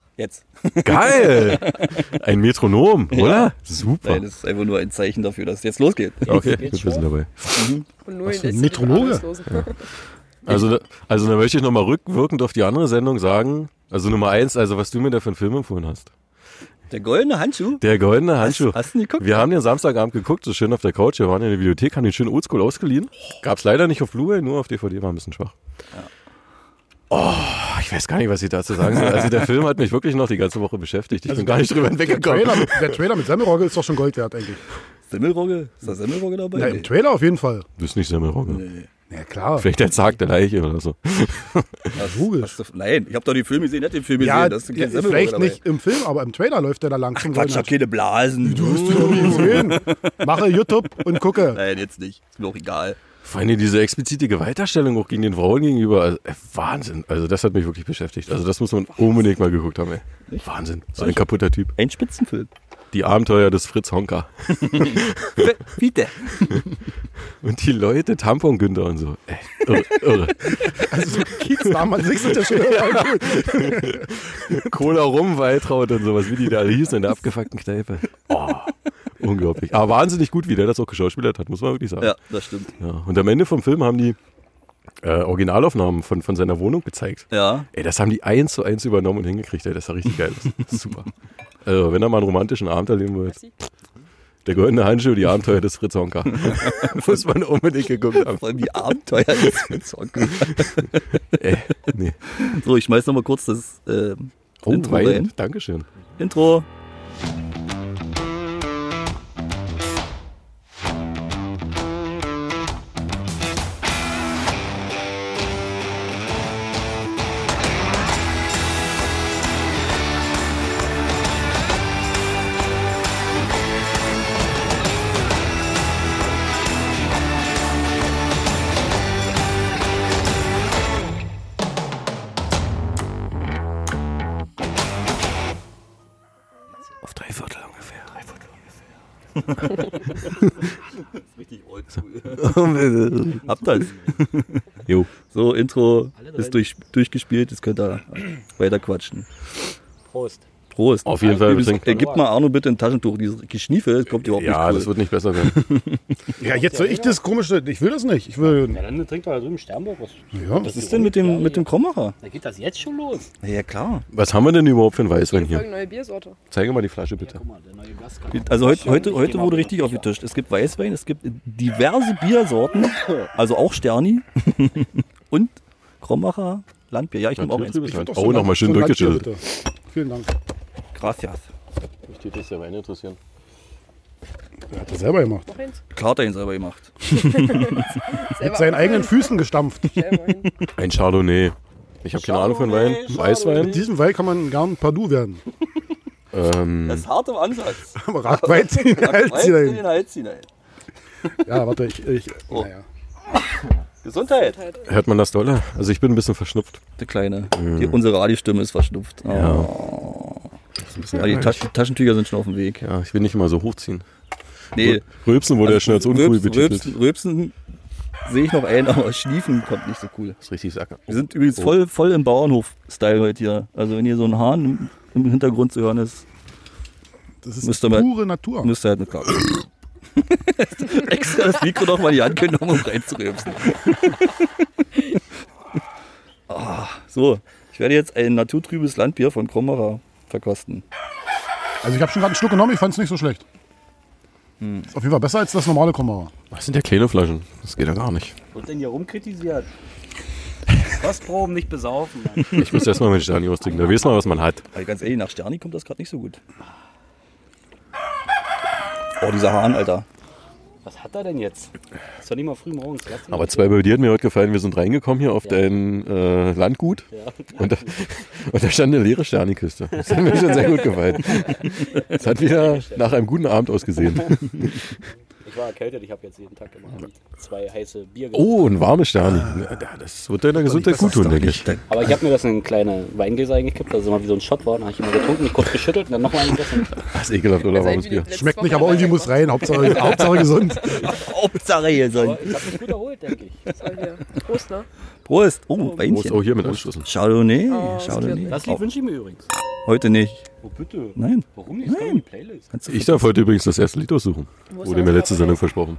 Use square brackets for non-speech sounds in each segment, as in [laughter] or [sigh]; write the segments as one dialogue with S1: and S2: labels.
S1: [laughs]
S2: Jetzt.
S3: Geil! Ein Metronom, oder? Super.
S2: Nein, das ist einfach nur ein Zeichen dafür, dass es jetzt losgeht.
S3: okay,
S4: Jetzt
S3: wir sind
S4: schon?
S3: dabei.
S4: Und nur
S1: Was
S4: in
S1: für ein
S4: Essen wird
S1: Metronom?
S4: alles los.
S3: Also, da- also da möchte ich nochmal rückwirkend auf die andere Sendung sagen. Also Nummer eins, also was du mir da für einen Film empfohlen hast.
S2: [laughs] Der goldene Handschuh.
S3: Der goldene Handschuh.
S2: hast du ihn geguckt?
S3: Wir haben den Samstagabend geguckt, so schön auf der Couch. Wir waren in der Bibliothek, haben den schön oldschool ausgeliehen. Gab's leider nicht auf Blu-ray, nur auf DVD, war ein bisschen schwach. Oh, ich weiß gar nicht, was ich dazu sagen soll. Also der Film hat mich wirklich noch die ganze Woche beschäftigt.
S2: Also
S3: Ich bin gar nicht drüber
S1: Der
S3: hinweggekommen.
S1: Trailer, mit- der Trailer mit Semmelrogge ist doch schon Gold wert eigentlich.
S2: Semmelrogge. Ist da Semmelrogge dabei?
S1: Na, Im Trailer auf jeden Fall.
S3: Das ist nicht Semmelrogge. Nee.
S1: Na klar.
S3: Vielleicht der Sarg der Leiche oder so.
S2: Was-
S1: logisch.
S2: was du- nein, ich habe doch den Film gesehen, nicht den Film
S1: Ja,
S2: gesehen. Das ist
S1: ja,
S2: kein Semmelrogge
S1: vielleicht
S2: dabei.
S1: nicht im Film, aber im Trailer läuft der da lang zum
S2: Quatsch, ich hab keine Blasen. [laughs]
S1: Goldschatz. Mache YouTube und gucke.
S2: Nein, jetzt nicht. Ist mir auch egal.
S3: Vor allem diese explizite Gewalterstellung auch gegen den Frauen gegenüber. Also, ey, Wahnsinn. Also das hat mich wirklich beschäftigt. Also das muss man unbedingt mal geguckt haben. Ey. Wahnsinn. So ein kaputter Typ.
S2: Ein Spitzenfilm.
S3: Die Abenteuer des Fritz Honka.
S2: Bitte.
S3: Und die Leute, Tampon Günther und so. Ey, irre, irre.
S1: Also Kiez damals nicht so
S2: [laughs]
S1: der Schule.
S3: Cola rum, Weitraut und sowas, wie die da hießen in der abgefuckten Kneipe. Oh, unglaublich. Aber wahnsinnig gut, wie der das auch geschauspielert hat, muss man wirklich sagen.
S2: Ja, das stimmt.
S3: Ja. Und am Ende vom Film haben die äh, Originalaufnahmen von, von seiner Wohnung gezeigt.
S2: Ja.
S3: Ey, das haben die eins zu eins übernommen und hingekriegt, ey. Das sah richtig geil aus. [laughs] Super. Also, wenn er mal einen romantischen Abend erleben wird. Der goldene Handschuh, die Abenteuer des Fritz Honka. [laughs] Muss man unbedingt geguckt haben.
S2: Vor allem die Abenteuer des Fritz-Onkel.
S3: Ey, nee.
S2: So, ich schmeiß nochmal kurz das ähm,
S3: Oh,
S2: Intro rein.
S3: weinend. Dankeschön.
S2: Intro.
S3: Auf drei Viertel ungefähr. Drei Viertel ungefähr.
S2: Richtig oldschool.
S3: jo.
S2: Habt ihr's? So, Intro ist durch, durchgespielt. Jetzt könnt ihr weiter quatschen.
S5: Prost.
S2: Prost.
S3: Auf jeden Fall, wir
S2: Übrigens,
S3: trinken.
S2: äh, gib mal Arno bitte ein Taschentuch. Dieses Geschniefe das kommt überhaupt
S3: Ja,
S2: nicht
S3: das
S2: cool.
S3: wird nicht besser werden.
S1: Ja, jetzt soll ich das komische. Ich will das nicht. Ich will.
S5: Na dann trinkt doch da drüben Sternburg was.
S1: Ja.
S2: Was ist denn mit dem, mit dem Krommacher?
S5: Da geht das jetzt schon los.
S2: Ja, klar.
S3: Was haben wir denn überhaupt für einen Weißwein hier?
S4: Folgende neue Biersorte.
S3: Zeige mal die Flasche bitte.
S5: Guck mal, der neue Gaskan.
S2: Also heute, heute, heute wurde richtig aufgetischt. Es gibt Weißwein, es gibt diverse Biersorten, [laughs] also auch Sterni [laughs] und Krommacher Landbier. Ja, ich nehme auch eins.
S3: Trübes Land.
S1: Doch, so
S3: Oh,
S1: ein-
S3: nochmal schön
S1: so ein Landbier,
S3: durchgeschüttelt.
S1: bitte. Vielen Dank.
S2: Gracias.
S3: Mich tut das der Wein interessieren.
S1: Er hat das selber gemacht.
S4: Noch eins.
S2: Klar hat er ihn selber gemacht.
S4: Selber
S1: Mit seinen eigenen Füßen gestampft.
S4: selber hin.
S3: Ein Chardonnay. Ich habe keine Ahnung von Wein.
S5: Chardonnay,
S1: Mit
S3: Weißwein.
S1: diesem Wein kann man gar ein Pardou
S2: [laughs]
S1: werden.
S3: Ähm,
S2: Das ist hart im Ansatz.
S1: Aber Rackweizen [laughs] hält sie dahin.
S2: Hals hinein.
S1: Ja, warte, ich. ich
S2: Oh.
S1: naja.
S2: Gesundheit.
S3: hört man das doller? Also ich bin ein bisschen verschnupft.
S2: Der Kleine. Die, unsere Radiostimme ist verschnupft. Oh. Aber die Taschen, Taschentücher sind schon auf dem Weg.
S3: Ja, ich will nicht immer so hochziehen.
S2: Nee.
S3: Rülpsen wurde ja schon als uncool
S2: Rülpsen,
S3: betitelt.
S2: Rülpsen, Also Rülpsen sehe ich noch ein, aber Schniefen kommt nicht so cool.
S3: Das ist richtig Sacker.
S2: Wir sind übrigens
S3: Oh.
S2: voll, voll im Bauernhof-Style heute hier. Also wenn hier so ein Hahn im, im Hintergrund zu hören ist,
S1: Das ist
S2: Müsste man-
S1: pure Natur.
S2: müsst ihr halt mit klarkommen.
S3: [laughs]
S2: Extra das Mikro noch mal in die Hand genommen, um reinzurübsen. Ah, so, ich werde jetzt ein naturtrübes Landbier von Krommerer verkosten.
S1: Also ich habe schon gerade einen Schluck genommen, ich fand es nicht so schlecht. Ist auf jeden Fall besser als das normale Komma.
S3: Was sind ja kleine Flaschen? Das geht ja gar nicht.
S5: Wird denn hier rumkritisiert? Kostproben nicht besaufen.
S3: Ich muss erstmal meinen Sterni ausdrücken. Da weiß man, was man hat.
S2: Aber ganz ehrlich, nach Sterni kommt das gerade nicht so gut. Oh, dieser Hahn, Alter.
S5: Was hat er denn jetzt? Ist doch nicht mal früh morgens. Lass ihn
S3: Aber zwei bei dir hat mir heute gefallen. Wir sind reingekommen hier auf dein äh, Landgut. Und, da, [laughs] und da stand eine leere Sterniküste. Das hat mir schon sehr gut gefallen. Das hat wieder nach einem guten Abend ausgesehen.
S5: doch. Ich war erkältet, ich habe jetzt jeden Tag immer zwei heiße Bier getrunken.
S3: Oh, ein warmes Sterni. Ja, Das wird deiner Gesundheit gut tun, denke ich.
S5: Aber ich habe mir das in kleine Weingläser eingekippt, also immer wie so ein Shot war. Dann habe ich immer getrunken, mich kurz geschüttelt und dann nochmal eingegessen.
S3: Das ist ekelhaft, oder warmes Bier.
S1: Schmeckt nicht, aber irgendwie muss
S4: ne?
S1: rein. Hauptsache, Hauptsache gesund.
S2: Hauptsache hier soll.
S5: Aber ich habe mich gut erholt, denke ich.
S4: Prost, ne?
S2: Prost. Oh, Weinchen.
S3: Muss auch hier mit anschließen.
S2: Chardonnay.
S4: Oh, das
S2: Chardonnay.
S5: Das Lied wünsche ich mir übrigens.
S2: Heute nicht.
S5: Oh, bitte.
S2: Nein.
S5: Warum nicht? Nein. Die Playlist.
S2: Kannst du
S3: Ich darf heute übrigens das erste Lied aussuchen. Wurde mir letzte Sendung versprochen.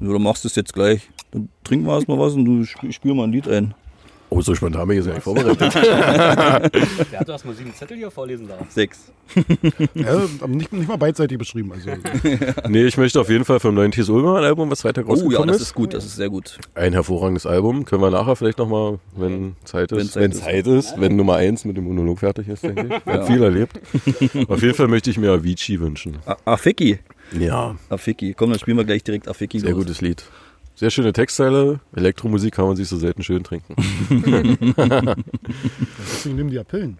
S2: Ja, du machst es jetzt gleich. Dann trinken wir erstmal was und du sp spiel mal ein Lied ein.
S3: Oh, so spontan bin ich jetzt gar nicht vorbereitet. [laughs]
S5: Ja, du hast mal sieben Zettel hier vorlesen darfst.
S2: Sechs.
S1: Ja, aber nicht, nicht mal beidseitig beschrieben. Also,
S3: nee, ich möchte auf jeden Fall vom 90s Ulmer ein Album, was weiter
S2: Oh
S3: rausgekommen
S2: ja, das
S3: ist.
S2: ist gut, das ist sehr gut.
S3: Ein hervorragendes Album. Können wir nachher vielleicht nochmal, wenn Zeit ist.
S2: Wenn Zeit
S3: wenn
S2: ist.
S3: Zeit ist, wenn Nummer eins mit dem Monolog fertig ist, denke [laughs] ich. Hat viel erlebt. Auf jeden Fall möchte ich mir Avicii wünschen.
S2: A- Afiki.
S3: Ja,
S2: Afiki. Komm, dann spielen wir gleich direkt Afiki.
S3: sehr
S2: los.
S3: gutes Lied. Sehr schöne Textteile. Elektromusik kann man sich so selten schön trinken.
S1: deswegen nehmen die ja Pillen.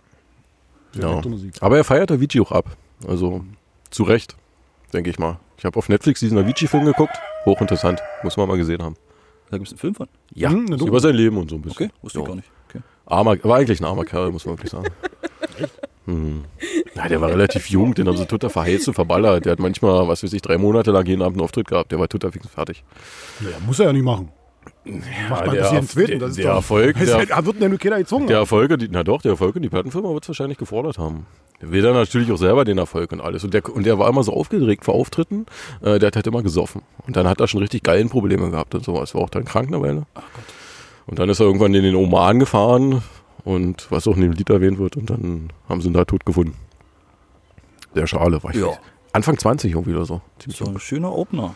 S1: Für
S3: Ja.
S1: Elektromusik.
S3: Aber er feiert Avicii auch ab. Also zu Recht, denke ich mal. Ich habe auf Netflix diesen Avicii-Film geguckt. Hochinteressant. Muss man mal gesehen haben.
S2: Da gibt es einen Film von.
S3: Ja,
S1: Hm, eine
S3: ist
S1: Doku.
S3: über sein Leben und so ein bisschen.
S2: Okay, wusste ich
S3: Ja.
S2: gar nicht. Okay.
S3: Armer, war eigentlich ein armer Kerl, muss man wirklich sagen. Hm. Ja, der war relativ jung, den haben sie total verheizt und verballert. Der hat manchmal, was weiß ich, drei Monate lang jeden Abend einen Auftritt gehabt. Der war total fix fertig.
S1: Naja, muss er ja nicht machen. Macht man
S3: der
S1: bis jeden
S3: Erf-
S1: zweiten.
S3: der-
S1: [laughs] Das ist
S3: der
S1: doch,
S3: Erfolg,
S1: Ist
S3: der-
S1: halt, ah, wird denn nur keiner gezwungen?
S3: Der Erfolg, die, na doch, der Erfolg und die Plattenfirma wird es wahrscheinlich gefordert haben. Der will dann natürlich auch selber den Erfolg und alles. Und der, und der war immer so aufgeregt vor Auftritten, äh, der hat halt immer gesoffen. Und dann hat er schon richtig geilen Probleme gehabt und sowas. War auch dann krank eine Weile. Und dann ist er irgendwann in den Oman gefahren und was auch in dem Lied erwähnt wird. Und dann haben sie ihn da tot gefunden. Der Schale war ich.
S2: Ja.
S3: weiß. Anfang 20 irgendwie oder so. Ziemlich
S2: So ein schöner [laughs] Opener.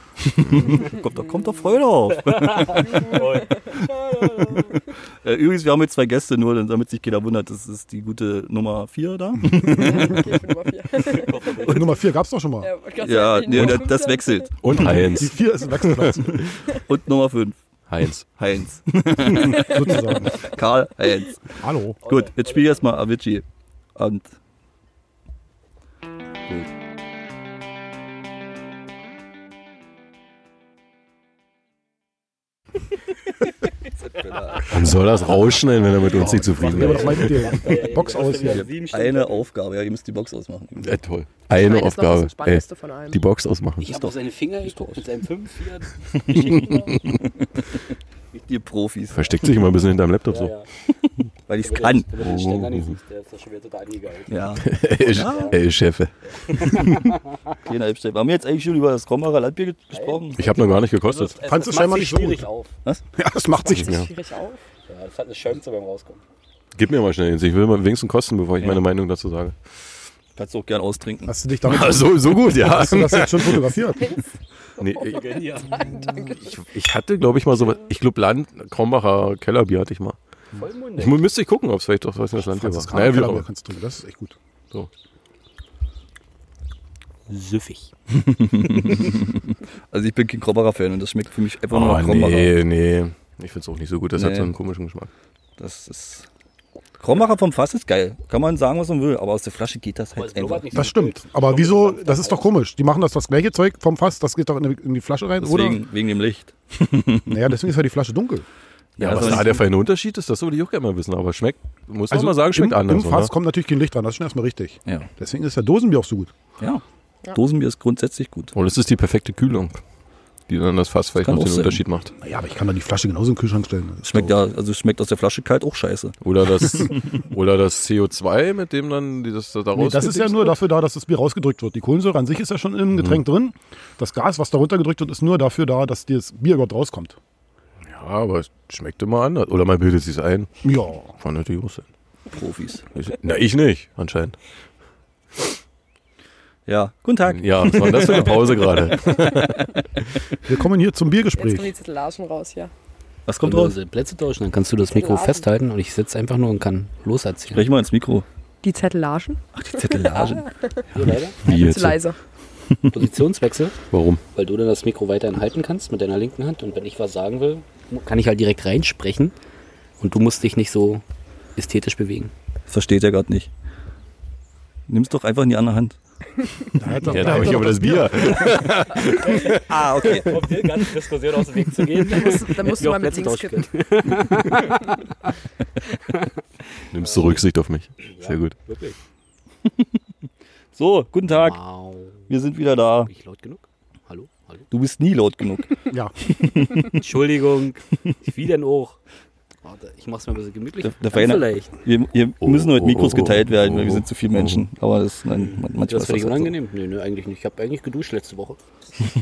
S2: kommt, da kommt doch Freude [laughs] auf. Äh, Übrigens, wir haben jetzt zwei Gäste, nur damit sich keiner wundert. Das ist die gute Nummer vier da.
S4: Okay, für Nummer vier.
S1: Und Nummer 4 gab es doch schon mal.
S4: Ja, wollte gerade
S2: ja,
S4: sagen, die
S2: nee,
S4: Nummer
S2: das,
S4: fünf
S2: das
S4: dann.
S2: wechselt.
S3: Und
S1: Die
S3: Heinz.
S1: 4 ist
S3: [laughs]
S1: ein Wechselplatz,
S2: Und Nummer fünf,
S3: Heinz.
S2: Heinz.
S1: sozusagen.
S2: Karl
S3: [laughs]
S2: Heinz.
S1: Hallo.
S2: Gut, jetzt spiel ich erstmal Avicii. Und.
S3: [laughs]
S2: Gut.
S3: Dann soll das rausschneiden, wenn er mit uns nicht zufrieden
S1: Nehmen wir doch
S3: ist.
S1: mal mit dir. Box
S5: Ja, ja,
S1: aus
S5: ja,
S1: hier.
S5: sieben Stück.
S2: Eine Aufgabe, ja, ihr müsst die Box ausmachen.
S3: Ja, toll.
S4: Ich
S3: Eine
S4: meine, das ist noch
S3: Aufgabe.
S4: Das
S3: Ey,
S4: Spannendste von allem.
S3: die Box ausmachen.
S5: Ich habe auf seine Finger geguckt mit seinem 5, [laughs] 4.
S2: Ihr Profis,
S3: Versteckt sich immer ein bisschen hinterm Laptop
S5: Also,
S3: [laughs] so.
S2: weil ich es kann.
S5: Damit du den Ständer nicht siehst, der ist doch schon wieder total
S3: [laughs]
S5: angegeigt.
S2: Ja,
S3: Ey, Sch- Ey, Chefe.
S2: kleiner Halbstein. Haben wir jetzt eigentlich schon über das Krombacher Landbier ges- gesprochen?
S3: Ich habe noch gar nicht gekostet.
S5: Also, Es-
S1: Fandst du
S5: es
S1: scheinbar
S5: macht
S1: nicht
S5: sich
S1: so
S5: schwierig
S1: gut.
S5: auf.
S1: Ja, das macht sich.
S4: Das ist schwierig auf.
S5: Ja, das hat eine Schäumze beim Rauskommen.
S3: Gib mir mal schnell eins. Ich will mal wenigstens kosten, bevor ich meine Meinung dazu [laughs] sage.
S2: Kannst du auch gern austrinken.
S1: Hast du dich damit
S3: Ah, so, so gut, ja.
S1: hast du das jetzt schon fotografiert?
S3: Nee, ich, ich, ich hatte, glaube ich, mal so was. Ich glaube, Land, Krombacher Kellerbier hatte ich mal. Ich
S5: Vollmundig.
S3: mu- müsste ich gucken, ob es vielleicht doch was in das Landbier
S1: Franzis
S3: war.
S1: Kramer,
S3: Naja, wie auch
S1: Kellerbier
S3: immer.
S1: kannst du trinken. Das ist echt gut.
S3: So.
S5: Süffig.
S2: Also ich bin kein Krombacher Fan und das schmeckt für mich einfach nur
S3: Oh,
S2: nach Krombacher.
S3: nee, nee. Ich finde es auch nicht so gut. Das hat
S2: Nee.
S3: so einen komischen Geschmack.
S2: Das ist. Krombacher vom Fass ist geil. Kann man sagen, was man will, aber aus der Flasche geht das
S5: Aber es
S2: halt einfach.
S5: blubbert nicht so
S1: Das stimmt.
S5: wild.
S1: Aber
S5: Kommt
S1: wieso,
S5: langsam
S1: das ist doch
S5: raus.
S1: komisch. Die machen das das gleiche Zeug vom Fass, das geht doch in die, in die Flasche rein, oder?
S2: Deswegen, wegen dem Licht.
S1: Naja, deswegen ist ja die Flasche dunkel.
S3: Ja,
S2: also
S3: was da
S2: nicht-
S3: der feine Unterschied ist, das würde ich auch gerne mal wissen. Aber schmeckt, muss man mal sagen, schmeckt
S1: Also im,
S3: anders.
S1: im Fass
S3: oder?
S1: kommt natürlich kein Licht dran, das ist schon erstmal richtig.
S2: Ja.
S1: Deswegen ist der Dosenbier auch so gut.
S2: ja. Dosenbier ist grundsätzlich gut.
S3: Und es ist die perfekte Kühlung, die dann das Fass vielleicht
S2: Kann
S3: noch
S2: auch
S3: den
S2: sein.
S3: Unterschied macht.
S1: Naja, aber ich kann doch die Flasche genauso in den Kühlschrank stellen. Das ist
S2: Schmeckt
S1: doch-
S2: ja, also schmeckt aus der Flasche kalt auch scheiße.
S3: Oder
S1: [laughs]
S3: das, oder das CO2, mit dem dann die- das da daraus.
S1: Nee, das ist ja nur dafür da, dass das Bier rausgedrückt wird. Die Kohlensäure an sich ist ja schon
S3: Mhm.
S1: im Getränk drin. Das Gas, was da runtergedrückt wird, ist nur dafür da, dass das Bier überhaupt rauskommt.
S3: Ja, aber es schmeckt immer anders. Oder man bildet sich ein.
S1: Ja.
S3: Kann natürlich auch sein.
S2: Profis.
S3: Ich- Na, ich nicht, anscheinend.
S2: Ja. Guten Tag.
S3: Ja, was war denn das für eine Pause [laughs] gerade?
S1: Wir kommen hier zum
S4: Jetzt kommen
S1: Biergespräch.
S4: die Zettelagen raus, ja.
S2: Was kommt
S5: Kommt raus.
S2: raus?
S5: Unsere Plätze tauschen, dann kannst du das Mikro festhalten und ich sitze einfach nur und kann loserzählen.
S2: Sprech mal ins Mikro.
S4: Die Zettelagen?
S2: Ach, die Zettelage.
S5: So, leider.
S3: Wie
S4: Zu leise.
S5: Positionswechsel,
S3: Warum?
S5: weil du dann das Mikro weiterhin halten kannst mit deiner linken Hand und wenn ich was sagen will, kann ich halt direkt reinsprechen und du musst dich nicht so ästhetisch bewegen.
S2: Das [laughs] versteht er gerade nicht. Nimm's doch einfach in die andere Hand.
S1: Da hat er-
S3: Ja,
S1: da
S3: da habe
S1: hat
S3: ich
S1: er
S3: aber
S1: doch
S3: das Bier.
S2: Ah, okay.
S5: Ob dir ganz Diskussion aus dem Weg zu [laughs] gehen, dann
S4: musst- dann musst du mal mit links
S3: Nimmst du Rücksicht auf mich. Sehr gut.
S5: Wirklich?
S2: So, guten Tag.
S5: Wow.
S2: Wir sind wieder da.
S5: Bin ich laut genug? Hallo? Hallo?
S2: Du bist nie laut genug.
S1: Ja,
S2: [laughs]
S5: Entschuldigung. Wie denn auch? Warte, ich mach's mir ein bisschen gemütlich.
S2: Der, der
S5: Dann
S2: Feiner-
S5: vielleicht.
S2: Wir, wir
S3: Oh,
S2: müssen heute
S3: oh,
S2: Mikros
S3: oh,
S2: geteilt werden, weil wir
S3: oh,
S2: sind zu viele Menschen. Aber das, nein, man- manchmal
S5: Das
S2: ist
S5: finde ich
S2: halt so. Oh,
S5: unangenehm. Nee, nee, eigentlich nicht. Ich habe eigentlich geduscht letzte Woche.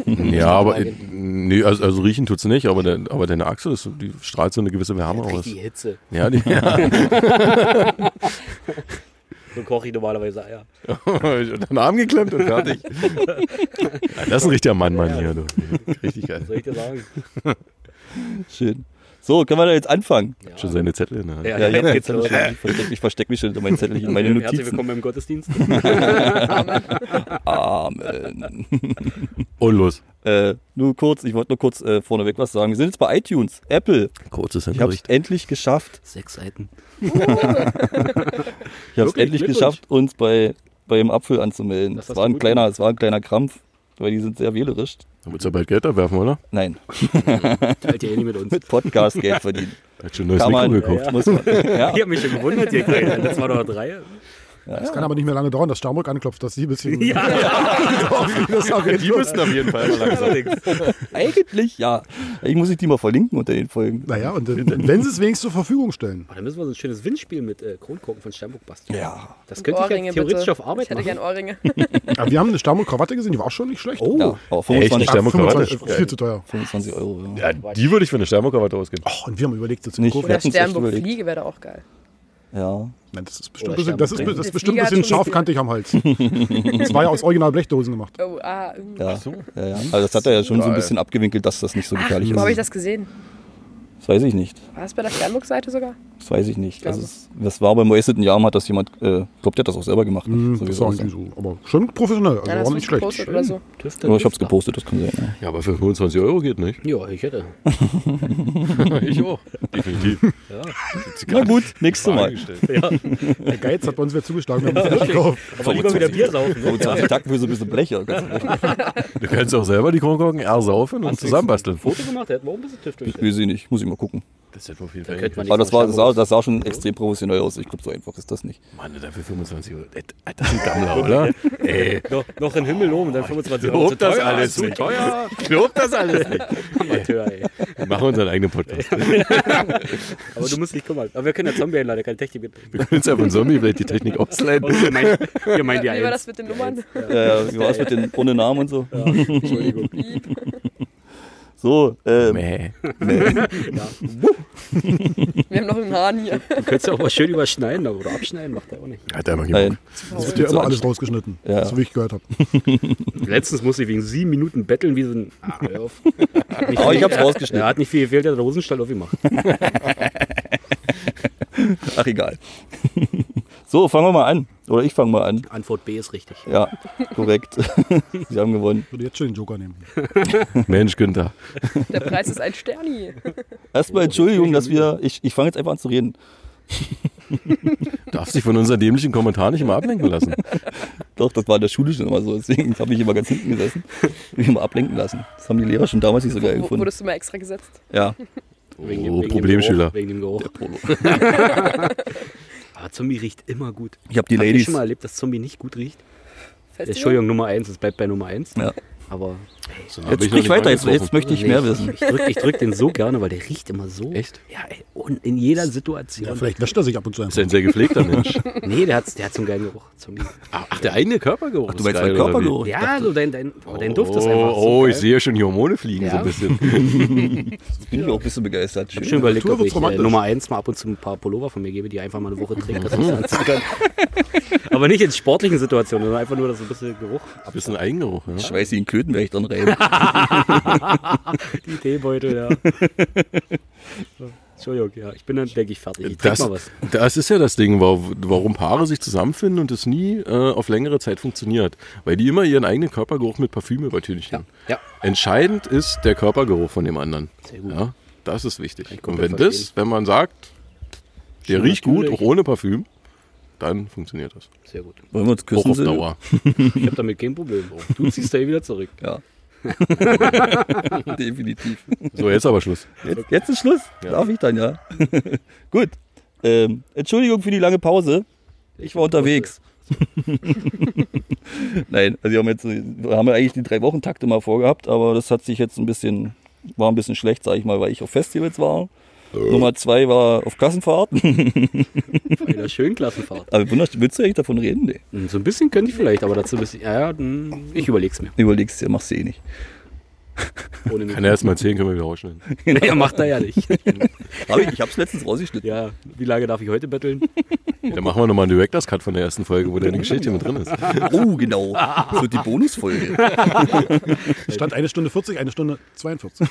S3: Ja, aber äh, nee, also, also riechen tut's nicht, aber, de, aber deine Achsel, ist, die strahlt so eine gewisse Wärme aus.
S5: Richtig Hitze.
S3: Ja, die, [laughs] ja.
S5: So koche ich normalerweise Eier.
S3: Und den Arm geklemmt und [laughs] fertig. Ja, das ist ein richtiger Mann-Mann hier. Du. Richtig geil.
S5: Soll ich
S2: [laughs]
S5: dir sagen?
S2: Schön. So, können wir da jetzt anfangen?
S3: Hat schon seine Zettel in der Hand.
S2: Ja, jetzt
S5: geht's los.
S2: Ich verstecke mich, versteck mich schon hinter meinen Zettel, meine Notizen.
S5: Herzlich willkommen
S2: [laughs]
S5: im Gottesdienst.
S2: Amen. [laughs]
S3: Und los.
S2: Äh, nur kurz, ich wollte nur kurz äh, vorneweg was sagen. Wir sind jetzt bei iTunes, Apple.
S3: Kurzes
S2: Ich habe es
S3: Hinterricht.
S2: endlich geschafft.
S5: Sechs Seiten.
S2: Ich habe es
S3: Wirklich?
S2: endlich
S3: Glückwunsch.
S2: geschafft, uns bei, bei dem Apfel anzumelden.
S5: Das
S2: Es
S5: hast
S2: war
S5: du
S2: ein
S5: gut
S2: kleiner, es war ein kleiner Krampf, weil die sind sehr wählerisch.
S3: Dann wird's ja bald Geld abwerfen, oder?
S2: Nein,
S5: Teilt ihr eh nicht mit uns.
S2: mit Podcast Geld
S3: [laughs]
S2: verdienen.
S3: Hat schon ein neues
S2: Kann
S3: Mikro
S2: man,
S3: gekauft.
S5: Ja, ja.
S2: muss man. Ja,
S5: Ich habe mich schon gewundert, ihr kriegt das war doch
S2: [laughs]
S5: drei.
S1: Das kann aber nicht mehr lange dauern, dass Starmrück anklopft, dass die ein bisschen.
S5: Ja,
S1: das [laughs] auf jeden
S3: Die
S1: Fall.
S3: müssen auf jeden Fall mal langsam.
S2: eigentlich ja. Ich muss ich die mal verlinken unter den Folgen.
S1: Naja, und äh, wenn sie es wenigstens zur Verfügung stellen.
S5: Da müssen wir so ein schönes Windspiel mit äh, Kronkorken von Sternburg basteln.
S2: Ja.
S5: Das könnte ich ja theoretisch auf Arbeit
S4: Ich hätte
S5: machen.
S4: gerne Ohrringe.
S1: Aber wir haben eine Starmrück-Krawatte gesehen, die war auch schon nicht schlecht.
S5: Oh,
S2: ja. Aber 25,
S3: Echt, eine Sternburg-Krawatte?
S1: 25 viel zu teuer.
S2: 25 Euro. Ja.
S3: Ja, die würde ich für eine Sternburg-Krawatte ausgeben.
S1: Oh, und wir haben überlegt, sie zu
S2: Nicht.
S1: kaufen.
S2: Wir
S4: Oder
S2: hatten's echt
S4: Sternburg
S2: überlegt.
S4: Fliege wäre da auch geil.
S2: ja.
S1: Nein, das ist bestimmt,
S5: Oder
S1: ein bisschen, das ist,
S5: Sternburg.
S1: das ist
S4: Der
S1: bestimmt ein
S4: Flieger
S1: bisschen
S4: hat schon
S1: scharfkantig am Hals. Das war ja aus original Blechdosen gemacht.
S4: Oh, ah. mm.
S2: Ja,
S3: so.
S2: ja, ja. Also das hat er ja schon so ein
S3: Geil.
S2: bisschen abgewinkelt, dass das nicht so gefährlich
S4: Wo habe ich
S2: ist.
S4: das gesehen?
S2: Das weiß ich nicht.
S4: War das bei der Sternburg-Seite sogar?
S2: Das weiß ich nicht.
S4: glaube.
S2: Also es, das war beim Wasted in Jahren, hat das jemand, äh, glaubt, der hat das auch selber gemacht.
S1: Hm,
S2: So wie
S1: das
S2: es
S1: war
S2: aussah.
S1: irgendwie so. Aber schon professionell, also
S4: Ja,
S1: war
S4: das
S1: nicht
S4: ist
S1: schlecht.
S4: gepostet oder so.
S5: Tüfte,
S2: Aber Oh, ich hab's gepostet, das kann sein. Ja.
S3: Ja, aber für 25 Euro geht nicht.
S5: Ja, ich hätte.
S3: [laughs] ich auch. [laughs] Definitiv.
S2: Na gut, nächstes Mal.
S1: Der Geiz hat bei uns wieder zugeschlagen. Wir haben nicht gekauft.
S5: Aber lieber wieder Bier saufen. Ne?
S2: 25 Tacken also für so ein bisschen Blecher.
S3: Du kannst auch selber die Kronkorken R saufen und zusammenbasteln.
S5: Foto gemacht, der hat morgen ein bisschen Tüfte.
S2: Ich weiß ich nicht, muss ich mal gucken.
S3: Das ist auf jeden
S5: Da könnte man
S2: Aber das, war, das, sah,
S5: auch.
S2: das sah schon extrem professionell aus. Ich glaube, so einfach ist das nicht.
S3: Mann, dafür 25 Euro. Das ist ein Gammler, [laughs] oder? Ey,
S5: Noch, noch in den Himmel loben, dann 25 Euro.
S3: Lob das alles nicht. Teuer. [laughs] Lob das alles nicht.
S5: Amateur, ey.
S3: Wir machen unseren eigenen Podcast.
S5: Aber du musst dich kümmern. Aber wir können ja Zombie leider keine Technik
S3: Wir
S5: mitbringen.
S3: können uns ja von Zombie vielleicht die Technik ausleihen.
S5: Ihr meint, ihr meint
S4: Wie
S5: ja
S4: war das
S5: eins.
S4: mit den Nummern?
S2: Äh, wie war es mit den ohne Namen und so?
S5: Entschuldigung.
S2: So, äh,
S3: Mäh.
S4: Wir haben noch einen Hahn hier.
S5: Du könntest ja auch mal schön überschneiden aber- oder abschneiden, macht er auch nicht.
S3: Hat er noch
S2: nein.
S3: jemand?
S1: Das wird ja immer alles rausgeschnitten,
S2: Ja.
S1: so wie ich gehört habe.
S5: Letztens musste ich wegen sieben Minuten betteln wie so ein. Ah, hör auf. Nicht
S2: Aber ich
S5: viel-
S2: hab's rausgeschnitten.
S5: Er hat nicht viel gefehlt, der hat den Rosenstall aufgemacht.
S2: Ach, egal. [laughs] So, fangen wir mal an. Oder ich fange mal an.
S5: Antwort B ist richtig.
S2: Ja, korrekt. [laughs] Sie haben gewonnen.
S1: Ich würde jetzt schon den Joker nehmen.
S3: Mensch, Günther.
S4: Der Preis ist ein Sterni.
S2: Erstmal Entschuldigung, dass wir. Ich, ich fange jetzt einfach an zu reden.
S3: Darf sich von unseren dämlichen Kommentaren nicht immer ablenken lassen.
S2: Doch, das war in der Schule schon immer so. Deswegen habe ich immer ganz hinten gesessen. Mich immer ablenken lassen. Das haben die Lehrer schon damals nicht so geil
S4: Wo,
S2: gefunden.
S4: wurdest du mal extra gesetzt?
S2: Ja.
S5: Wegen
S3: Oh,
S5: dem
S3: Problemschüler.
S5: Geruch, wegen dem Geruch. [laughs] Aber Zombie riecht immer gut.
S2: Ich habe die
S5: Habt ihr
S2: Ladies.
S5: schon mal erlebt, dass Zombie nicht gut riecht?
S4: Festival?
S5: Entschuldigung, Nummer eins, es bleibt bei Nummer eins.
S2: Ja.
S5: Aber
S2: Jetzt sprich weiter, jetzt, jetzt möchte ich mehr wissen.
S5: ich drück, ich drück den so gerne, weil der riecht immer so.
S3: Echt?
S5: Ja, ey, und in jeder Situation.
S1: Ja, vielleicht wäscht er sich ab und zu
S3: Ist
S1: einfach.
S3: ja ein sehr gepflegter Mensch.
S5: Nee, der hat, der hat so einen geilen Geruch. Zombie.
S3: [laughs] Ach, der eigene Körpergeruch.
S2: Du meinst mein Körpergeruch?
S5: ja, so dein, dein, aber dein Duft
S3: oh,
S5: ist einfach so.
S3: Oh,
S5: geil.
S3: ich sehe schon die Hormone fliegen so
S5: Ja.
S3: ein bisschen.
S2: Bin ich auch ein bisschen begeistert.
S5: Ich hab schon überlegt,
S1: Natur
S5: ob ich
S1: wird's
S5: äh,
S1: romantisch.
S5: Nummer eins mal ab und zu ein paar Pullover von mir gebe, die einfach mal eine Woche trägt, dass
S2: Mhm.
S5: ich sie
S2: [laughs]
S5: anziehen kann. Aber nicht in sportlichen Situationen, sondern einfach nur, dass so ein bisschen Geruch
S3: Ein bisschen Eigengeruch, ja.
S2: Ich weiß, die in Klöten werde ich dran reiben.
S5: Die
S2: [laughs]
S5: Teebeutel, ja. Entschuldigung, ja. Ich bin dann, denke ich, fertig. Ich trinke
S3: Das,
S5: mal was.
S3: das ist ja das Ding, wa- warum Paare sich zusammenfinden und es nie äh, auf längere Zeit funktioniert. Weil die immer ihren eigenen Körpergeruch mit Parfüm übertünchen.
S5: Ja.
S3: Entscheidend ist der Körpergeruch von dem anderen.
S5: Sehr gut.
S3: Ja, das ist wichtig. Und
S5: komplett
S3: wenn das,
S5: verstehen.
S3: wenn man sagt, der
S5: Schon
S3: riecht gut,
S5: natürlich.
S3: auch ohne Parfüm, dann funktioniert das.
S5: Sehr gut.
S2: Wollen wir uns
S3: Auch
S2: küssen?
S3: auf
S2: Sil?
S3: Dauer.
S5: Ich habe damit kein Problem. Du ziehst da eh wieder zurück.
S2: Ja. Definitiv.
S3: So, jetzt aber Schluss.
S2: Jetzt, jetzt ist Schluss. Darf ich dann, ja. [laughs] Gut. Ähm, Entschuldigung für die lange Pause. Ich war [laughs] unterwegs. Nein, also wir haben jetzt wir haben ja eigentlich die drei Wochen Takt immer vorgehabt, aber das hat sich jetzt ein bisschen war ein bisschen schlecht, sage ich mal, weil ich auf Festivals war Nummer zwei war auf Kassenfahrten. [laughs]
S5: Bei einer schönen Klassenfahrt.
S2: Aber wunderschön, willst du eigentlich davon reden? Nee.
S5: Hm, So ein bisschen könnte ich vielleicht, aber dazu ein bisschen. Ja, ja, hm, ich überleg's mir.
S2: Überlegst dir, machst du eh nicht.
S5: Ohne mich.
S3: Kann er erst mal erzählen, können wir wieder rausschneiden.
S5: Naja, macht er [laughs] ja [laughs] nicht.
S2: Hab ich, ich hab's letztens rausgeschnitten.
S5: Ja, wie lange darf ich heute betteln?
S3: Ja, dann machen wir nochmal einen Directors Cut von der ersten Folge, wo deine Geschichte mit drin ist.
S2: Oh, [laughs] genau. So die Bonusfolge.
S1: Stand eine Stunde 40, eine Stunde 42.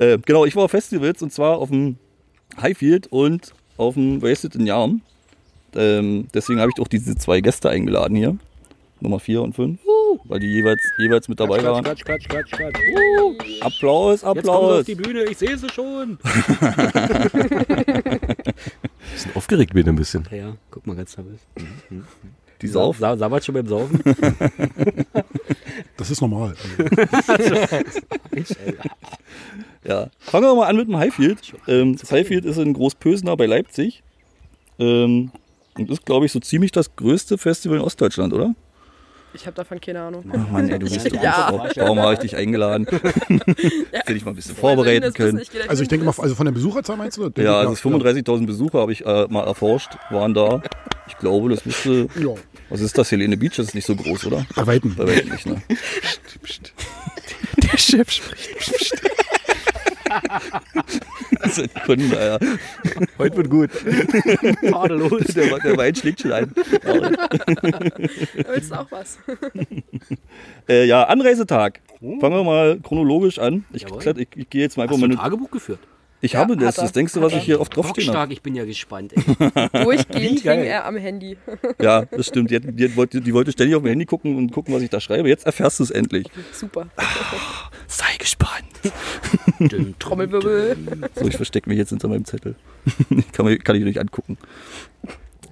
S2: Äh, genau, ich war auf Festivals und zwar auf dem Highfield und auf dem Wasted in Yarm. Ähm, deswegen habe ich auch diese zwei Gäste eingeladen hier. Nummer 4 und 5. Weil die jeweils, jeweils mit dabei waren.
S5: Quatsch, Quatsch, Quatsch, Quatsch.
S2: Applaus,
S5: Jetzt kommen sie auf
S2: Applaus.
S5: die Bühne, ich sehe sie schon.
S3: Bisschen aufgeregt bin ein bisschen.
S5: Ja, guck mal ganz nervös.
S2: Die Sauf.
S5: Sa Sabat schon
S2: [laughs]
S5: beim Saufen?
S1: Das ist normal.
S2: Ja. Fangen wir mal an mit dem Highfield. Ähm, das Highfield ist in Großpösener bei Leipzig. Ähm, und ist, glaube ich, so ziemlich das größte Festival in Ostdeutschland, oder?
S4: Ich habe davon keine Ahnung.
S2: Ach Oh Mann, ey, du bist [laughs] doch
S4: Ja.
S2: einfach- Warum habe ich dich eingeladen? [laughs] Hätte ich mal ein bisschen vorbereiten können.
S1: Also ich denke mal, also von der Besucherzahl meinst du? das?
S2: Ja, also es ist 35.000 Besucher habe ich äh, mal erforscht, waren da. Ich glaube, das müsste.
S1: Ja,
S2: Was ist das? Helene Beach das ist nicht so groß, oder?
S1: bei Weitem.
S2: Bei weitem nicht, [laughs] ne?
S3: Der Chef spricht.
S2: Das ist ein Kunde, ja. [laughs]
S3: Heute wird gut.
S5: Tadellos.
S2: Der, der Wein schlägt schon ein.
S4: Willst du auch
S1: [laughs]
S4: was?
S2: Äh, ja, Anreisetag. Fangen wir mal chronologisch an. Ich,
S5: Jawohl.
S2: klet- ich, ich gehe jetzt mal einfach
S5: Hast du
S2: mal.
S5: ein
S2: ne-
S5: Tagebuch geführt?
S2: Ich habe
S4: Ja,
S2: das.
S4: hat er.
S2: Das denkst du, was ich hier oft draufstehen habe?
S5: Bockstark, ich bin ja gespannt. Ey. [laughs]
S4: Durchgehend
S5: Geil.
S4: hing er am Handy.
S2: Ja, das stimmt. Die, hat- die, hat- wollte, die wollte ständig auf dem Handy gucken und gucken, was ich da schreibe. Jetzt erfährst du es endlich.
S4: Super.
S2: Sei gespannt.
S5: Düm, düm,
S4: Trommelwirbel.
S2: So, ich verstecke mich jetzt hinter meinem Zettel. [laughs] kann, mir, kann ich nicht angucken.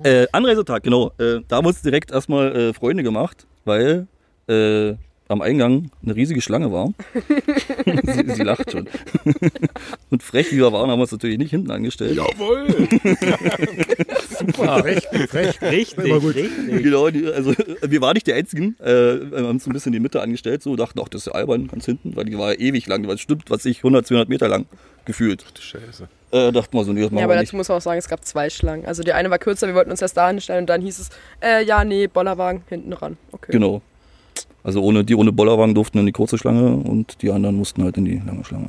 S2: Äh, Anreisetag, genau. Äh, da haben uns direkt erstmal äh, Freunde gemacht, weil äh, am Eingang eine riesige Schlange war. [laughs] sie, sie lacht schon. [laughs] Und frech wie wir waren, haben wir uns natürlich nicht hinten angestellt.
S3: Jawohl.
S1: Frech, frech. Immer gut.
S2: Genau, die, also [laughs] wir waren nicht die Einzigen. Äh, wir haben uns ein bisschen in die Mitte angestellt, so dachten, ach, das ist ja albern, ganz hinten, weil die war ja ewig lang. Die war bestimmt, was ich, 100, 200 Meter lang gefühlt.
S3: Scheiße.
S2: Äh, dachten wir so, nee, das machen
S4: Ja, aber
S2: wir nicht.
S4: dazu muss man auch sagen, es gab zwei Schlangen. Also die eine war kürzer, wir wollten uns erst da hinstellen und dann hieß es, äh, ja, nee, Bollerwagen hinten ran. Okay.
S2: Genau. Also ohne, die ohne Bollerwagen durften in die kurze Schlange und die anderen mussten halt in die lange Schlange.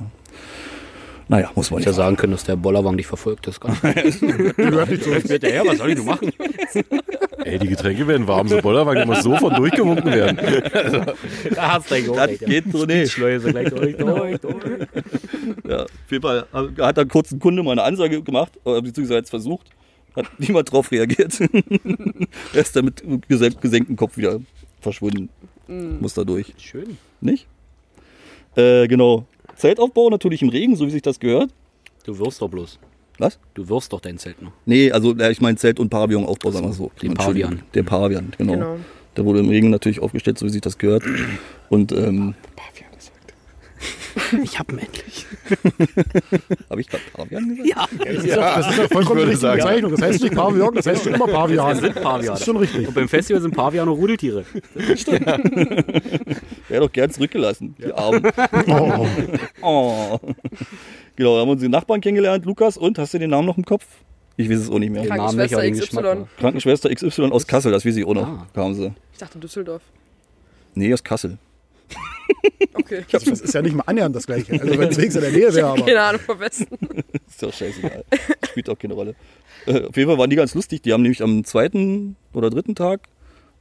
S2: Naja, muss man
S5: Ich
S2: nicht
S5: hätte
S2: sagen.
S5: sagen können, dass der Bollerwagen dich verfolgt. [laughs] Das kann
S1: Gehört nicht zu uns.
S5: ja, was soll ich denn machen?
S3: Ey, die Getränke werden warm, so Bollerwagen muss sofort durchgewunken werden.
S5: Da hast du dein Gehör,
S2: Das
S5: Alter.
S2: geht so nicht.
S5: Schleuse gleich [laughs] durch, durch, durch.
S2: Ja, auf jeden Fall hat dann kurz ein Kunde mal eine Ansage gemacht, äh, beziehungsweise hat's versucht, hat niemand drauf reagiert. [laughs] er ist dann mit gesenk- gesenktem Kopf wieder verschwunden. Muss da durch.
S5: Schön.
S2: Nicht? Äh, genau. Zeltaufbau natürlich im Regen, so wie sich das gehört.
S5: Du wirfst doch bloß.
S2: Was?
S5: Du wirfst doch dein Zelt noch.
S2: Nee, also ja, ich meine Zelt und Pavillon-Aufbau, sagen wir so.
S5: den
S2: Entschuldigung,
S5: Pavian.
S2: Den Pavian, genau.
S4: Genau.
S2: Der wurde im Regen natürlich aufgestellt, so wie sich das gehört. Und ähm,
S5: Ich hab ihn endlich.
S2: habe ich gerade Pavian gesagt?
S5: Ja.
S1: Das ist ja, das ist ja vollkommen die
S3: würde
S1: richtige
S3: sagen.
S1: Bezeichnung. Das heißt nicht Pavian, das heißt schon immer Pavian.
S5: Das sind Paviane.
S1: Das ist schon richtig.
S5: Und beim Festival sind Paviane Rudeltiere.
S2: Wäre doch gern zurückgelassen, die
S5: [laughs]
S2: Armen.
S1: Oh.
S2: Oh. [laughs] Genau, da haben wir unsere Nachbarn kennengelernt, Lukas. Und hast du den Namen noch im Kopf? Ich weiß es auch nicht mehr.
S4: Krank-
S2: Krankenschwester XY aus Kassel, das weiß ich auch noch.
S5: Ah.
S2: Kam sie.
S4: Ich dachte Düsseldorf.
S2: Nee, aus Kassel.
S4: [laughs] Okay.
S1: Das ist ja nicht mal annähernd das Gleiche. Also wenn es wenigstens in der Nähe wäre, aber...
S4: Keine Ahnung vom
S1: [laughs]
S4: Westen.
S2: Ist doch scheißegal. Spielt auch keine Rolle. Äh, auf jeden Fall waren die ganz lustig. Die haben nämlich am zweiten oder dritten Tag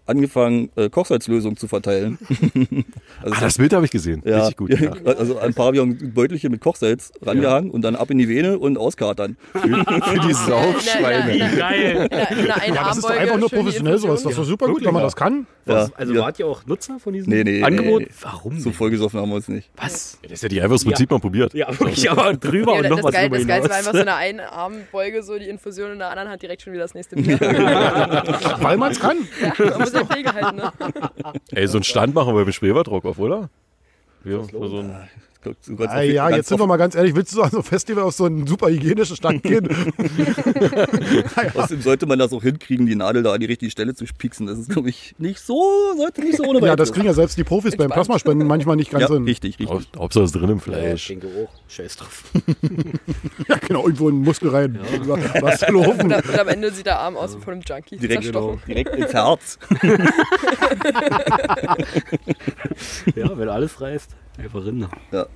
S2: angefangen, äh, Kochsalzlösung zu verteilen. also
S3: Ah, das Bild habe ich gesehen.
S2: Ja,
S3: Richtig gut. Ja.
S2: [laughs] also ein Pavillon Beutelchen mit Kochsalz rangehangen und dann ab in die Vene und
S3: [laughs]
S2: auskatern.
S3: Für die
S4: In [laughs]
S3: Saufschweine.
S4: einer-
S5: Geil.
S4: in einer- in einer
S1: Ja, das ist doch einfach
S4: Einarmbeuge,
S1: nur
S4: schön die
S1: professionell sowas.
S4: Infusion.
S1: Das ist doch super gut,
S5: Wirklich,
S1: wenn man
S5: ja.
S1: das kann.
S2: Ja,
S5: also
S2: ja.
S5: wart ihr auch Nutzer von diesem
S2: Nee, nee,
S5: Angebot?
S2: nee, nee.
S5: Warum?
S2: so
S5: denn?
S2: vollgesoffen haben wir uns nicht.
S5: Was?
S3: Das hätte ich einfach das Prinzip mal probiert.
S5: Ja, wirklich, [laughs] aber drüber
S4: Ja,
S5: und noch
S4: das,
S5: was
S4: Geil,
S5: drüber
S4: das Geilste war
S5: hinaus.
S4: einfach
S5: [laughs]
S4: so in der einen Armbeuge so die Infusion in der anderen Hand direkt schon wieder das
S1: [laughs]
S4: nächste Bier.
S1: Weil man es [laughs] kann.
S4: Man muss
S2: [laughs]
S4: ja fehlgehalten, ne?
S3: Ey, so einen Stand machen wir beim Spreewaldrock auf, oder? Ja, so ein
S2: Du kannst
S1: Ah,
S2: auf-
S1: ja,
S2: ganz
S1: jetzt sind wir
S2: offen-
S1: mal ganz ehrlich, willst du an so ein Festival auf so einen super hygienischen Stand [laughs] gehen?
S2: Außerdem sollte man das auch hinkriegen, die Nadel da an die richtige Stelle zu pieksen. Das ist, glaube ich, nicht so, sollte nicht so
S1: [laughs]
S2: ohne
S1: ja,
S2: weiteres.
S1: das kriegen ja selbst die Profis beim Plasmaspenden manchmal nicht ganz
S2: ja,
S1: hin.
S2: richtig, richtig.
S3: Haupt- Hauptsache es ist drin im
S5: Äh,
S3: Fleisch.
S5: den Geruch. Scheiß drauf.
S1: Ja, genau, irgendwo in den Muskel rein. Ja. Was zu
S4: Und,
S1: [laughs] laufen.
S4: am- und am Ende sieht der Arm aus wie von einem Junkie.
S2: Also Direkt, genau. [laughs]
S4: zerstochen.
S2: direkt ins Herz.
S5: Ja, wenn alles reißt, einfach Rinder.
S2: Ja.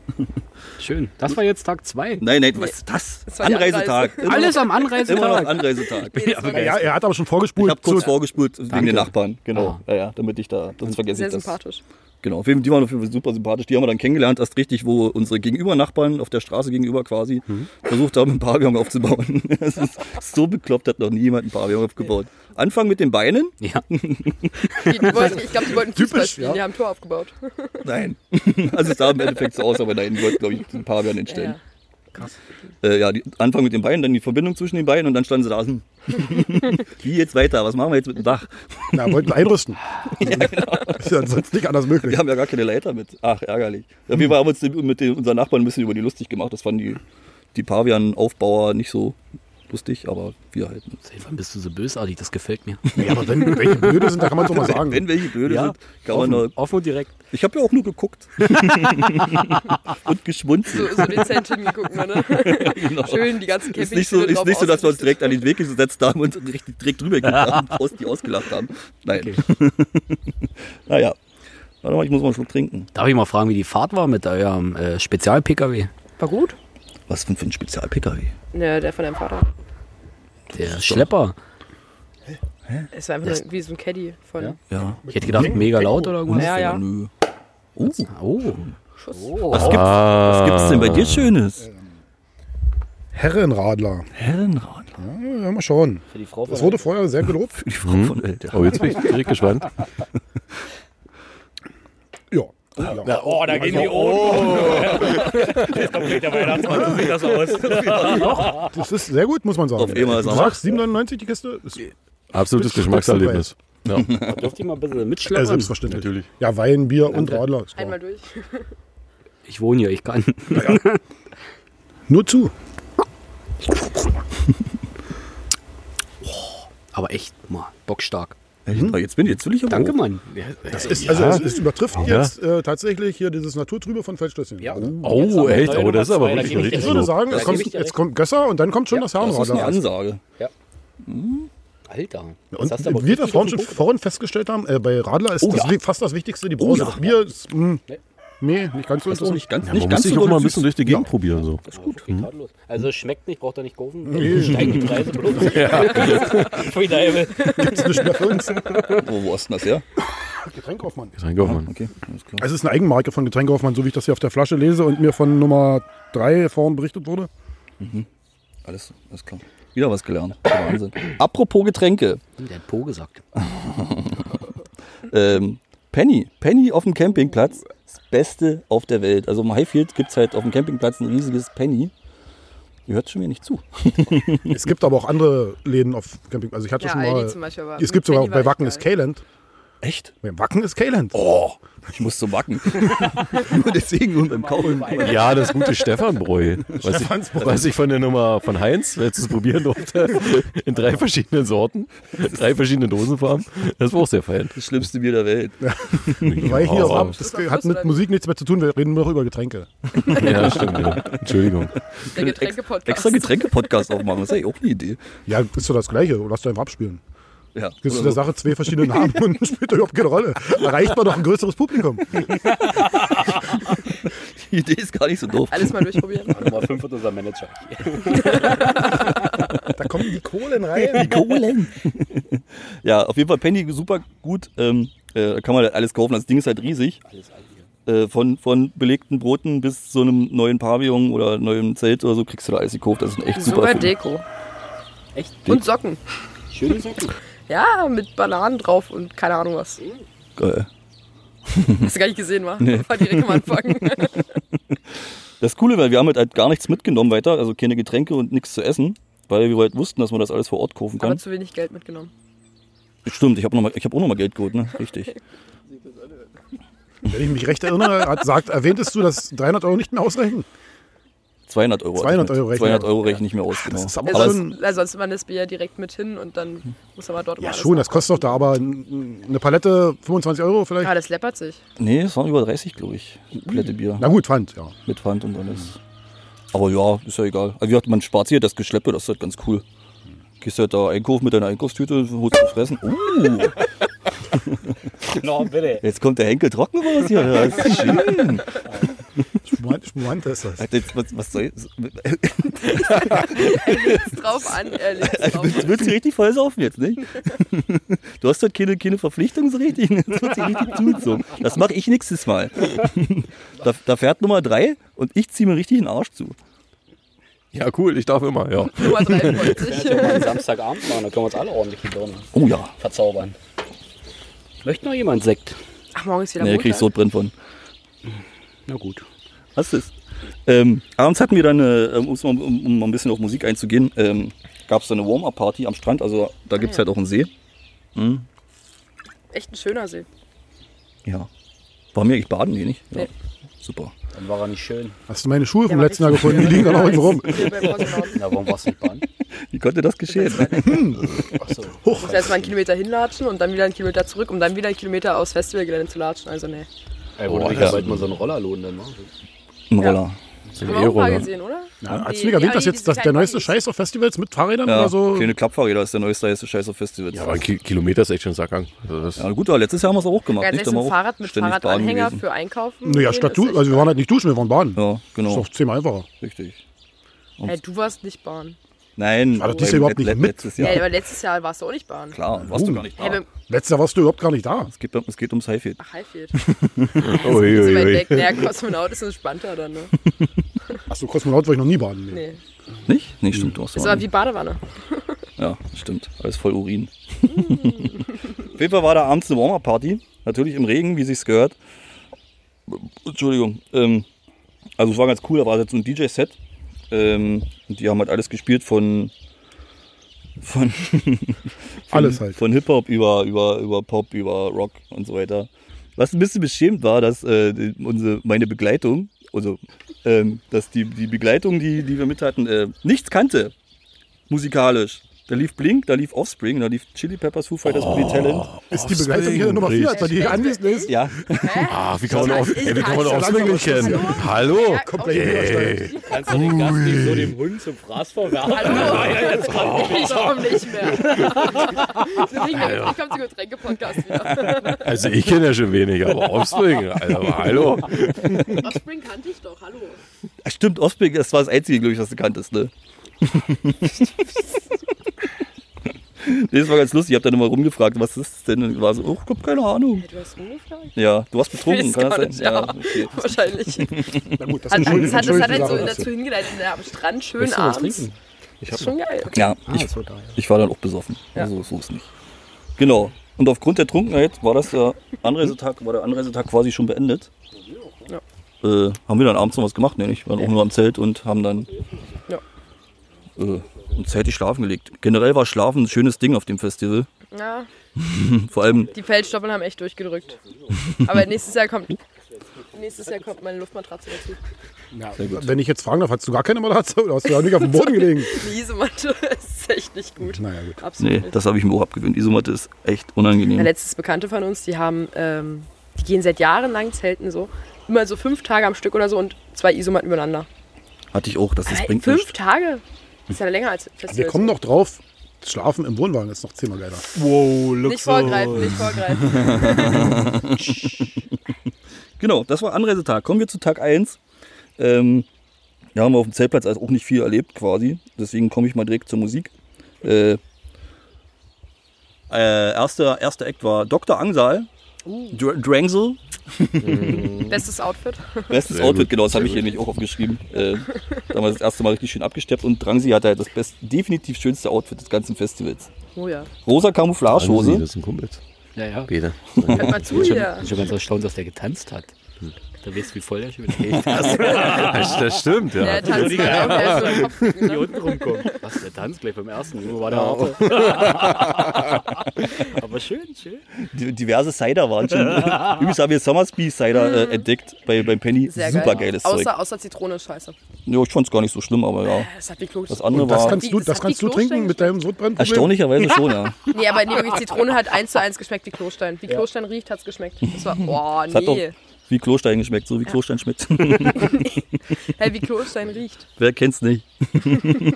S5: Schön. Das war jetzt Tag 2.
S2: Nein, nein, was ist das?
S4: Das war die
S2: Anreisetag. Immer
S5: Alles
S2: noch,
S5: am
S2: [laughs] immer noch
S5: Anreisetag.
S2: Anreisetag.
S4: Jedes Mal
S1: Ja, er hat aber schon
S2: Ich
S1: vorgespult.
S2: habe kurz
S1: zu-
S2: vorgespult wegen
S5: Danke.
S2: den Nachbarn, genau.
S5: Ah.
S2: Ja, ja, damit ich da, sonst vergesse
S4: Sehr
S2: ich das.
S4: sympathisch.
S2: Genau, auf jeden Fall, die waren auf jeden Fall super sympathisch. Die haben wir dann kennengelernt, erst richtig, wo unsere Gegenüber-Nachbarn auf der Straße gegenüber quasi versucht haben, ein Pavillon aufzubauen. [laughs] Das ist so bekloppt, hat noch nie jemand ein Pavillon aufgebaut. Anfang mit den Beinen?
S5: Ja.
S4: Die wollten, ich glaube, die wollten Fußball
S1: Typisch,
S4: spielen,
S1: ja.
S4: die haben ein Tor aufgebaut.
S2: Nein. [laughs] Also es sah im Endeffekt so aus, aber nein, die wollten, glaube ich, ein Pavillon entstellen.
S4: Ja.
S2: Äh, ja, die, Anfang mit den Beinen, dann die Verbindung zwischen den Beinen und dann standen sie da. [laughs] hm. Wie jetzt weiter? Was machen wir jetzt mit dem Dach?
S1: Na, wollten [laughs] einrüsten. Ist ja sonst nicht anders möglich.
S2: Wir haben ja gar keine Leiter mit. Ach, ärgerlich. Ja, wir haben uns den- mit den, unseren Nachbarn ein bisschen über die lustig gemacht. Das fanden die, die Pavian-Aufbauer nicht so lustig, aber wir halt.
S5: Seit wann bist du so bösartig? Das gefällt [laughs] mir.
S1: Ja, aber wenn welche Blöde sind, da kann man doch mal sagen.
S2: Also, Wenn welche blöde
S5: Ja,
S2: sind, kann man nur,
S5: Offen und direkt.
S2: Ich habe ja auch nur geguckt. Und geschmunzelt.
S4: So, so dezent hingeguckt, ne?
S2: [laughs] Genau.
S4: Schön, die ganzen
S2: Ist nicht, so,
S4: Campingstühle
S2: ist
S4: drauf
S2: nicht so, dass wir uns
S4: ausgerichtet.
S2: direkt an den Weg gesetzt haben und richtig, direkt drüber geguckt haben, aus, die ausgelacht haben. Nein. [laughs] Naja. Warte mal, ich muss mal einen Schluck trinken.
S5: Darf ich mal fragen, wie die Fahrt war mit eurem äh, Spezial-PKW?
S4: War gut?
S2: Was denn für ein Spezial-Pkw?
S4: Ne, der von deinem Vater.
S5: Der Schlepper.
S4: Es war einfach nur wie so ein Caddy von
S5: Ja?
S2: Ja.
S5: Ich hätte gedacht, mega laut oder irgendwas.
S4: Ja, ja.
S2: Nö.
S5: Oh.
S4: Schuss.
S2: Was gibt's, was gibt's denn bei dir Schönes?
S1: Herrenradler.
S2: Herrenradler.
S1: Ja, ja, mal schauen.
S5: Für die Frau
S1: Das wurde vorher sehr gelobt.
S2: Die Frau von Elter.
S3: Oh, jetzt bin ich direkt gespannt.
S1: Ja. ja.
S5: Oh, da gehen die Ohren.
S2: Oh. das [laughs] aus.
S1: Das ist sehr gut, muss man sagen.
S2: Auf einmal ist
S1: du
S2: er
S1: sagst 7,99 die Kiste? Ist
S3: Absolutes Geschmackserlebnis. Ja,
S5: Dürft ihr mal ein bisschen
S1: äh,
S5: mitschleppen?
S1: selbstverständlich.
S3: natürlich.
S1: Ja, Wein, Bier und Radler. Ist klar.
S4: Einmal durch.
S5: Ich wohne hier, ich kann. [laughs]
S1: Nur zu.
S5: Aber echt mal bockstark.
S2: Jetzt bin ich, jetzt will ich aber
S5: Danke,
S2: hoch.
S5: Mann.
S1: Das ist, also es, es übertrifft jetzt äh, tatsächlich hier dieses Naturtrübe von Feldschlösschen.
S5: Ja.
S1: Also,
S3: Oh, echt? Oh, das ist aber
S5: Da
S3: wirklich ein
S5: gebe ich dir
S3: richtiges
S1: ich würde
S3: Lob.
S1: sagen, es
S5: gebe
S1: kommt,
S5: ich dir
S1: jetzt
S5: recht.
S1: kommt Gösser und dann kommt schon das
S2: Das ist eine
S1: Herrenradler.
S2: Ansage.
S5: Alter.
S1: Und
S5: hast du aber
S1: wie wir das
S5: richtig
S1: vorhin
S5: auf
S1: schon
S5: den
S1: vorhin festgestellt haben, äh, bei Radler ist
S2: Oh,
S1: das
S2: ja.
S1: fast das Wichtigste, die Brause. Das Bier ist, mh, nee, nicht ganz so
S2: Das ist
S1: interessant.
S2: nicht ganz,
S3: Ja,
S2: nicht
S3: man
S2: ganz
S3: muss sich auch mal ein
S2: süß.
S3: bisschen durch die Gegend probieren. So.
S1: Hm.
S5: Punkt. Geht tadellos. Also es schmeckt nicht, braucht er nicht kaufen. Steigen die
S1: [laughs]
S5: Preise bloß. [laughs] Pfui, der Himmel.
S1: Das ist nicht mehr für uns.
S2: Oh, wo hast du denn das her?
S1: Getränkaufmann.
S3: Sein Kaufmann.
S2: Okay, alles klar.
S1: Es ist eine Eigenmarke von Getränkaufmann, so wie ich das hier auf der Flasche lese und mir von Nummer 3 vorhin berichtet wurde. [laughs]
S2: Alles, alles klar. Wieder was [laughs] gelernt. Wahnsinn. Apropos Getränke.
S5: Der hat Po gesagt.
S2: Ähm, Penny. Penny auf dem Campingplatz. Das Beste auf der Welt. Also im Highfield gibt es halt auf dem Campingplatz ein riesiges Penny. Ihr hört schon mir nicht zu.
S1: Es gibt aber auch andere Läden auf Camping. Also ich hatte
S4: Ja,
S1: schon
S4: Aldi
S1: mal.
S4: zum Beispiel war.
S1: es gibt sogar
S4: Penny
S1: bei
S4: war
S1: Wacken
S4: echt
S1: ist K-Land.
S2: Echt?
S1: Bei Wacken ist K-Land.
S2: Oh, ich muss so wacken. Nur deswegen und beim Kauen.
S3: Ja, das gute [laughs] Stefanbräu. Was ich, was ich von der Nummer von Heinz letztens probieren [laughs] durfte. In drei verschiedenen Sorten. Drei verschiedene Dosenfarben. Das war auch sehr [laughs] fein.
S2: Das schlimmste Bier der Welt.
S1: Weil hier
S3: Ja,
S1: das hat mit Musik nichts mehr zu tun, wir reden nur noch über Getränke.
S3: [laughs] ja, stimmt. Ja. Entschuldigung.
S4: Der Getränke-Podcast.
S2: Extra Getränke-Podcast aufmachen, das ist ja eh auch eine Idee.
S1: Ja, ist doch das Gleiche. Lass doch einfach abspielen.
S2: Ja.
S1: Gibst du der Sache zwei verschiedene [laughs] Namen und spielt doch überhaupt keine Rolle. Erreicht man doch ein größeres Publikum.
S2: Die Idee ist gar nicht so doof. [laughs]
S4: Alles mal durchprobieren.
S5: Nummer 5 wird unser Manager.
S1: Da kommen die Kohlen rein.
S2: Kohlen. ja, auf jeden Fall Penny super gut. Ähm, äh, da kann man halt alles kaufen. Das Ding ist halt riesig. Äh, von, von belegten Broten bis zu einem neuen Pavillon oder neuem Zelt oder so kriegst du da alles gekauft. Das ist echt super.
S4: Sogar
S2: Film.
S4: Deko.
S5: Echt?
S4: Und Socken.
S5: Schöne Socken.
S4: Ja, mit Bananen drauf und keine Ahnung was.
S2: Hm. Geil.
S4: Hast du gar nicht gesehen, war? War direkt am Anfang.
S2: Das Coole war, wir haben halt, halt gar nichts mitgenommen weiter. Also keine Getränke und nichts zu essen. Weil wir halt wussten, dass man das alles vor Ort kaufen
S4: Aber
S2: kann.
S4: zu wenig Geld mitgenommen.
S2: Stimmt, ich habe hab noch mal- ich hab auch nochmal Geld geholt, ne? Richtig.
S1: Wenn ich mich recht erinnere, hat, sagt, erwähntest du, dass 300 Euro nicht mehr ausreichen?
S2: 200 Euro.
S1: 200 Euro rechnen.
S2: 200 Euro rechne ich mir aus, genau.
S1: ist aber
S2: aber
S4: Also,
S2: es,
S1: schon-
S4: sonst, also sonst man das Bier direkt mit hin und dann muss man mal dort
S1: Ja,
S4: mal
S1: schon,
S4: alles
S1: das kostet doch da aber n- eine Palette 25 Euro
S4: nachmachen.
S1: vielleicht.
S4: Ja, Ah, das läppert sich.
S2: nee, es waren über 30, glaube ich. Komplette Bier.
S1: Na gut, Pfand, ja.
S2: Mit Pfand und alles. Aber ja, ist ja egal. Also, wie gesagt, man spart sich halt das Geschleppe, das ist halt ganz cool. Gehst halt da einkaufen mit deiner Einkaufstüte, holst zu fressen. Uh,
S5: No, bitte.
S2: jetzt kommt der Henkel trocken raus hier. Das ist schön.
S1: Spumant ist das.
S2: Hat jetzt- Was, was soll ich?
S4: [laughs] Ist drauf an, ehrlich. [laughs]
S2: Du bist- du willst dich richtig vollsaufen jetzt, nicht? [laughs] Du hast halt keine, keine Verpflichtung so richtig. Das wird sich richtig zugezogen. Das mache ich nächstes Mal. [laughs] Da, da fährt Nummer drei und ich ziehe mir richtig den Arsch zu.
S3: Ja, cool, ich darf immer, ja.
S4: Nummer
S5: Das
S4: 43.
S5: können wir am Samstagabend machen, dann können wir uns alle ordentlich hier drin
S2: Oh ja.
S5: verzaubern. Möchte noch jemand Sekt?
S4: Ach, morgen ist wieder
S2: Nee, da krieg ich
S4: Montag.
S2: Sodbrennen von.
S5: Na gut.
S2: Hast du es? Ähm, abends hatten wir dann, äh, um's mal- um, um mal ein bisschen auf Musik einzugehen, ähm, gab es dann eine Warm-Up-Party am Strand. Also da
S4: Ah,
S2: gibt es halt auch einen See.
S4: Echt ein schöner See.
S2: Ja. War mir, ich baden hier nicht. Ja.
S4: Nee.
S2: Super.
S5: Dann war er nicht schön.
S1: Hast du meine Schuhe vom
S4: Ja,
S1: letzten Jahr gefunden? Die
S4: [laughs]
S1: liegen da noch hinten rum.
S4: Hier bei Rosenhausen.
S5: Na, warum warst du nicht [laughs] baden?
S2: Wie konnte das geschehen? [laughs]
S5: Achso.
S4: Muss erst mal einen Kilometer hinlatschen und dann wieder einen Kilometer zurück, um dann wieder einen Kilometer aufs Festivalgelände zu latschen. Also, nee.
S5: Ey, wo
S3: Boah,
S5: du
S3: ja.
S5: Oh, ja. bald mal so einen Roller lohnen dann ne? machen.
S2: Ein Roller.
S3: So
S4: Haben
S3: eine
S4: wir auch mal
S3: E-Rolle.
S4: gesehen, oder?
S1: ne? Ja, hast
S4: Die-
S1: du nicht erwähnt,
S4: ja,
S1: dass
S4: die- halt
S1: jetzt
S4: diese
S1: das, der
S4: kleinen
S1: neueste
S4: Buggies.
S1: Scheiß auf Festivals mit Fahrrädern
S2: Ja,
S1: oder so?
S2: Kleine Klappfahrräder ist der neueste heiße Scheiß auf Festivals.
S3: Ja, aber ein Ki Kilometer ist echt schon Sackgang. Also das,
S2: Ja, gut, aber letztes Jahr haben wir es auch gemacht.
S4: Ganz
S2: nicht?
S4: ehrlich,
S2: Da haben
S4: so ein
S2: wir auch
S4: Fahrrad mit
S2: ständig baden
S4: Fahrradanhänger
S2: gewesen.
S4: für Einkaufen.
S1: Naja,
S4: gehen
S1: statt
S4: ist
S1: du,
S4: echt-
S1: also wir waren halt nicht duschen, wir waren baden.
S2: Ja,
S1: Ist
S2: genau.
S1: doch zehnmal einfacher.
S2: Richtig.
S1: also-
S4: Ey, du warst nicht Bahn.
S2: Nein,
S1: war doch
S2: beim
S1: dieses Jahr überhaupt
S2: Let-
S1: nicht mit.
S2: Letztes
S4: Ey,
S2: Jahr.
S4: aber letztes Jahr warst du auch nicht Bahn.
S2: Klar, warst du gar nicht da.
S4: Ey, beim-
S1: Letztes Jahr warst du überhaupt gar nicht da.
S2: Es geht, um, es geht ums Highfield.
S4: Ach,
S1: [laughs]
S4: Highfield.
S3: Ui,
S4: So
S3: ui,
S4: weit
S3: ui.
S4: weg. Naja, Kosmonaut ist entspannter dann, ne?
S1: Achso, Kosmonaut war ich noch nie baden. Nee.
S4: Nee.
S2: Nicht? Nee, stimmt, du warst
S4: Das
S2: da
S4: war
S2: nicht.
S4: wie Badewanne.
S2: Ja, stimmt. Alles voll Urin. [laughs] Auf jeden Fall war da abends eine Warm-Up-Party. Natürlich im Regen, wie sich's gehört. Entschuldigung. Ähm, also es war ganz cool, da war jetzt so ein DJ-Set. Ähm, und die haben halt alles gespielt von von, von
S1: Alles halt.
S2: von Hip-Hop über, über, über Pop, über Rock und so weiter. Was ein bisschen beschämt war, dass äh, die- unsere, meine Begleitung, also ähm, dass die, die Begleitung, die, die wir mit hatten, äh, nichts kannte musikalisch. Da lief Blink, da lief Offspring, da lief Chili Peppers, Foo Fighters, oh. Talent.
S1: Ist die Begleitung hier Nummer 4, als er die hier anwesend ist?
S2: Ja, [laughs]
S3: Ach, Ah, wie kann man auf, ey, wie kann man
S1: Ja,
S3: auf
S1: lange
S3: nicht kennen? Hallo?
S1: Komplett übersteuert.
S5: Kannst du den Gast nicht so dem Hund zum Fraß verwerfen?
S4: Hallo, [laughs] warum nicht mehr? Deswegen, ich komme zum Getränke-Podcast wieder.
S3: Also ich kenne ja schon wenig, aber Offspring, also hallo.
S4: Offspring kannte ich doch, hallo.
S2: stimmt, Offspring, das war das Einzige, glaube ich, was du kanntest, ne? [laughs] nee, das war ganz lustig. Ich habe dann immer rumgefragt, was ist das denn? Und war so, oh, ich hab keine Ahnung.
S4: Du hast [laughs] rumgefragt?
S2: Ja, du warst betrunken,
S4: Weiß
S2: kann das
S4: gar
S2: sein?
S4: nicht,
S2: ja,
S4: ja.
S2: okay.
S4: Wahrscheinlich.
S1: Na gut, das
S4: Hat, das
S1: entschuldigt-
S4: hat, das hat halt so
S1: entschuldigt die
S4: dazu hingeleitet, ja, am Strand schön
S5: Willst du was
S4: abends.
S5: trinken?
S4: Ist schon geil. Okay.
S2: ja
S5: Ah,
S2: ich,
S5: es wird da, ja.
S2: ich war dann auch besoffen.
S4: Ja.
S2: Also, so ist nicht. Genau. Und aufgrund der Trunkenheit war das der Anreisetag, war der Anreisetag quasi schon beendet.
S4: Ja.
S2: Äh, haben wir dann abends noch was gemacht, ne? nicht? Wir waren auch nur am Zelt und haben dann
S4: Ja.
S2: äh, uns hätte schlafen gelegt. Generell war Schlafen ein schönes Ding auf dem Festival.
S4: Ja,
S2: Vor allem,
S4: die Feldstoppeln haben echt durchgedrückt. Aber nächstes Jahr kommt. Nächstes Jahr kommt meine Luftmatratze dazu.
S1: Sache. Wenn ich jetzt fragen darf, hast du gar keine Matratze oder hast du ja nicht auf dem Boden
S4: [laughs]
S1: gelegen?
S4: Die Isomatte ist echt nicht gut.
S1: Naja, gut.
S4: Absolut.
S2: nee,
S4: nicht.
S2: das habe ich mir auch abgewöhnt. Isomatte ist echt unangenehm.
S4: Ein letztes Bekannte von uns, die haben, ähm, die gehen seit Jahren lang zelten so. Immer so fünf Tage am Stück oder so und zwei Isomatten übereinander.
S2: Hatte ich auch, dass das bringt
S4: fünf
S2: nichts.
S4: Tage? Das ist ja länger als Festival.
S1: Wir kommen noch drauf. Schlafen im Wohnwagen ist noch zehnmal geiler.
S3: Wow,
S4: Nicht vorgreifen, nicht
S2: [laughs]
S4: vorgreifen.
S2: Genau, das war Anreisetag. Kommen wir zu Tag 1. Ähm, da haben wir auf dem Zeltplatz also auch nicht viel erlebt quasi. Deswegen komme ich mal direkt zur Musik. Äh, äh, erster, erster Act war Dr. Angsal,
S4: Uh.
S2: Dr Drangsel.
S4: Bestes Outfit.
S2: Bestes
S3: Sehr
S2: Outfit,
S3: gut,
S2: genau, das habe
S3: sehr
S2: ich hier nämlich auch aufgeschrieben. Äh, damals das erste Mal richtig schön abgesteppt und Drangsi hatte halt das best, definitiv schönste Outfit des ganzen Festivals.
S4: Oh ja.
S2: Rosa
S3: Hose? Hm?
S2: Camouflagehose.
S3: Das ist ein Kumpel.
S5: Ja, ja.
S3: Peter.
S4: Hört mal zu
S2: [laughs]
S5: Ich bin
S4: hier.
S5: schon ganz erstaunt, dass der getanzt hat. Da weißt du, wie voll der [laughs] schon wieder ist.
S3: Das, Also das stimmt, ja.
S4: Der tanzt
S5: Entschuldige.
S4: mal auch, der ist so im
S2: [laughs]
S4: Kopf.
S5: Hier unten rumkommt. Was, der Tanz gleich beim ersten? Wo war der
S3: Ja.
S5: Harte? [laughs] Aber schön, schön.
S2: Di- Diverse Cider waren
S4: [laughs]
S2: schon. Übrigens haben wir Summersby Cider äh, entdeckt bei, beim Penny.
S4: Sehr geil.
S2: Super geiles Zeug.
S4: außer, außer Zitrone ist scheiße.
S2: Ja, ich fand es gar nicht so schlimm, aber ja.
S4: Das hat wie Klo
S2: Das andere
S1: Das
S2: war
S1: kannst du,
S4: Wie- das
S1: das
S4: hat
S1: kannst
S4: die
S1: du trinken
S4: Klostein
S1: mit deinem Sodbrennproblem.
S2: erstaunlicherweise schon, ja.
S4: Nee, aber nee, wirklich, Zitrone hat eins zu eins geschmeckt wie Klostein. Wie Klostein riecht, hat's geschmeckt.
S2: [laughs]
S4: Das war, oh
S2: Es hat doch
S4: nee.
S2: wie Klostein geschmeckt, so wie Klostein schmeckt. [laughs]
S4: Hey, wie Klostein riecht.
S2: Wer kennt's nicht?
S5: Alter,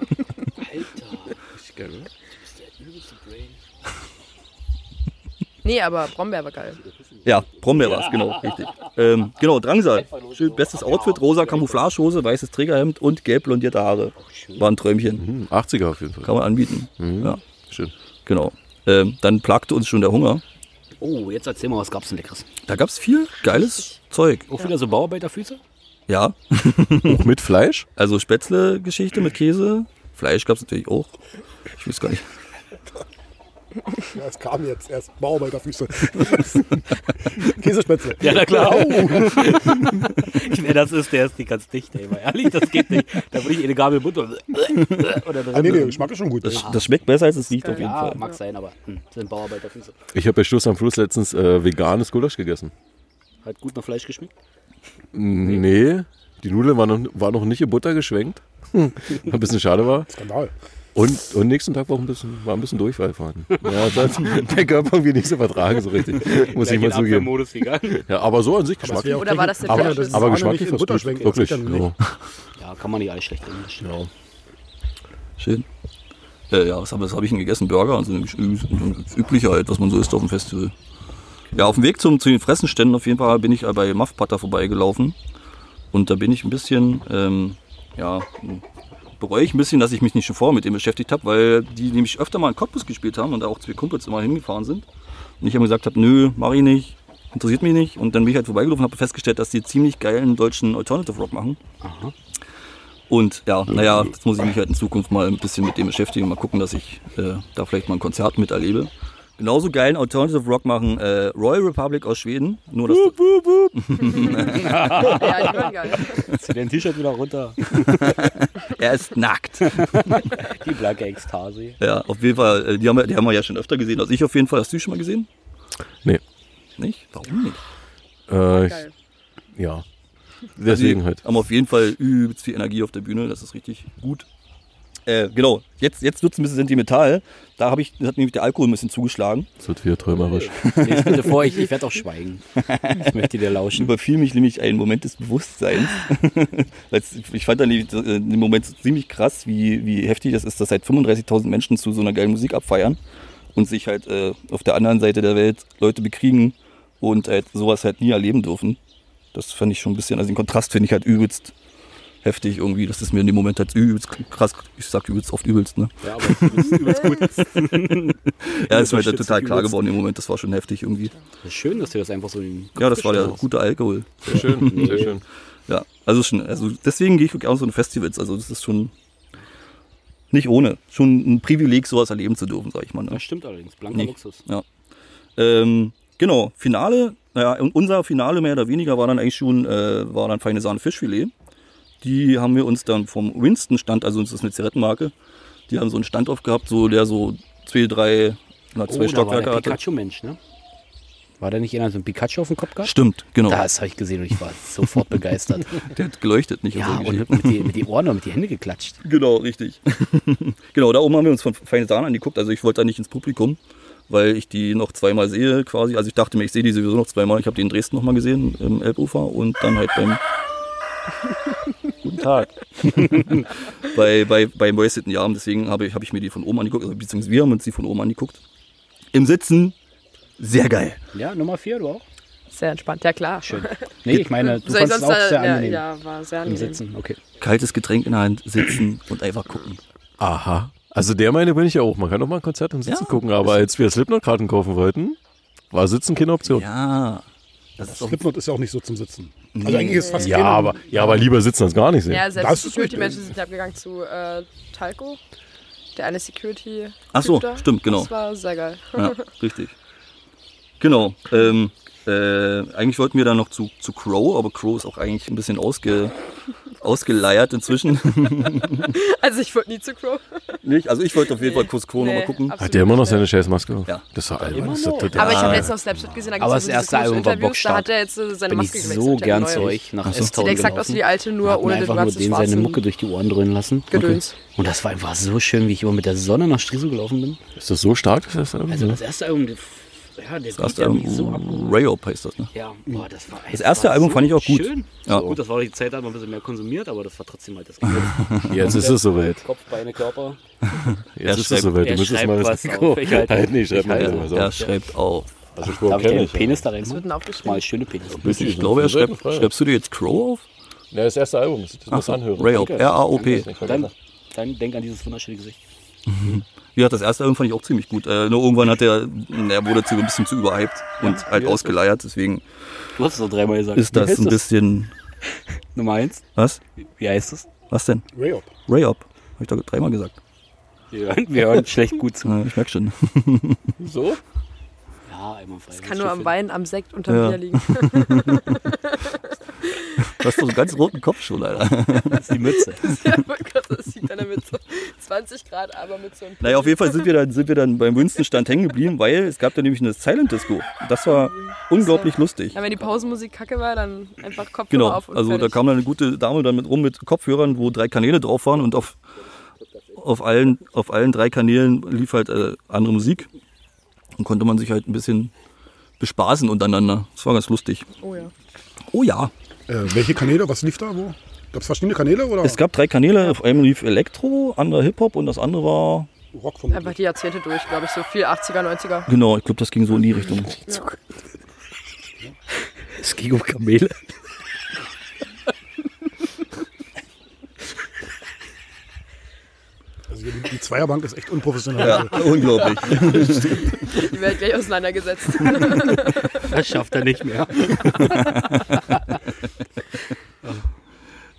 S4: Nee, aber Brombeer war
S2: [laughs]
S4: geil.
S2: Ja, Brombeer war's, genau, richtig. Ähm, genau, Drangsal. Schön, bestes Outfit, rosa Camouflagehose, weißes Trägerhemd und gelb blondierte Haare. War ein
S1: Mhm.
S2: Träumchen,
S3: Hm, 80er auf jeden Fall.
S2: kann man anbieten. Ja,
S3: Schön.
S2: genau. Ähm, dann plagte uns schon der Hunger.
S5: Oh, jetzt erzähl mal, was gab's denn Leckeres?
S2: Da gab's viel geiles Zeug.
S5: Auch wieder so Bauarbeiterfüße?
S2: Ja,
S3: Auch mit Fleisch?
S2: also Spätzle-Geschichte mit Käse. Fleisch gab's natürlich auch. Ich weiß gar nicht.
S1: Ja, es kam jetzt erst Bauarbeiterfüße. [laughs] Käsespätzle.
S5: Ja, na klar.
S1: Oh,
S5: Wer das ist, der ist nicht ganz dicht, ey. Mal ehrlich, das geht nicht. Da würde ich eh eine Gabel Butter oder
S1: ah, nee, nee, der
S5: drin.
S1: Geschmack ist schon gut.
S2: Das, das schmeckt besser, als es riecht auf jeden
S5: Ja,
S2: Fall.
S5: mag sein, aber hm, sind Bauarbeiterfüße.
S3: Ich habe bei Stoß am Fluss letztens äh, veganes Gulasch gegessen.
S5: Hat gut nach Fleisch geschmeckt.
S3: Nee, die Nudeln waren noch, war noch nicht in Butter geschwenkt.
S1: Hm.
S3: [laughs] Ein bisschen schade war.
S1: Skandal.
S3: Und, und nächsten Tag war auch ein bisschen, war ein bisschen Durchfall fahren. Ja, das
S1: [laughs]
S3: hat der Körper irgendwie nicht so vertragen, so richtig. Muss ich mal zugeben.
S5: Modus gegangen.
S3: Ja, aber so an sich
S1: Aber es
S3: geschmacklich.
S1: wäre auch
S4: Oder
S1: kein-
S4: war das der
S1: Aber-
S4: Fleisch?
S1: das ist
S3: Aber
S1: auch noch
S3: geschmacklich
S1: nicht in
S3: was
S1: Butter
S3: gut.
S1: schwenken, das
S3: Wirklich.
S1: geht ja nun
S3: Ja.
S1: nicht.
S5: Ja, kann man nicht alles schlecht reden. das stimmt.
S2: Schön. Äh, ja, was habe hab ich denn gegessen? Burger und so eine Ü- und das Übliche halt, was man so isst auf dem Festival. Ja, auf dem Weg zum, zu den Fressenständen auf jeden Fall bin ich äh, bei Muff Putter vorbeigelaufen. Und da bin ich ein bisschen, ähm, ja, bereue ich ein bisschen, dass ich mich nicht schon vorher mit dem beschäftigt habe, weil die nämlich öfter mal in Cottbus gespielt haben und da auch zwei Kumpels immer hingefahren sind. Und ich habe gesagt habe, nö, mach ich nicht, interessiert mich nicht. Und dann bin ich halt vorbeigelaufen und habe festgestellt, dass die ziemlich geilen deutschen Alternative Rock machen. Und ja, naja, jetzt muss ich mich halt in Zukunft mal ein bisschen mit dem beschäftigen, mal gucken, dass ich äh, da vielleicht mal ein Konzert miterlebe. Genauso geilen Alternative Rock machen äh, Royal Republic aus Schweden, nur dass
S4: Ja, die waren geil.
S5: Zieh dein T-Shirt wieder runter.
S2: er ist nackt.
S5: Die blanke Ekstase.
S2: Ja, auf jeden Fall, äh, die haben, wir- die haben wir ja schon öfter gesehen, also ich auf jeden Fall. Hast du die schon mal gesehen?
S3: Nee.
S2: Nicht? Warum nicht?
S3: Äh, ich,
S4: geil.
S3: ja. Deswegen halt.
S2: Haben auf jeden Fall übelst viel Energie auf der Bühne, das ist richtig gut. Äh, genau, jetzt, jetzt wird es ein bisschen sentimental. Da hab ich, hat nämlich der Alkohol ein bisschen zugeschlagen.
S3: Es wird wieder träumerisch.
S5: Lest bitte vor, ich, ich werde auch schweigen. Ich möchte dir lauschen.
S2: überfiel mich nämlich ein Moment des [laughs] Bewusstseins. Weil es- ich fand dann die- äh, den Moment so ziemlich krass, wie, wie heftig das ist, dass halt 35.000 Menschen zu so einer geilen Musik abfeiern und sich halt äh, auf der anderen Seite der Welt Leute bekriegen und halt sowas halt nie erleben dürfen. Das fand ich schon ein bisschen, also den Kontrast finde ich halt übelst heftig irgendwie. Das ist mir in dem Moment halt übelst krass, ich sag übelst oft übelst, ne?
S5: Ja, aber das ist übelst gut.
S2: Ja, das ist mir halt
S5: Überschätzung
S2: total klar
S5: übelst.
S2: geworden im Moment, das war schon heftig irgendwie.
S5: Schön, dass dir das einfach so in den Kopf
S2: Ja, das war der
S5: gestellt hast.
S2: gute Alkohol.
S3: Sehr schön, sehr schön.
S2: Ja, also schon, also deswegen gehe ich wirklich auch so in Festivals. Also das ist schon nicht ohne. Schon ein Privileg, sowas erleben zu dürfen, sage ich mal. Ne?
S5: Das stimmt allerdings. Blanker
S2: Nee.
S5: Luxus.
S2: Ja. Ähm, genau, Finale, naja, und unser Finale mehr oder weniger war dann eigentlich schon, äh, war dann feine Sahne Fischfilet. Die haben wir uns dann vom Winston-Stand, also das ist eine Zigarettenmarke, die haben so einen Stand aufgehabt, so der so zwei, drei, na, zwei
S5: Oh, da war
S2: Stockwerke
S5: der
S2: hatte.
S5: Pikachu-Mensch, ne? War da nicht einer so ein Pikachu auf dem Kopf gehabt?
S2: Stimmt, genau.
S5: Das habe ich gesehen und ich
S2: [laughs]
S5: war sofort begeistert.
S2: Der hat geleuchtet, nicht?
S5: ja,
S2: Also, [laughs]
S5: und mit die, mit die Ohren und mit die Hände geklatscht.
S2: Genau, [laughs] richtig. genau, da oben haben wir uns von Feine Sahne angeguckt. Also ich wollte da nicht ins Publikum, weil ich die noch zweimal sehe quasi. Also ich dachte mir, ich sehe die sowieso noch zweimal. Ich habe die in Dresden nochmal gesehen, im Elbufer und dann halt beim... [laughs] Guten Tag. [laughs] bei bei, bei Moisitten Jahren. Deswegen habe ich, habe ich mir die von oben angeguckt, also beziehungsweise wir haben uns die von oben angeguckt. Im Sitzen, sehr geil.
S5: Ja, Nummer vier, du auch?
S4: Sehr entspannt, ja klar. Schön.
S5: Nee, ich meine, du fandest es auch sehr
S4: ja,
S5: angenehm
S4: ja, war sehr
S5: im
S4: angenehm.
S5: Sitzen. Okay.
S2: Kaltes Getränk in der Hand, sitzen und einfach gucken.
S3: Aha. Also der Meinung bin ich ja auch. Man kann doch mal ein Konzert im Sitzen
S2: Ja.
S3: gucken, aber als wir Slipknot-Karten kaufen wollten, war Sitzen keine Option. Ja,
S2: Ja, das ist doch
S1: Slipknot ist ja auch nicht so zum Sitzen. Also eigentlich ist fast jeder-
S3: aber, ja aber lieber sitzen als gar nicht sehen.
S4: Ja,
S1: Das
S4: selbst
S1: ist
S4: Security
S1: richtig.
S4: Menschen sind abgegangen zu äh, Talco. Der eine Security.
S2: Ach so,
S4: da.
S2: stimmt, genau.
S4: Das war sehr geil.
S2: Ja, richtig. Genau. Ähm, Äh, eigentlich wollten wir dann noch zu, zu Crow, aber Crow ist auch eigentlich ein bisschen ausge, ausgeleiert inzwischen.
S4: [laughs] Also ich würde nie zu Crow.
S2: [laughs] Nicht? Also ich wollte auf jeden
S4: Nee.
S2: Fall kurz Crow
S4: Nee,
S2: nochmal gucken.
S4: absolut
S3: Hat der immer noch
S4: nicht.
S3: seine Scheißmaske?
S2: Ja.
S3: Das war albern. Das
S5: Immer
S3: ist total
S4: Aber ich habe letztens auf Snapchat gesehen, da um gibt
S5: Aber
S4: es
S5: das erste Album war
S4: Da
S5: Bockstark.
S4: hat er jetzt äh, seine
S5: Bin ich
S4: Maske gewechselt.
S5: so gern zu
S4: neu.
S5: euch nach
S2: so.
S5: Esstau
S4: Sieht exakt aus wie die alte, nur ohne den
S5: einfach nur
S4: ganzen
S5: den seine
S4: schwarzen
S5: Mucke durch die Ohren dröhnen lassen.
S4: Gedöns.
S5: Und das war einfach so schön, wie ich immer mit der Sonne nach Striso gelaufen bin.
S3: Ist das so stark? Das erste Album?
S5: Also das erste Album, das- ja, der
S2: Mhm. Das
S5: Beat,
S2: erste
S5: der hat mich so
S2: Album,
S5: abgeholt.
S2: Rayop heißt das, ne?
S5: Ja, boah, das war
S2: Das erste Album fand ich auch gut.
S5: Schön.
S2: Ja.
S5: So. Gut, das war die Zeit, da hat man ein bisschen mehr konsumiert, aber das war trotzdem halt das Gefühl.
S3: Jetzt ist es soweit.
S5: [laughs] Kopf, Beine, Körper.
S3: Jetzt ist es
S2: schreibt-
S3: soweit. Du
S5: er
S3: müsstest
S5: schreibt
S3: mal das
S5: was auf. Ich halte-
S3: Halt nicht, schreib
S5: ich
S3: mal
S5: halte-
S3: das
S2: Er
S3: mal so.
S2: ja, also. schreibt auch.
S3: Also
S5: Darf
S3: Crow
S5: ich dir
S3: kenne
S5: den
S3: ich. ja.
S5: Penis da rein?
S4: Das wird denn aufgeschrieben.
S5: Mal schöne Penis.
S2: Ich glaube, er schreibt,
S3: Frage.
S2: schreibst du dir jetzt Crow auf?
S3: Ja, das erste Album. Das das musst du anhören.
S2: Rayop, R-A-O-P.
S5: Dann, dann denk an dieses wunderschöne Gesicht.
S2: Wie gesagt, das erste Album fand ich auch ziemlich gut. Äh, nur irgendwann hat er, er wurde zu, ein bisschen zu überhyped und halt ausgeleiert. Deswegen
S5: Du hast es doch dreimal gesagt.
S2: ist
S5: Wie
S2: das
S5: heißt
S2: ein bisschen.
S5: Nummer eins.
S2: Was?
S5: Wie heißt es?
S2: Was denn?
S1: Rayop.
S2: Rayop. Habe ich doch dreimal gesagt.
S5: Wir hören, wir hören schlecht gut [laughs] zu.
S2: Äh, ich merke schon.
S3: So?
S5: Ja, einmal frei. Das
S4: Kann nur am Wein, am Sekt, unterm
S2: Ja.
S4: Bier liegen. [laughs]
S2: Du hast doch so einen ganz roten Kopf schon, Alter.
S5: Das ist
S2: [laughs]
S5: die Mütze.
S4: ja, mein Gott, das sieht einer mit so [laughs] 20 Grad, aber mit so einem...
S2: Naja, auf jeden Fall sind wir dann, sind wir dann beim Winston-Stand hängen geblieben, weil es gab da nämlich eine Silent Disco. Das war unglaublich lustig.
S4: Ja, wenn die Pausenmusik kacke war, dann einfach Kopf
S2: Genau,
S4: auf und
S2: also da
S4: fertig.
S2: kam dann eine gute Dame dann mit rum mit Kopfhörern, wo drei Kanäle drauf waren und auf, auf, allen, auf allen drei Kanälen lief halt äh, andere Musik. Und konnte man sich halt ein bisschen bespaßen untereinander. Das war ganz lustig.
S4: Oh ja.
S2: Oh ja.
S1: Äh, welche Kanäle? Was lief da? Wo? Gab es verschiedene Kanäle oder
S2: Es gab drei Kanäle, auf einem lief Elektro, anderer Hip-Hop und das andere war.
S1: Rock von
S4: Einfach die Jahrzehnte durch, glaube ich, so viel 80er, 90er.
S2: Genau, ich glaube, das ging so in die Richtung.
S5: Es ging um Kamele.
S1: also hier, die, die Zweierbank ist echt unprofessionell.
S2: Ja, [laughs] unglaublich.
S4: Die werden
S2: [laughs]
S4: gleich auseinandergesetzt.
S5: Das schafft er nicht mehr.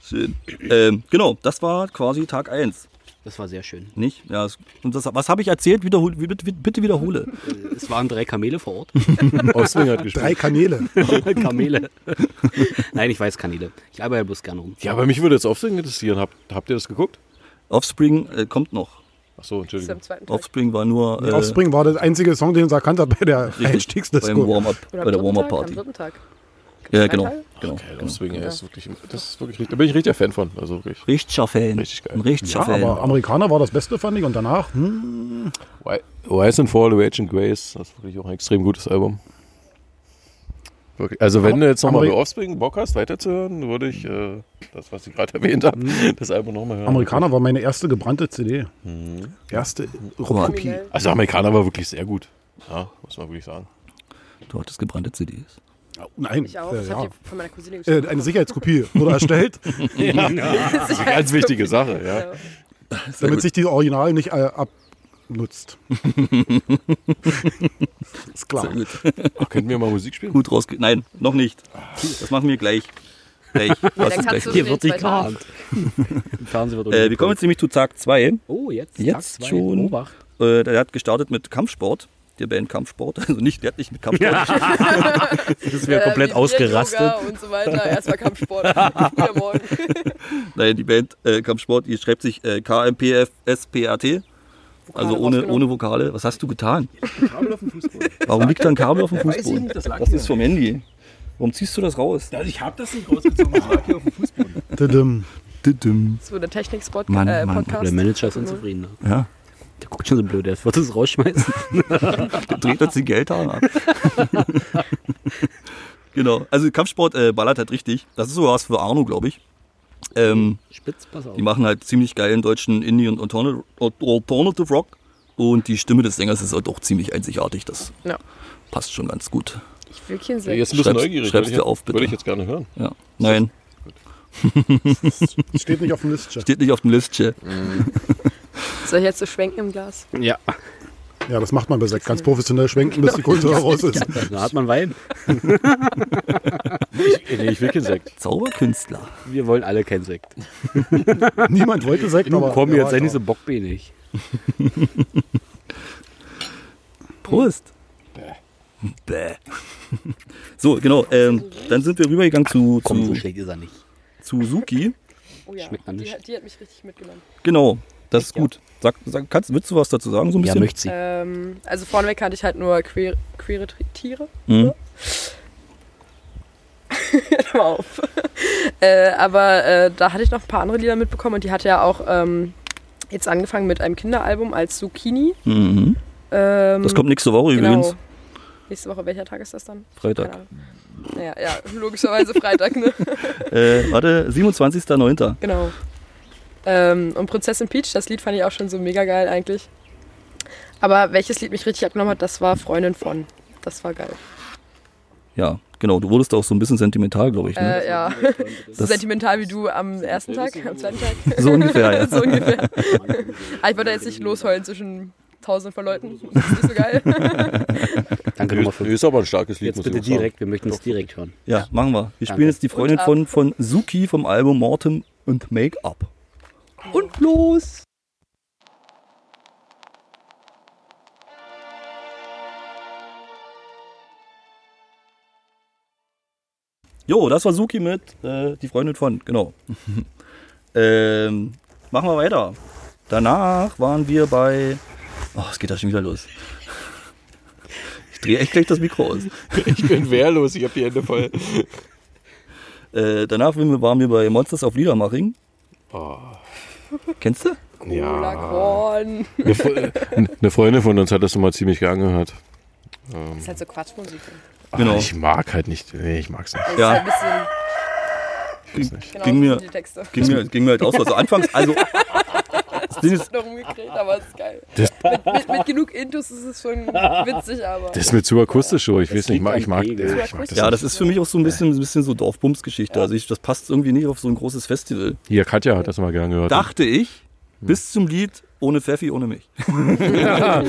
S2: Schön. Ähm, genau, das war quasi Tag 1.
S5: Das war sehr schön.
S2: Nicht? Ja, es- und das, was habe ich erzählt? Wiederhol, bitte, bitte wiederhole.
S5: Es waren drei Kamele vor
S2: [laughs]
S5: Ort.
S3: Offspring
S5: [laughs]
S3: hat gespielt.
S1: Drei Kanäle.
S5: Kamele. Nein, ich weiß Kanäle. Ich arbeite bloß gerne rum.
S3: Ja, aber mich würde jetzt Offspring interessieren. Habt, habt ihr das geguckt?
S2: Offspring äh, kommt noch.
S3: Achso,
S4: Bis am
S3: Entschuldigung.
S4: zweiten Tag.
S2: Offspring war nur. äh,
S1: Offspring war der einzige Song, den sie erkannt hat bei [laughs] der
S2: Beim
S1: Einstiegsdisco.
S2: Warm-up,
S4: Oder
S2: bei der
S4: am dritten Tag, Am
S2: Warm-up-Party.
S4: dritten Tag.
S2: Ja,
S4: drei
S2: genau.
S4: Tage?
S2: genau.
S3: Geil, Offspring, ey, ist wirklich, das ist wirklich richtig. Da bin ich richtiger Fan von. Also wirklich.
S2: Richtiger Fan.
S3: Richtig geil.
S2: Ein richtiger
S1: Ja,
S2: Fan.
S1: aber Amerikaner war das Beste, fand ich. Und danach, hm,
S3: Why, Wise and Fall, The Agent Grace, das ist wirklich auch ein extrem gutes Album. Wirklich. Also wenn du jetzt nochmal
S1: Ameri-
S3: bei Offspring Bock hast, weiterzuhören, würde ich äh, das, was ich gerade [laughs] erwähnt habe, das Album nochmal hören.
S1: Amerikaner war meine erste gebrannte CD.
S5: Mhm.
S1: Erste Kopie.
S4: Kriminell.
S3: Also Amerikaner war wirklich sehr gut. Ja, muss man wirklich sagen.
S2: Du hattest gebrannte CDs.
S1: Nein,
S4: Ich auch.
S1: äh,
S4: ich
S1: ja.
S4: habe die von meiner Cousine
S1: Äh,
S4: geschickt.
S1: eine Sicherheitskopie wurde
S5: [laughs]
S1: erstellt,
S3: Das ist eine ganz wichtige Sache, ja.
S4: Ja.
S1: [laughs] damit sich die Original nicht äh,
S5: [laughs]
S1: abnutzt. ist klar.
S3: Ach, [laughs] könnten wir mal Musik spielen?
S2: Gut rausge... Nein, noch nicht. Das machen wir gleich. Gleich. Hast
S4: [laughs] Ja, dann
S2: du
S4: kannst
S2: gleich.
S4: du
S5: Hier wird
S4: den
S5: sich
S4: zwei Tage-
S5: geahnt. Im Fernsehen wird
S2: Äh, wir kommen jetzt nämlich zu Tag 2.
S5: Oh, jetzt.
S2: Jetzt
S5: Tag zwei.
S2: schon.
S5: Obacht.
S2: Äh, der hat gestartet mit Kampfsport. Der Band Kampfsport. [laughs] Also nicht, der hat nicht mit Kampfsport.
S4: [laughs]
S5: Das
S4: äh,
S5: wäre komplett
S4: wie
S5: ausgerastet.
S4: Yoga und so weiter. Erstmal [laughs] Kampfsport. Wieder morgen.
S2: Nein, die Band äh, Kampfsport, die schreibt sich äh, KMPFSPAT. Also ohne, ohne Vokale. Was hast du getan?
S3: Kabel auf dem Fußball.
S2: Warum liegt da ein Kabel auf dem
S3: weiß ich
S2: Fußboden?
S3: nicht, das lag
S2: Das
S3: hier.
S2: ist vom Handy. Warum ziehst du das raus?
S3: Ich habe das nicht rausgezogen, ich lag hier auf dem Fußboden.
S1: Didim.
S4: Das wurde der Technik-Podcast.
S2: Mann,
S4: äh,
S2: Mann,
S5: Der
S4: Podcast.
S5: Manager ist unzufrieden. Ne?
S2: Ja.
S5: Der guckt schon so blöd. Der wird es rausschmeißen.
S2: dreht uns die Geldhahn
S3: [laughs]
S2: ab. genau. Also Kampfsport äh, ballert halt richtig. Das ist sogar was für Arno, glaube ich. Ähm,
S5: [laughs] Spitz, pass auf.
S2: die machen halt ziemlich geilen deutschen Indie und Altern- Alternative Rock. Und die Stimme des Sängers ist halt auch ziemlich einzigartig. Das
S4: Ja.
S2: passt schon ganz gut.
S4: Ich will keinen Sekt.
S3: Jetzt ein bisschen
S2: Schreib's-
S3: neugierig.
S2: schreib's
S3: würde ich-
S2: dir auf, bitte.
S3: Würde ich jetzt gerne hören.
S2: Ja. Nein,
S1: Steht nicht auf dem Listchen.
S2: steht nicht auf dem Listchen.
S4: Soll ich jetzt so schwenken im Glas?
S5: Ja.
S1: Ja, das macht man bei Sekt. Ganz
S4: Genau.
S1: professionell schwenken, bis die Kultur raus ist.
S4: [laughs]
S5: Da hat man Wein.
S3: Nee, [laughs] ich will keinen Sekt.
S2: Zauberkünstler.
S5: Wir wollen alle keinen Sekt.
S1: Niemand wollte Sekt, aber...
S5: Komm,
S1: ja,
S5: jetzt sei
S1: ja.
S5: nicht so bockbenig.
S2: Prost. Bäh. [laughs] So, genau. Ähm, dann sind wir rübergegangen zu,
S5: Komm, so
S2: zu,
S5: schlecht ist er nicht.
S2: zu Suki.
S4: Oh ja,
S5: Schmeckt man
S4: die,
S5: nicht.
S4: hat- die hat mich richtig mitgenommen.
S2: Genau, das ist gut. Sag, sag, kannst, willst du was dazu sagen? So ein
S5: Ja,
S2: bisschen?
S5: möchte sie.
S4: Ähm, also vorneweg kannte ich halt nur queer, queere Tri- Tiere. [laughs]
S2: Mhm.
S4: Hör mal auf. [laughs] äh, aber äh, da hatte ich noch ein paar andere Lieder mitbekommen und die hatte ja auch ähm, jetzt angefangen mit einem Kinderalbum als Zucchini.
S2: Mhm.
S4: Ähm,
S2: Das kommt nächste Woche übrigens,
S4: Genau. Nächste Woche, welcher Tag ist das dann?
S2: Freitag.
S4: Keine Ahnung. Naja, ja, logischerweise
S2: [laughs]
S4: Freitag, ne?
S2: Äh, warte, 27.09.
S4: Genau. Ähm, und Prinzessin Peach, das Lied fand ich auch schon so mega geil eigentlich. Aber welches Lied mich richtig abgenommen hat, das war Freundin von. Das war geil.
S2: Ja, genau. Du wurdest auch so ein bisschen sentimental, glaube ich. Ne?
S4: Äh, ja, [laughs] so
S2: Das-
S4: sentimental wie du am ersten Tag, am zweiten
S2: [laughs]
S4: Tag.
S2: So ungefähr, ja.
S4: [laughs] so ungefähr. Ah, ich wollte jetzt nicht losheulen zwischen tausenden von Leuten. Das ist nicht so geil.
S5: Danke
S3: Nö,
S5: nochmal
S3: ist- nö,
S5: für.
S3: ist aber ein starkes Lied,
S5: Jetzt
S3: muss
S5: bitte
S3: ich auch sagen.
S5: direkt, wir möchten es direkt hören.
S2: Ja, machen wir. Wir
S5: Danke.
S2: spielen jetzt die Freundin
S4: Und ab.
S2: von, von Suki vom Album Mortem und Make-up. Und los! Jo, das war Suki mit äh, die Freundin von, genau. [laughs] ähm, machen wir weiter. Danach waren wir bei. Oh, es geht da schon wieder los. [laughs] Ich drehe echt gleich das Mikro aus.
S3: Ich bin wehrlos, ich hab die
S2: [laughs]
S3: Hände voll.
S2: Äh, danach waren wir- waren wir bei Monsters auf Liedermaching. Oh. Kennst du?
S4: Cola Korn.
S3: Eine, Fre- [laughs] eine Freundin von uns hat das immer ziemlich gern gehört.
S4: Das ist halt so Quatschmusik.
S3: Ah,
S2: Genau.
S3: Ich mag halt nicht. Nee, ich mag's nicht.
S4: Das
S2: Ja.
S4: ist halt ein
S3: Ich weiß nicht.
S4: bisschen, genau,
S2: Ging mir-
S4: so sind die Texte.
S2: Ging mir, ging mir halt aus. Also anfangs, [laughs] also. Das Ding ist,
S4: [laughs] Noch rumgekriegt, aber es ist geil.
S3: Das-
S4: mit, mit, mit genug Intus ist es schon witzig, aber.
S3: Das ist mir zu akustisch so. Ich
S5: Das
S3: weiß nicht, ich mag,
S5: liegt
S3: ich mag,
S5: am Pegel.
S3: äh, ich mag das
S2: ja,
S3: nicht.
S2: das ist für mich auch so ein bisschen, ein bisschen so Dorfbums-Geschichte. Also ich, das passt irgendwie nicht auf so ein großes Festival.
S3: Hier, Katja hat das mal gern gehört.
S2: Dachte ich, bis zum Lied ohne Pfeffi, ohne mich. [laughs] da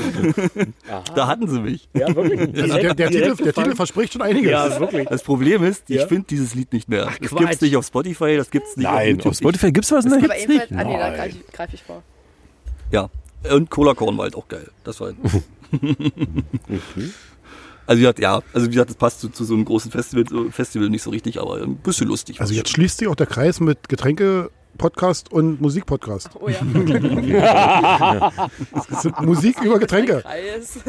S2: hatten sie mich.
S5: [laughs] Ja, wirklich.
S1: Also der, der, Titel, der Titel verspricht schon einiges.
S5: wirklich.
S2: Das Problem ist, ich
S5: Ja.
S2: finde dieses Lied nicht mehr. das
S5: Quatsch.
S2: gibt's nicht auf Spotify, das gibt's nicht
S3: Nein,
S2: auf
S3: auf
S2: YouTube.
S3: Spotify gibt's was ne? nicht.
S4: aber ebenfalls, ah, nee, da
S3: Nein.
S4: greife ich, greif ich vor.
S2: Ich, ja. Und Cola Korn war halt [laughs] auch geil. Das
S3: [laughs]
S2: war Also wie gesagt, ja, also wie gesagt, das passt zu, zu so einem großen Festival, so Festival nicht so richtig, aber ein bisschen lustig.
S1: Also jetzt schließt sich auch der Kreis mit Getränke-Podcast und Musik-Podcast.
S4: Oh
S2: [laughs]
S4: ja. [laughs]
S1: Es sind Musik über Getränke.
S4: Kreis.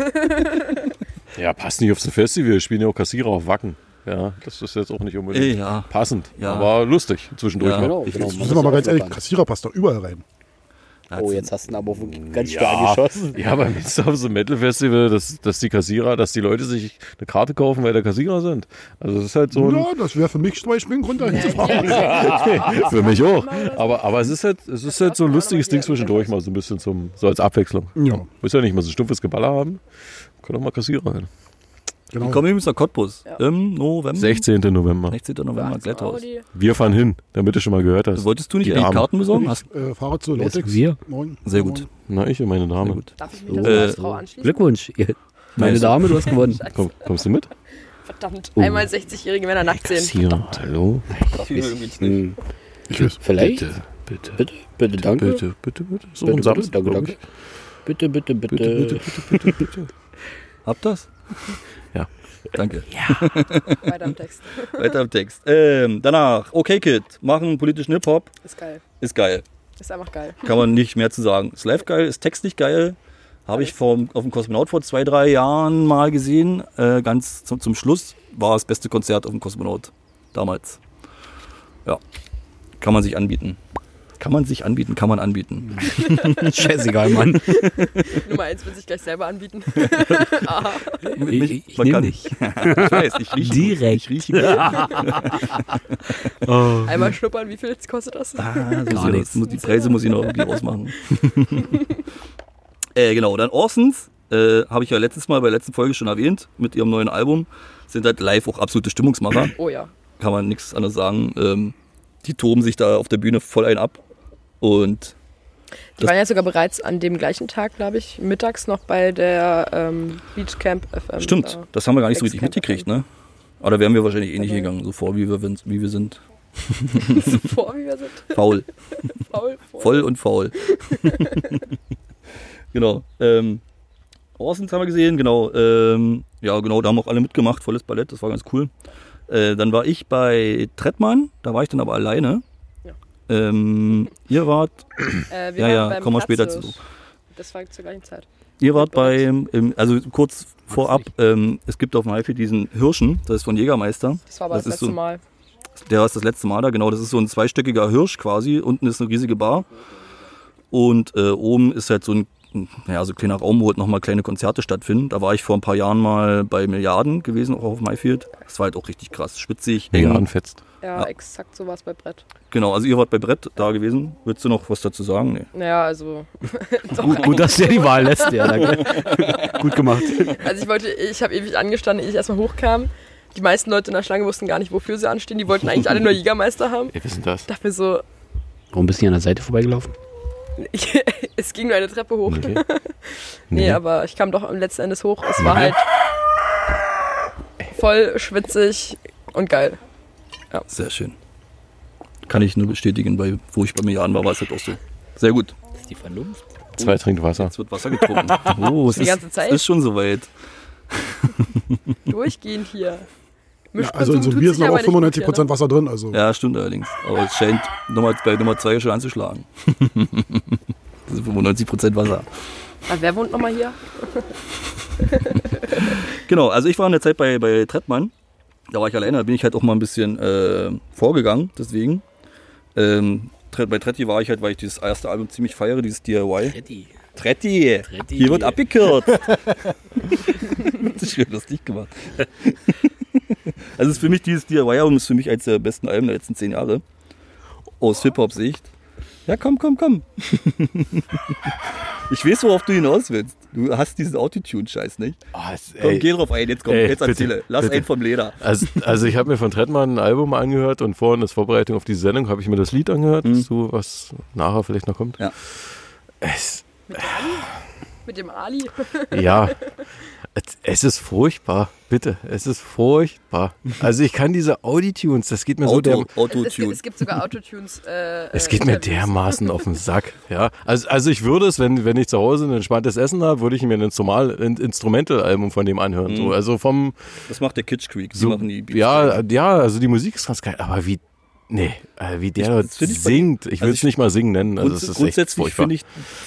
S3: Ja, passt nicht aufs Festival. Wir spielen ja auch Kassierer auf Wacken. Ja, das ist jetzt auch nicht
S2: Äh,
S3: unbedingt
S2: ja.
S3: passend.
S2: Ja.
S3: Aber lustig zwischendurch.
S2: Ja.
S3: mal.
S5: Genau, genau.
S1: Sind wir mal ganz ehrlich, Kassierer passt doch überall rein.
S5: Oh, jetzt hast du ihn aber auch wirklich ganz schwer
S3: Ja,
S5: angeschossen.
S3: ja, beim Insta auf so Metal Festival, dass, dass die Kassierer, dass die Leute sich eine Karte kaufen, weil da Kassierer sind. Also das ist halt so ein,
S1: Ja, das wäre für mich zum Beispiel ein Grund, da
S3: [laughs]
S1: hinzufahren.
S3: für mich auch. Aber, aber es ist halt, es ist halt so ein lustiges Ding zwischendurch mal so ein bisschen zum, so als Abwechslung.
S1: Ja,
S3: Muss ja nicht mal so ein stumpfes Geballer haben. Kann auch mal Kassierer sein.
S2: Wir
S1: genau.
S2: kommen übrigens nach Cottbus im November.
S3: 16. November.
S2: 16. November, Glätthaus.
S4: Audi.
S3: Wir fahren hin, damit du schon mal gehört hast.
S2: Wolltest du nicht
S3: Die
S2: eigentlich
S3: Armen.
S2: Karten besorgen?
S3: [laughs]
S2: Hast,
S1: Äh, Fahrer zu
S5: ist
S1: Lautex.
S5: wir?
S1: Morgen.
S2: sehr gut.
S3: Na, ich und meine
S2: Sehr
S3: Dame.
S2: gut.
S4: Darf ich mich das
S2: Äh,
S4: als Frau anschließen?
S5: Glückwunsch, ihr- meine
S2: Nice.
S5: Dame, du hast [laughs] gewonnen.
S3: Komm, kommst du mit?
S4: Verdammt,
S2: Oh.
S4: einmal 60-jährige Männer nackt sehen.
S3: Kassierer, hallo?
S5: Hm,
S1: Ich weiß.
S5: vielleicht? Bitte,
S3: Bitte, bitte,
S5: bitte, danke.
S3: bitte, bitte, bitte. So
S5: Bitte,
S3: ein Satz,
S5: bitte, danke,
S3: glaub
S5: danke.
S3: ich.
S5: Bitte, bitte, bitte.
S3: Bitte, bitte,
S5: [laughs]
S3: bitte, bitte, bitte.
S2: Habt das?
S3: [laughs] Ja.
S2: Danke.
S4: [laughs] Weiter am Text.
S2: Weiter im Text. Ähm, danach, okay Kid, machen politischen Hip-Hop,
S4: Ist geil.
S2: ist geil.
S4: Ist einfach geil.
S2: Kann man nicht mehr zu sagen. Ist live geil, ist textlich geil. Habe ich vom, auf dem Kosmonaut vor zwei, drei Jahren mal gesehen. Äh, ganz zum, zum Schluss war das beste Konzert auf dem Kosmonaut damals. Ja. Kann man sich anbieten. Kann man sich anbieten, kann man anbieten.
S5: Scheißegal, Mann.
S4: Nummer eins wird sich gleich selber anbieten.
S5: Ich, ich,
S2: man
S5: nehme
S2: kann-
S5: dich.
S2: [laughs] Ich weiß, ich rieche.
S5: Direkt. [laughs]
S4: Einmal schnuppern, wie viel kostet das?
S2: Ah, so
S5: Gar
S2: ist
S5: nichts.
S2: das. Muss- Die Preise muss ich noch irgendwie
S5: [laughs]
S2: ausmachen. äh, genau, dann Orsons, äh, habe ich ja letztes Mal bei der letzten Folge schon erwähnt, mit ihrem neuen Album, sind halt live auch absolute Stimmungsmacher,
S4: Oh ja.
S2: kann man nichts anderes sagen. Ähm, die toben sich da auf der Bühne voll ein ab und
S4: Die
S2: Das-
S4: waren ja sogar bereits an dem gleichen Tag, glaube ich, mittags noch bei der ähm, Beachcamp FM.
S2: stimmt,
S4: da.
S2: das haben wir gar nicht so richtig
S4: Ex-Camper.
S2: mitgekriegt, ne? Aber da wären wir wahrscheinlich eh nicht
S4: Aber-
S2: gegangen, so vor wie wir, wenn's- wie wir sind.
S4: äh, Vor, wie wir sind. [laughs]
S2: Faul.
S4: Faul, vor.
S2: Voll und [laughs] faul. genau. Ähm, Orsons haben wir gesehen, genau. Ähm, Ja, genau, da haben auch alle mitgemacht, volles Ballett, das war ganz cool. Äh, dann war ich bei Trettmann, da war ich dann aber alleine.
S4: Ja.
S2: Ähm, ihr wart,
S4: Äh,
S2: ja,
S4: waren
S2: ja,
S4: beim
S2: kommen wir später
S4: Platzisch.
S2: zu.
S4: Das war zur gleichen Zeit.
S2: Ihr wart
S4: Bereich.
S2: beim, ähm, also kurz vorab, ähm, es gibt auf dem Highfield diesen Hirschen, das ist von Jägermeister.
S4: Das war aber das,
S2: Das ist
S4: letzte
S2: so-
S4: Mal.
S2: Der war das letzte Mal da, genau. Das ist so ein zweistöckiger Hirsch quasi. Unten ist eine riesige Bar. Und äh, oben ist halt so ein, naja, so ein kleiner Raum, wo halt nochmal kleine Konzerte stattfinden. Da war ich vor ein paar Jahren mal bei Milliarden gewesen, auch auf dem Highfield. Das war halt auch richtig krass. Schwitzig, eng.
S3: Ja, anfetzt.
S4: Ja,
S2: Ja.
S4: exakt so war es bei Brett.
S2: Genau, also ihr wart bei Brett da gewesen. Würdest du noch was dazu sagen? Nee.
S4: Naja, also. [laughs] doch,
S5: Gut, gut, dass der die Wahl lässt,
S3: [laughs]
S5: ja, danke. gut gemacht.
S4: Also ich wollte, ich habe ewig angestanden, ehe ich erstmal hochkam. Die meisten Leute in der Schlange wussten gar nicht, wofür sie anstehen. Die wollten eigentlich alle nur Jägermeister haben.
S3: Ey, wissen das?
S4: Ich dachte mir so, [laughs]
S5: Warum bist du hier an der Seite vorbeigelaufen?
S4: es ging nur eine Treppe hoch.
S3: Nee.
S4: Nee, aber ich kam doch am letzten Endes hoch. Es war halt voll schwitzig und geil.
S2: Sehr schön. Kann ich nur bestätigen, bei, wo ich bei Milliarden war, war es halt auch so. Sehr gut.
S5: Das ist die Vernunft.
S3: Zwei trinkt Wasser.
S2: Jetzt wird Wasser getrunken. [laughs] Oh, es
S4: Die ganze Zeit?
S2: Es ist schon soweit.
S4: Durchgehend hier.
S1: Ja, also in so einem Bier sind aber auch
S4: ne?
S1: 95% Wasser drin. Also
S2: Ja, stimmt allerdings. Aber es scheint Nummer, bei Nummer 2 schon anzuschlagen. das sind 95% Wasser.
S4: Aber Ah, wer wohnt nochmal hier?
S2: Genau, also ich war in der Zeit bei, bei Trettmann. Da war ich alleine, da bin ich halt auch mal ein bisschen äh, vorgegangen, deswegen. Ähm, Tret- bei Tretti war ich halt, weil ich dieses erste Album ziemlich feiere, dieses DIY.
S5: [laughs] Ready.
S2: Tretti!
S5: Tretti.
S2: Hier wird abgekürzt! [laughs] das ist schön lustig gemacht. also es ist für mich dieses DIY-Album ist für mich eines der besten Alben der letzten zehn Jahre. Aus Hip-Hop-Sicht. Ja, komm, komm, komm. ich weiß, worauf du hinaus willst. Du hast diesen Autotune-Scheiß nicht.
S3: Oh, es-
S2: Komm,
S3: [laughs] ey.
S2: geh drauf ein, jetzt komm,
S3: Ey,
S2: jetzt erzähle.
S3: bitte,
S2: Lass
S3: bitte.
S2: einen vom Leder.
S3: Also, also ich habe mir von Trettmann ein Album angehört und vorhin als Vorbereitung auf diese Sendung habe ich mir das Lied angehört, so was nachher vielleicht noch kommt.
S2: Ja.
S3: Es,
S4: Mit dem Ali?
S3: ja, es, es ist furchtbar, bitte, es ist furchtbar. Also ich kann diese Auditunes, das geht mir so Also der,
S2: Auto,
S4: Es gibt,
S2: Autotune.
S4: es gibt sogar Autotunes. Äh,
S3: [laughs] es geht mir
S4: Interviews.
S3: dermaßen auf den Sack. Ja, also, also ich würde es, wenn, wenn ich zu Hause ein entspanntes Essen habe, würde ich mir ein Instrumal, ein Instrumental-Album von dem anhören. So, also vom,
S2: Das macht der Kitsch Creek. Hm. Die
S3: so,
S2: machen die Beats.
S3: ja, ja, also die Musik ist ganz geil, aber wie, nee, äh, wie der
S2: Ich-
S3: dort
S2: das find ich bei-
S3: singt, ich will
S2: also
S3: es
S2: ich-
S3: nicht mal singen nennen, also
S2: Grund,
S3: es ist
S2: grundsätzlich
S3: echt furchtbar.
S2: finde ich,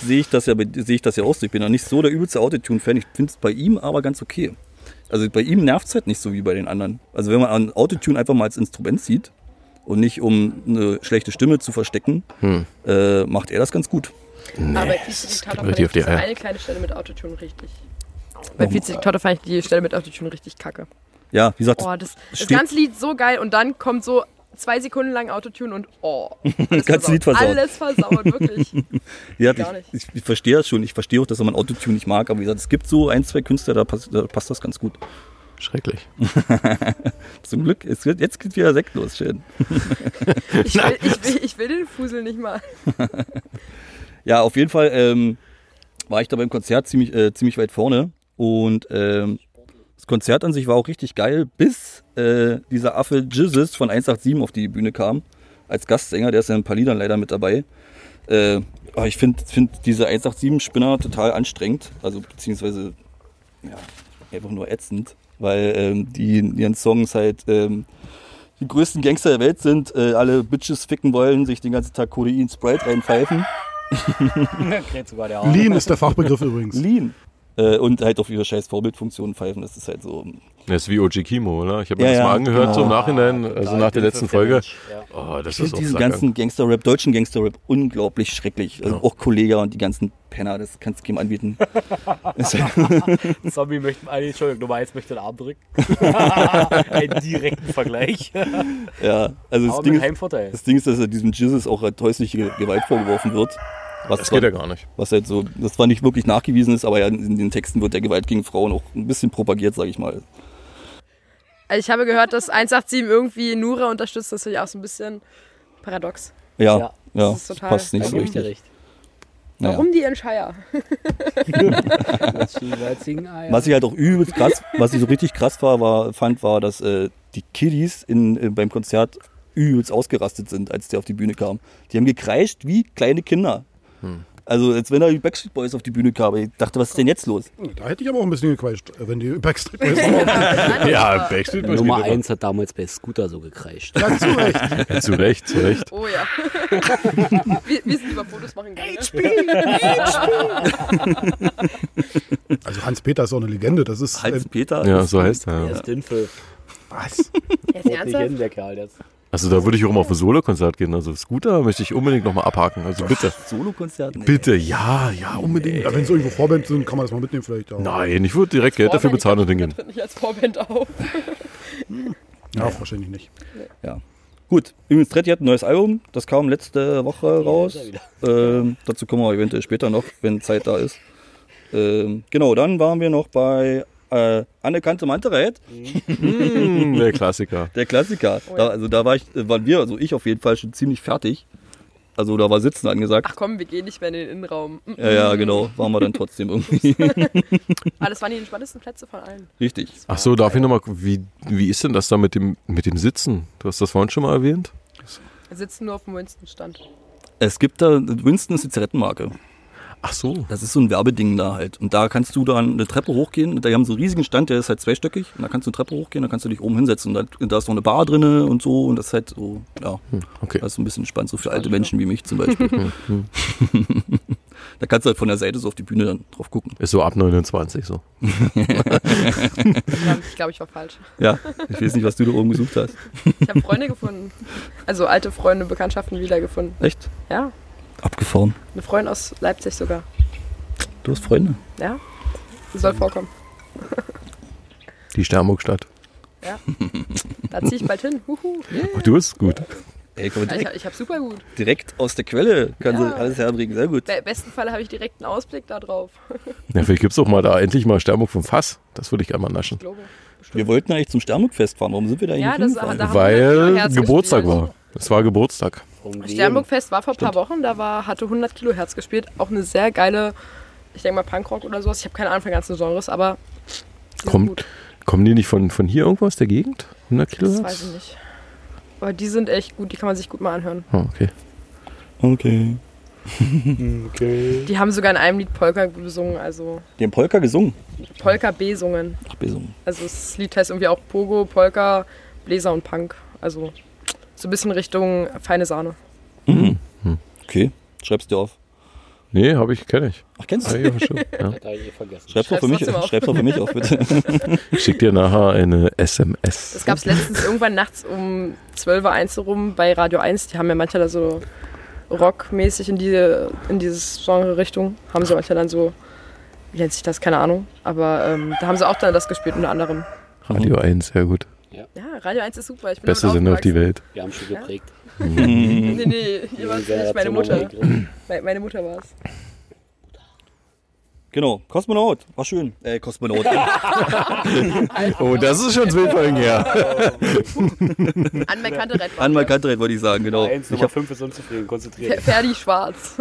S2: sehe ich das ja, bei- sehe ich das ja auch so. Ich bin ja nicht so der übelste Autotune-Fan. Ich finde es bei ihm aber ganz okay. Also bei ihm nervt es halt nicht so wie bei den anderen. Also wenn man an Autotune einfach mal als Instrument sieht und nicht um eine schlechte Stimme zu verstecken,
S3: Hm.
S2: äh, macht er das ganz gut.
S4: Aber
S3: geht
S4: Fizzy Diktator
S3: mir
S4: fand
S3: die auf die
S4: ich
S3: Eier.
S4: eine kleine Stelle mit Autotune richtig. Bei Fizzy Diktator fand ich die Stelle mit Autotune richtig kacke.
S2: Ja, wie gesagt,
S4: Oh, das, das
S2: steht-
S4: ganze Lied so geil und dann kommt so zwei Sekunden lang Autotune und oh.
S3: [laughs]
S4: Das
S2: ganze Lied versaut.
S4: Alles versaut, wirklich.
S2: Ja,
S4: Gar
S2: ich, ich, ich verstehe das schon. Ich verstehe auch, dass man Autotune nicht mag. Aber wie gesagt, es gibt so ein, zwei Künstler, da, pass, da passt das ganz gut.
S3: Schrecklich.
S2: Zum Glück, es wird, jetzt geht wieder Sekt los. Schön.
S4: Ich will, ich will, ich will den Fusel nicht mal.
S2: Ja, auf jeden Fall ähm, war ich da beim Konzert ziemlich, äh, ziemlich weit vorne. Und ähm, das Konzert an sich war auch richtig geil, bis äh, dieser Affe Jizzes von 187 auf die Bühne kam. Als Gastsänger, der ist ja in ein paar Liedern leider mit dabei. Äh, aber ich finde find diese 187-Spinner total anstrengend. Also beziehungsweise ja, einfach nur ätzend. Weil ähm, die in ihren Songs halt ähm, die größten Gangster der Welt sind, äh, alle Bitches ficken wollen, sich den ganzen Tag Codein Sprite reinpfeifen.
S5: sogar der
S1: Lean ist der Fachbegriff übrigens.
S2: Lean. Äh, und halt auf ihre scheiß Vorbildfunktionen pfeifen, das ist halt so.
S3: Das ist wie OG Kimo, oder? Ich habe mir
S2: Ja,
S3: das
S2: ja,
S3: mal angehört, so im
S2: genau.
S3: Nachhinein,
S5: Ah,
S3: also nach der letzten Folge. Oh, das
S2: Ich
S3: ist
S2: finde
S3: auch
S2: diesen
S3: Sackgang.
S2: ganzen Gangster-Rap, deutschen Gangster-Rap, unglaublich schrecklich. Also
S3: Ja.
S2: auch Kollega und die ganzen Penner, das kannst du keinem anbieten.
S5: Zombie möchte, ah, nee, Entschuldigung, Nummer 1 möchte den Arm
S3: [laughs]
S5: drücken. Einen direkten Vergleich.
S2: ja, also das
S5: Aber
S2: Ding,
S5: mit
S2: ist,
S5: Heimvorteil.
S2: das Ding ist, dass er diesem Jesus auch halt häusliche Gewalt vorgeworfen wird. Was,
S3: Das
S2: zwar,
S3: geht ja gar nicht.
S2: was halt so, das zwar nicht wirklich nachgewiesen ist, aber ja, in den Texten wird der Gewalt gegen Frauen auch ein bisschen propagiert, sage ich mal.
S4: Also ich habe gehört, dass 187 irgendwie Nura unterstützt. Das finde ich auch so ein bisschen paradox.
S2: Ja,
S5: Ja,
S2: ja,
S4: das ist
S2: das
S4: total-
S2: passt nicht
S5: Da
S2: so
S5: gebe ich dir
S2: richtig.
S5: recht.
S2: Naja.
S4: Warum die in Shire?
S5: Das ist die Walzigen Eier.
S2: Was ich halt auch übelst krass, was ich so richtig krass war, war fand, war, dass äh, die Kiddies in, äh, beim Konzert
S3: Hm.
S2: übelst ausgerastet sind, als der auf die Bühne kam. Die haben gekreischt wie kleine Kinder. Also, als wenn da die Backstreet Boys auf die Bühne kamen. Ich dachte, was ist denn jetzt los?
S3: Äh,
S1: Da hätte ich aber auch ein bisschen gequatscht, äh, wenn die Backstreet Boys auch
S3: Ja, Backstreet Boys
S5: Nummer
S3: geht immer.
S5: 1 hat damals bei Scooter so gekreischt.
S1: ja, zu Recht.
S3: Ja, zu Recht, zu
S2: [laughs]
S3: Recht.
S4: Oh
S3: [laughs]
S4: ja. [laughs] wir, wir sind über Fotos machen gegangen. ne?
S1: Also Hans-Peter ist auch eine Legende. Das ist äh,
S2: Heinz-Peter?
S3: Ja, so heißt er.
S5: Er
S3: Ja.
S5: ist Dinfel.
S1: was?
S4: Jetzt
S5: Bot nicht
S4: ernsthaft?
S5: hin, der Kerl. Der ist
S3: Also da würde ich auch mal auf ein Solo-Konzert gehen. Also Scooter möchte ich unbedingt nochmal abhaken. Also bitte.
S2: Solo-Konzert? Nee.
S3: Bitte, ja, ja, unbedingt.
S2: Äh.
S1: Ja, wenn es irgendwo Vorband sind, kann man das mal mitnehmen vielleicht. Ja.
S3: Nein, ich würde direkt Geld dafür
S4: Vorband,
S3: bezahlen und hingehen.
S4: ich tritt nicht als Vorband auf.
S1: Ja, wahrscheinlich nicht.
S2: Ja. Gut, übrigens, Tretti hat ein neues Album, das kam letzte Woche raus.
S5: ist
S2: Ähm, dazu kommen wir eventuell später noch, wenn Zeit da ist. Ähm, genau, dann waren wir noch bei äh, Anerkannte Manterheit,
S3: Hm, der Klassiker.
S2: der Klassiker.
S4: Oh ja.
S2: da, also da war ich, äh, waren wir, also ich auf jeden Fall schon ziemlich fertig. Also da war Sitzen angesagt.
S4: Ach komm, wir gehen nicht mehr in den Innenraum. Mm,
S2: Ja, ja, genau, waren wir dann trotzdem [laughs] irgendwie.
S4: Ah, das waren die entspanntesten Plätze von allen.
S2: Richtig.
S3: Ach so, darf ich nochmal, wie, wie ist denn das da mit dem, mit dem Sitzen? Du hast das vorhin schon mal erwähnt?
S4: Wir sitzen nur auf dem Winston-Stand.
S2: Es gibt da, Winston ist die Zigarettenmarke.
S3: Ach so.
S2: Das ist so ein Werbeding da halt. Und da kannst du dann eine Treppe hochgehen. Und Die haben so einen riesigen Stand, der ist halt zweistöckig. Und da kannst du eine Treppe hochgehen, da kannst du dich oben hinsetzen. Und da, da ist noch eine Bar drinne und so. Und das ist halt so, ja,
S3: Okay.
S2: das ist so ein bisschen spannend. So für alte Menschen wie mich zum Beispiel. [laughs] da kannst du halt von der Seite so auf die Bühne dann drauf gucken.
S3: Ist so ab 29 so.
S4: Verdammt, Ich glaube, ich war falsch.
S2: Ja, ich weiß nicht, was du da oben gesucht hast.
S4: Ich habe Freunde gefunden. Also alte Freunde, Bekanntschaften wiedergefunden.
S2: Echt?
S4: Ja,
S2: Abgefahren.
S4: eine Freundin aus Leipzig sogar.
S2: Du hast Freunde.
S4: Ja, soll vorkommen.
S3: Die Sternburgstadt.
S4: Da ziehe ich bald hin. Huhu. Yeah.
S3: Ach, du bist gut.
S2: Ey, kann man
S4: Ja, Ich, hab-
S2: direkt,
S4: ich habe super gut.
S2: direkt aus der Quelle kann
S4: Also Ja.
S2: sie alles herbringen. Sehr gut.
S4: Im besten Fall habe ich direkt einen Ausblick da drauf.
S3: Ja, vielleicht gibt's doch mal da endlich mal Sternburg vom Fass. Das würde ich einmal naschen.
S4: Ich glaube.
S2: Wir wollten eigentlich zum Sternburgfest fahren. Warum sind wir da
S4: Ja,
S2: eigentlich
S4: das-
S2: hingefahren?
S4: da haben wir schon
S3: Weil
S4: Herz
S3: Geburtstag
S4: gespielt.
S3: war. Es war Geburtstag.
S5: vom
S4: Sternburgfest war vor ein paar Wochen, da war, hatte 100 Kilo Herz gespielt. Auch eine sehr geile, ich denke mal Punkrock oder sowas. Ich habe keine Ahnung von ganzen Genres, aber die sind
S3: Kommt,
S4: gut.
S3: kommen die nicht von, von hier irgendwo aus der Gegend? 100
S4: Das
S3: Kilohertz?
S4: weiß ich nicht. Aber die sind echt gut, die kann man sich gut mal anhören.
S3: Ah, okay.
S2: Ah, Okay.
S4: Die haben sogar in einem Lied Polka gesungen, also
S2: Die haben Polka gesungen.
S4: Polka besungen.
S2: Ach, besungen.
S4: Also das Lied heißt irgendwie auch Pogo, Polka, Bläser und Punk. Also so ein bisschen Richtung feine Sahne.
S2: Mhm. Okay, schreib's dir auf.
S3: Nee, habe ich, kenne ich.
S2: Ach, kennst
S3: Hab
S2: du?
S3: ich aber schon. Ja.
S5: Hat er eh vergessen.
S2: Schreib's doch für mich,
S4: Schreib's trotzdem auf.
S2: schreib's doch für mich auf, bitte. [laughs]
S3: Ich schick dir nachher eine SMS.
S4: Das gab es letztens irgendwann nachts um 12 Uhr 1 rum bei Radio 1. Die haben ja manchmal da so rockmäßig in, diese, in dieses Genre Richtung. Haben sie manchmal dann so, wie nennt sich das, keine Ahnung. Aber ähm, da haben sie auch dann das gespielt unter anderem.
S3: Radio 1, sehr gut.
S4: Ja, Radio 1 ist super. Ich bin
S3: Beste
S4: damit
S3: Sender auf die
S4: aufgewachsen.
S3: Welt.
S5: Wir haben schon geprägt.
S4: Nee, nee, ihr wart
S5: Die
S4: nicht meine
S5: Generation
S4: Mutter.
S5: haben wir gegriffen.
S4: Me- Meine Mutter war es.
S2: Genau, Kosmonaut, war schön. Äh, Kosmonaut.
S3: Oh, das ist schon Zwillfallen her.
S4: Anmerkante Red
S2: Anmal Kantret wollte ich sagen, genau.
S5: Eins,
S2: Ich
S5: Nummer
S2: hab,
S5: 5 ist unzufrieden, konzentriert.
S4: Fer- Ferdi Schwarz.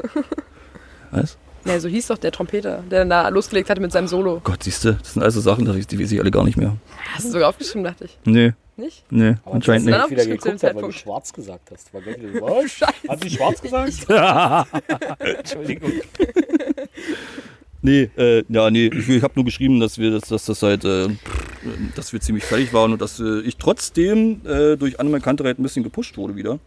S4: [laughs]
S2: was?
S4: Ne, so hieß doch der Trompeter, der dann da losgelegt hatte mit seinem Solo.
S2: Oh Gott, siehst du, das sind alles so Sachen, die, die weiß ich alle gar nicht mehr.
S4: Hast du sogar aufgeschrieben, dachte ich.
S2: Nee,
S4: Nicht?
S2: nee, anscheinend
S4: das
S2: nicht.
S4: ist
S5: wieder
S4: Aufgeschrieben zu dem
S5: geguckt hat, weil du
S4: Zeitpunkt.
S5: schwarz gesagt hast. War gleich wieder,
S4: [laughs]
S5: was?
S4: Scheiße.
S5: Hat sie
S4: [laughs]
S5: schwarz gesagt? Entschuldigung.
S2: Nee, äh, ja, nee, ich, ich habe nur geschrieben, dass wir, dass, dass das halt, äh, dass wir ziemlich fertig waren und dass äh, ich trotzdem äh, durch Anmal Kantret ein bisschen gepusht wurde wieder.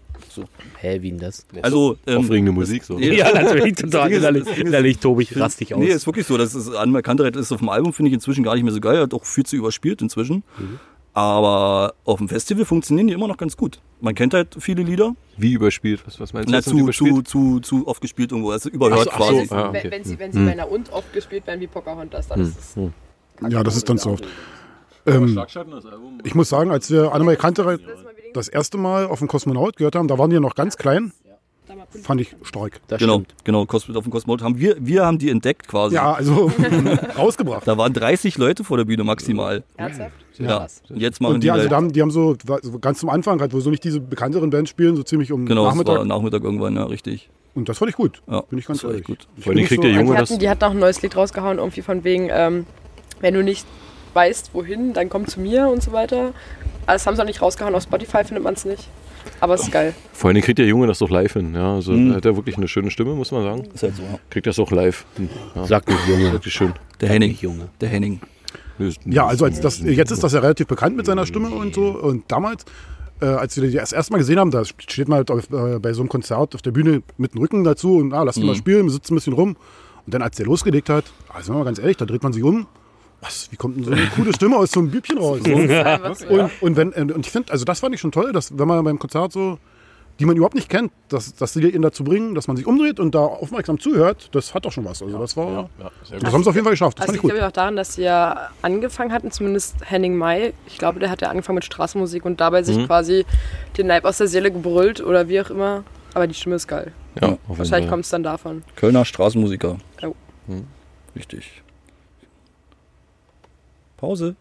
S5: Hä, wie denn das?
S2: Also, ähm,
S3: [laughs] Aufregende Musik so.
S2: nee,
S6: Ja, natürlich, total.
S2: Ding ist-
S6: Innerlich,
S2: das Ding ist-
S6: innerlich tobe ich rastig aus.
S2: Nee, ist wirklich so. Das ist Anmal Kantret ist auf dem Album, finde ich inzwischen gar nicht mehr so geil. Hat auch viel zu überspielt inzwischen.
S3: Mhm.
S2: Aber auf dem Festival funktionieren die immer noch ganz gut. Man kennt halt viele Lieder.
S3: Wie überspielt? Was, was meinst
S2: Na,
S3: jetzt mit
S2: zu, zu,
S3: überspielt?
S2: zu, zu oft gespielt irgendwo. Also überhört
S3: Ach so,
S2: quasi.
S3: ah, okay. Hm.
S4: Wenn, wenn sie, wenn sie bei einer und oft gespielt werden wie Pocahontas, dann ist es.
S1: Ja, das ist dann so oft. Ähm, ich muss sagen, als wir Annemarie Kantere das erste Mal auf dem Kosmonaut gehört haben, da waren die ja noch ganz klein, fand ich stark.
S5: Das
S2: Genau,
S5: stimmt.
S2: genau. Cosmo- Auf dem Cosmonaut haben wir, wir haben die entdeckt quasi.
S1: Ja, [laughs] also rausgebracht.
S2: Da waren 30 Leute vor der Bühne maximal.
S4: hm. Ernsthaft?
S2: Ja. Und jetzt machen
S1: Und die, also,
S2: halt-
S1: da haben, die haben so, so ganz zum Anfang halt, wo so nicht diese bekannteren Bands spielen, so ziemlich um
S2: Genau,
S1: Nachmittag.
S2: es war Nachmittag irgendwann, ja, richtig.
S1: Und das fand ich gut.
S2: Ja,
S1: Bin ich ganz
S2: das war
S1: ehrlich.
S2: echt gut.
S1: Ich
S3: Vor
S1: bin
S3: allem
S1: nicht
S3: kriegt
S1: so-
S3: der Junge
S4: Die,
S3: das.
S4: hatten, die hat noch ein neues Lied rausgehauen, irgendwie von wegen, ähm, wenn du nicht Also weißt, wohin, dann komm zu mir und so weiter. Aber das haben sie auch nicht rausgehauen. Auf Spotify findet man es nicht. Aber ist geil.
S3: Vor allem kriegt der Junge das doch live hin. Ja, also
S2: Mhm.
S3: da hat er wirklich eine schöne Stimme, muss man sagen.
S2: Ist halt so. ja.
S3: Kriegt das doch live. hin, Ja.
S5: Sag nicht, Junge.
S3: Wirklich schön.
S2: Der Henning.
S5: Nicht, Junge.
S2: Der Henning.
S3: Nö, ist-
S1: Ja, also als das, jetzt ist das ja relativ bekannt mit seiner Stimme und so. Und damals, äh, als wir die das erste Mal gesehen haben, da steht man halt auf, äh, bei so einem Konzert auf der Bühne mit dem Rücken dazu und ah, lass
S3: Mhm.
S1: ihn mal spielen, sitzt ein bisschen rum. Und dann, als der losgelegt hat, also mal ganz ehrlich, da dreht man sich um. Was, wie kommt denn so eine coole Stimme aus so einem Bübchen raus?
S3: [laughs]
S4: Einfach so.
S1: Und, und, wenn, und ich finde, also das fand ich schon toll, dass wenn man beim Konzert so, die man überhaupt nicht kennt, dass, dass sie ihn dazu bringen, dass man sich umdreht und da aufmerksam zuhört, das hat doch schon was. Also das war,
S3: Ja, sehr
S1: das haben sie auf jeden Fall geschafft. Das
S4: Also
S1: fand
S4: ich
S1: ich gut.
S4: glaube ich auch daran, dass sie ja angefangen hatten, zumindest Henning May, ich glaube, der hat ja angefangen mit Straßenmusik und dabei sich quasi den Leib aus der Seele gebrüllt oder wie auch immer. Aber die Stimme ist geil.
S3: Ja, auf jeden
S4: Wahrscheinlich
S3: Fall.
S4: kommt es dann davon.
S2: Kölner Straßenmusiker. Hm.
S4: Jo.
S2: Richtig.
S5: [laughs]
S2: Pause.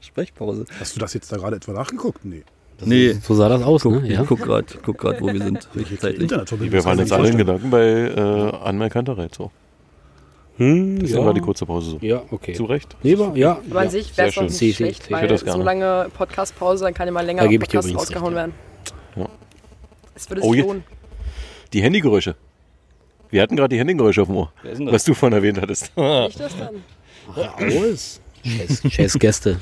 S2: Sprechpause.
S1: Hast du das jetzt da gerade etwa nachgeguckt? Nee.
S2: Nee,
S5: So sah das aus, ne?
S2: ich
S5: Ja.
S2: guck gerade, guck grad, wo wir sind. Zeitlich.
S1: Internetverbindung.
S3: Wir waren
S1: das
S3: jetzt
S1: kann
S3: alle
S1: ich
S3: in
S1: nicht
S3: Gedanken bei äh, Anmerk Kantereit. So.
S5: Hm,
S3: Deswegen war die kurze Pause so.
S5: ja, okay.
S3: Zu Recht.
S5: Nee, war, ja.
S4: Aber an
S5: ja.
S4: sich wäre es
S3: sehr schön.
S4: auch nicht
S5: Sehe ich-
S4: schlecht,
S5: sehe ich-
S3: ich
S4: weil
S3: würde das gerne.
S4: so lange Podcastpause, dann kann immer länger
S5: Da
S4: auf
S5: gebe ich dir
S4: Podcast
S5: übrigens recht,
S4: rausgehauen
S5: ja.
S4: werden.
S3: Ja.
S4: Es würde
S3: Oh,
S4: sich
S3: je-
S4: lohnen.
S3: Die Handygeräusche. Wir hatten gerade die Handygeräusche auf dem Ohr,
S2: Wer ist denn das?
S3: was du vorhin erwähnt hattest.
S4: Ich, das dann.
S5: Raus. Scheiß, [laughs] scheiß Gäste.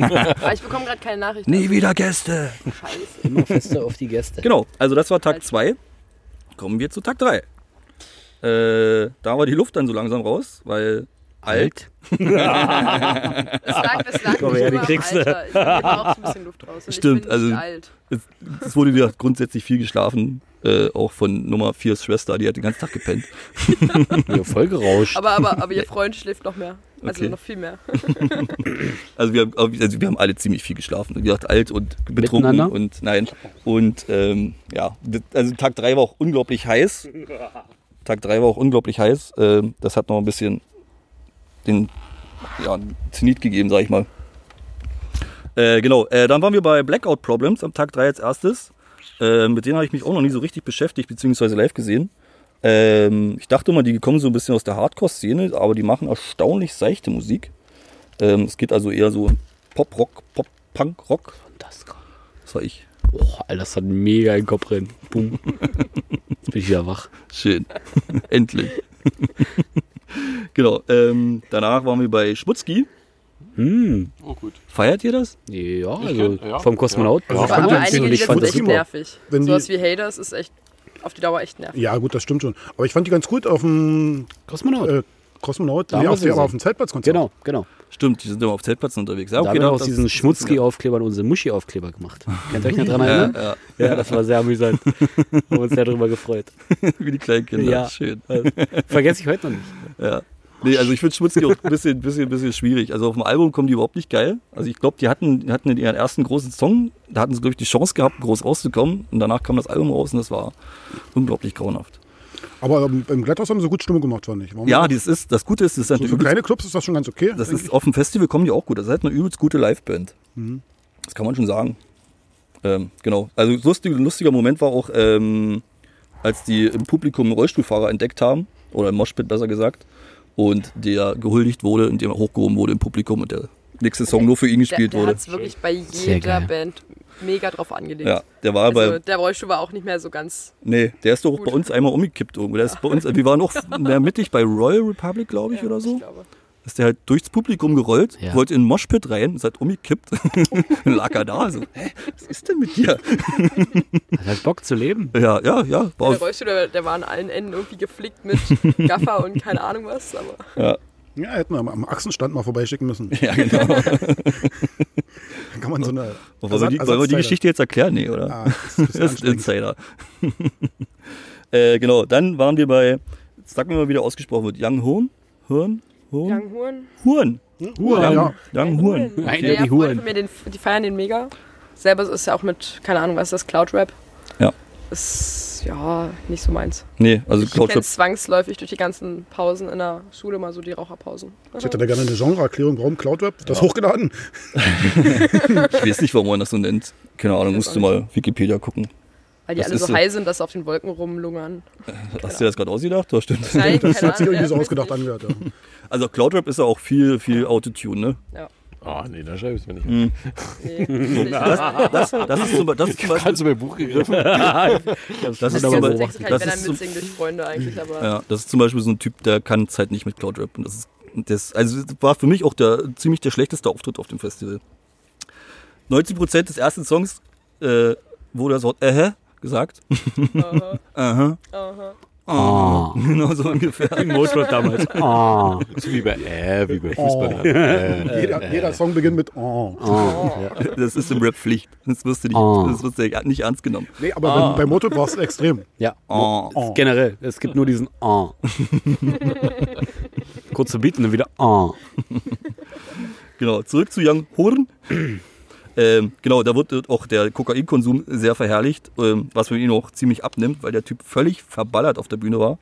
S4: Aber Ah, ich bekomme gerade keine Nachrichten.
S2: Nie wieder Gäste.
S4: Scheiße.
S5: Immer fester auf die Gäste.
S2: Genau, also das war Tag 2. Kommen wir zu Tag 3. Äh, da war die Luft dann so langsam raus, weil alt.
S4: Es lag, es lag
S6: Komm
S4: nicht
S6: her,
S4: nur
S6: die
S4: am
S6: kriegst du.
S4: Alter. Ich hab hier auch so ein bisschen Luft raus. Und
S2: Stimmt,
S4: ich bin
S2: also-
S4: nicht alt.
S2: Es, es wurde wieder grundsätzlich viel geschlafen, äh, auch von Nummer 4 Schwester, die hat den ganzen Tag gepennt.
S5: Ja, voll gerauscht.
S4: Aber, aber, aber ihr Freund schläft noch mehr. Also
S2: Okay.
S4: noch viel mehr.
S2: Also wir, haben, also wir haben alle ziemlich viel geschlafen. Wie gesagt, alt und betrunken
S5: Miteinander?
S2: und nein. Und ähm, ja, das- also Tag 3 war auch unglaublich heiß. Tag 3 war auch unglaublich heiß. Ähm, das hat noch ein bisschen den ja, Zenit gegeben, sag ich mal. Äh, genau, äh, dann waren wir bei Blackout Problems am Tag 3 als erstes. Äh, mit denen habe ich mich auch noch nie so richtig beschäftigt, beziehungsweise live gesehen. Ähm, ich dachte immer, die kommen so ein bisschen aus der Hardcore-Szene, aber die machen erstaunlich seichte Musik. Ähm, es geht also eher so Pop-Rock, Pop-Punk-Rock.
S5: Das,
S2: Das war ich.
S5: oh, Alter, das hat mega in den Kopf rein. Boom. Jetzt bin ich wieder wach.
S2: Schön. [laughs] Endlich. [laughs] genau. Ähm, danach waren wir bei Schmutzki.
S5: Hm.
S3: Oh, gut.
S2: Feiert ihr das?
S5: Ja,
S3: Ich
S5: also
S3: kenn- ja,
S5: vom Kosmonaut.
S1: Also ich
S4: Aber
S1: fand
S4: aber
S1: den
S4: einige
S1: Sinn
S5: und
S1: nicht,
S4: Lieder
S5: ich fand
S4: sind
S1: das
S5: das
S4: echt
S1: super.
S4: nervig.
S1: Wenn die-
S4: Sowas wie Haters ist echt auf die Dauer echt nervig.
S1: Ja, gut, das stimmt schon. Aber ich fand die ganz gut auf dem
S5: Kosmonaut.
S1: äh, Kosmonaut,
S5: Da
S1: nee,
S5: haben
S1: auf,
S5: wir sie.
S1: dem- aber auf dem Zeltplatzkonzert.
S5: genau, genau.
S2: Stimmt, die sind immer auf Zeltplätzen unterwegs. Ja,
S5: Da haben wir
S2: dann-
S5: aus
S2: genau das-
S5: diesen Schmutzki-Aufklebern unsere Muschi-Aufkleber gemacht. Könnt ihr euch noch dran erinnern?
S2: ja, [laughs]
S5: Ja, das war sehr amüsant. Haben uns sehr darüber gefreut.
S2: wie die kleinen Kinder.
S5: Ja.
S2: Schön. ne?
S5: Vergesse ich heute noch nicht.
S2: Ja. Nee, also ich finde Schmutzki auch ein bisschen, bisschen, bisschen schwierig. Also auf dem Album kommen die überhaupt nicht geil. Also ich glaube, die hatten, hatten in ihren ersten großen Song, da hatten sie, glaube ich, die Chance gehabt, groß rauszukommen. Und danach kam das Album raus und das war unglaublich grauenhaft.
S1: Aber ähm, im Glatthaus haben sie gut Stimmung gemacht, fand ich. Warum?
S2: Oh Ja, das ist, das Gute ist, das ist
S1: so
S2: eine
S1: für
S2: übelst
S1: kleine Clubs ist das schon ganz okay.
S2: Das ist, auf dem Festival kommen die auch gut. Das ist halt eine übelst gute Liveband. Das kann man schon sagen. Ähm, genau. Also lustig, ein lustiger Moment war auch, ähm, als die im Publikum einen Rollstuhlfahrer entdeckt haben, oder im Moshpit besser gesagt, und der gehuldigt wurde und der hochgehoben wurde im Publikum und der nächste Song nur für ihn
S4: Der,
S2: gespielt
S4: der
S2: wurde.
S4: hat es wirklich bei
S5: Sehr
S4: jeder
S5: geil.
S4: Band mega drauf angelegt.
S2: Ja, der war
S4: Also
S2: bei,
S4: der Rollstuhl war auch nicht mehr so ganz.
S2: nee, der ist doch auch bei uns einmal umgekippt irgendwo. Der ist bei uns, wir waren
S4: [laughs]
S2: auch mehr mittig bei Royal Republic, glaube ich, oder so.
S4: Ich glaube.
S2: ist der halt durchs Publikum gerollt,
S5: Ja.
S2: wollte in den Moshpit rein, ist halt [laughs] umgekippt und lag er da. So, hä, was ist denn mit dir?
S5: Hat halt Bock zu leben.
S2: Ja, ja, ja.
S4: Der
S2: War,
S4: Rollstuhl, der, der war an allen Enden irgendwie geflickt
S5: [laughs]
S4: mit Gaffer und keine Ahnung was. Aber
S1: ja, hätten wir am, am Achsenstand mal
S2: [laughs]
S1: vorbeischicken müssen.
S2: ja, genau.
S1: Dann kann man so eine.
S2: Wollen wir, die, wollen wir die Geschichte jetzt erklären? Nee, oder?
S1: Ah,
S2: [laughs]
S1: das ist ein bisschen
S2: Das ist ein
S1: anstrengend.
S2: Insider. [laughs] äh, genau, dann waren wir bei, sag mir mal, wie der ausgesprochen wird, Young Horn? Horn? Horn?
S4: Young Huren.
S2: Huren.
S1: Hua, ja.
S2: Young Huren.
S4: Ja,
S5: Nein, die
S4: ja, Freunde
S5: Huren.
S4: von mir, den, die feiern den mega. Selber ist ja auch mit, keine Ahnung, was ist das, Cloud Rap.
S2: Ja.
S4: Ist ja nicht so meins.
S2: Nee, also
S4: Ich kenne
S2: Cloud
S4: zwangsläufig durch die ganzen Pausen in der Schule mal so die Raucherpausen.
S1: Ich hätte da gerne eine Genreerklärung, warum Cloudweb das hochgeladen.
S2: ich weiß nicht, warum man das so nennt. Keine Ahnung, musst du mal Wikipedia gucken.
S4: Weil die
S2: Das
S4: alle
S2: ist
S4: so
S2: so.
S4: high sind, dass sie auf den Wolken
S1: [laughs]
S4: rumlungern.
S2: Hast du dir das gerade ausgedacht? Ja, stimmt.
S4: Nein,
S1: Das hat sich irgendwie so
S2: [laughs]
S4: ja,
S1: ausgedacht
S4: wirklich.
S1: angehört. Ja.
S2: Also Cloudrap ist ja auch viel, viel Autotune, ne?
S4: Ja.
S3: Ah, nee, da schreibe ich es mir nicht.
S4: [laughs] Nee.
S2: Das, das ist zum, Be- das ist zum Beispiel,
S3: Kannst du mir ein Buch gegriffen?
S2: das ist
S4: Das
S2: zum
S4: ist halt
S2: Be-
S4: Text kann ich,
S2: das
S4: wenn dann
S2: ist zum,
S4: mitsingen durch Freunde eigentlich,
S2: [laughs]
S4: aber
S2: ja, das ist zum Beispiel so ein Typ, der kann es halt nicht mit Cloud Rap. Und das ist, das, also das war für mich auch der, ziemlich der schlechteste Auftritt auf dem Festival. 90% des ersten Songs äh, wurde das Wort äh, gesagt.
S4: aha,
S2: Aha.
S4: aha.
S5: Ah.
S2: [laughs] Genau so ungefähr.
S6: In Motorrad damals.
S5: Ah.
S3: wie bei, äh, wie bei Fußballern. Äh.
S1: Jeder, jeder Song beginnt mit Oh.
S2: Das ist im Rap Pflicht. Das wirst du nicht,
S5: Ah.
S2: das wirst du nicht ernst genommen.
S1: Nee, aber beim, beim Motor brauchst du extrem. Oh.
S5: Ja.
S2: Ah.
S5: Ist Oh. Generell. Es gibt nur diesen Ah. [laughs] Kurze Beat und dann wieder Ah.
S2: Genau, zurück zu Young Horn. ähm, genau, da wird auch der Kokainkonsum sehr verherrlicht, ähm, was für ihn auch ziemlich abnimmt, weil der Typ völlig verballert auf der Bühne war.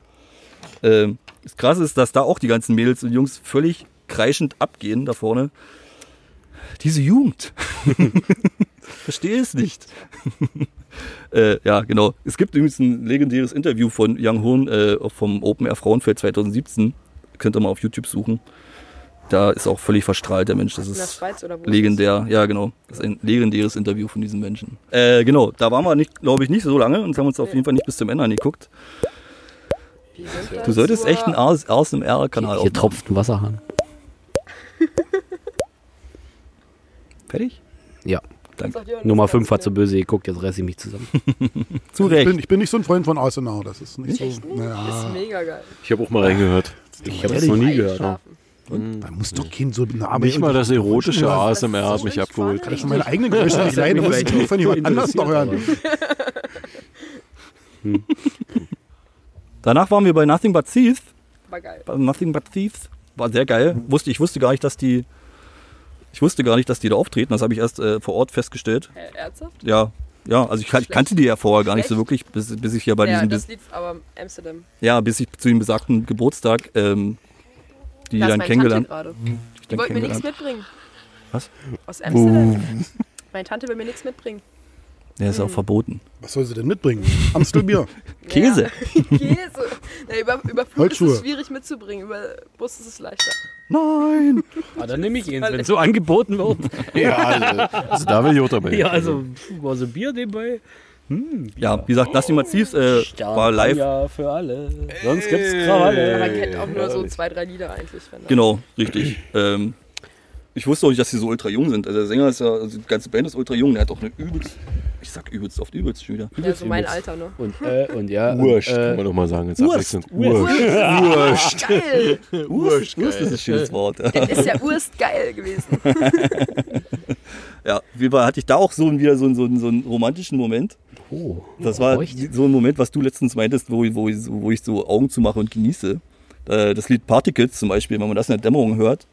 S2: Ähm, das Krasse ist, dass da auch die ganzen Mädels und Jungs völlig kreischend abgehen da vorne. Diese Jugend. [laughs] Verstehe es nicht. [laughs] äh, ja, genau. Es gibt übrigens ein legendäres Interview von Young Horn äh, vom Open Air Frauenfeld 2017. Könnt ihr mal auf YouTube suchen. Da ist auch völlig verstrahlt der Mensch. Das
S4: In der
S2: ist
S4: Schweiz oder wo? ist das?
S2: Legendär, ja genau. Das ist ein legendäres Interview von diesem Menschen. Äh, genau, da waren wir, nicht, glaube ich, nicht so lange und haben uns auf jeden Fall nicht bis zum Ende angeguckt.
S4: Wie sind
S2: Du
S4: das
S2: solltest
S4: nur-
S2: echt einen ASMR-Kanal
S5: Hier
S2: aufmachen.
S5: tropft ein Wasserhahn.
S2: Fertig?
S5: Ja.
S4: Sag dir auch
S5: Nummer
S4: nichts,
S5: 5 war
S4: ne?
S5: zu böse geguckt, jetzt reiß ich mich zusammen.
S2: Zu
S1: Ich
S2: Recht.
S1: bin, ich bin nicht so ein Freund von ASMR. Das ist nicht so.
S4: Ist
S1: Naja,
S4: mega geil.
S3: Ich habe auch mal reingehört.
S5: Ich habe es noch nie gehört.
S4: Einschlafen.
S1: da muss doch kein so eine
S3: Nicht mal das erotische
S1: Ja.
S3: ASMR hat
S4: so
S3: mich
S4: nicht
S3: abgeholt.
S1: Kann ich schon meine eigenen Geräusche nicht leiden, da muss ich die von jemand anders noch hören.
S2: Danach waren wir bei Nothing But Thieves.
S4: War geil.
S2: Bei Nothing But Thieves. War sehr geil. Wusste, ich wusste gar nicht, dass die. Ich wusste gar nicht, dass die da auftreten. Das habe ich erst äh, vor Ort festgestellt.
S4: Äh, ernsthaft?
S2: Ja. Ja, also ich, kan- ich kannte die ja vorher gar nicht so wirklich, bis, bis ich ja bei
S4: ja,
S2: diesem,
S4: das
S2: bis,
S4: Lied, aber Amsterdam.
S2: ja, bis ich zu dem besagten Geburtstag, ähm, die
S4: Da ist
S2: dann
S4: meine
S2: kennengelernt,
S4: Tante gerade.
S2: ich
S4: Die
S2: dann
S4: wollte mir
S2: kennengelernt.
S4: nichts mitbringen.
S2: Was? Oh.
S4: Aus Amsterdam. Meine Tante will mir nichts mitbringen.
S2: Der ist auch
S4: Hm.
S2: verboten.
S1: Was soll sie denn mitbringen? Amstelbier.
S2: Käse.
S4: Ja. Käse. [laughs] Na, über, über Flug
S1: Holzschuhe.
S4: ist es schwierig mitzubringen, über Bus ist es leichter.
S2: Nein!
S5: Ah, dann nehme ich ihn, wenn so angeboten wird.
S3: [laughs]
S5: [laughs]
S3: Ja, also, also da will ich auch dabei.
S6: Ja, also, pf, war so Bier nebenbei.
S2: Ja, wie gesagt, Nothing But Thieves äh, war live.
S6: Ja, für alle. Sonst gibt's Krawalle.
S5: Äh,
S4: Man kennt auch nur so zwei, drei Lieder eigentlich. Wenn
S2: Genau, richtig. Ähm, ich wusste auch nicht, dass die so ultra jung sind. Also der Sänger ist ja, also die ganze Band ist ultra jung. Der hat auch eine übelst, ich sag übelst oft übelst schon wieder.
S4: Ja, so mein Alter, ne?
S5: Und, äh, und ja.
S3: Wurscht,
S5: Und,
S3: kann
S5: äh,
S3: man doch mal sagen. Jetzt
S2: Wurst,
S3: abwechselnd. Wurscht. Wurscht.
S4: Geil!
S5: [laughs]
S2: Urst, Urst ist ein schönes Wort.
S4: Das ist ja urst geil gewesen.
S2: Ja, auf jeden Fall hatte ich da auch so wieder so, einen- so, einen- so einen romantischen Moment.
S5: oh,
S2: Das war
S5: feucht.
S2: so ein Moment, was du letztens meintest, wo, wo, ich so- wo ich so Augen zumache und genieße. Äh, Das Lied Particles zum Beispiel, wenn man das in der Dämmerung hört,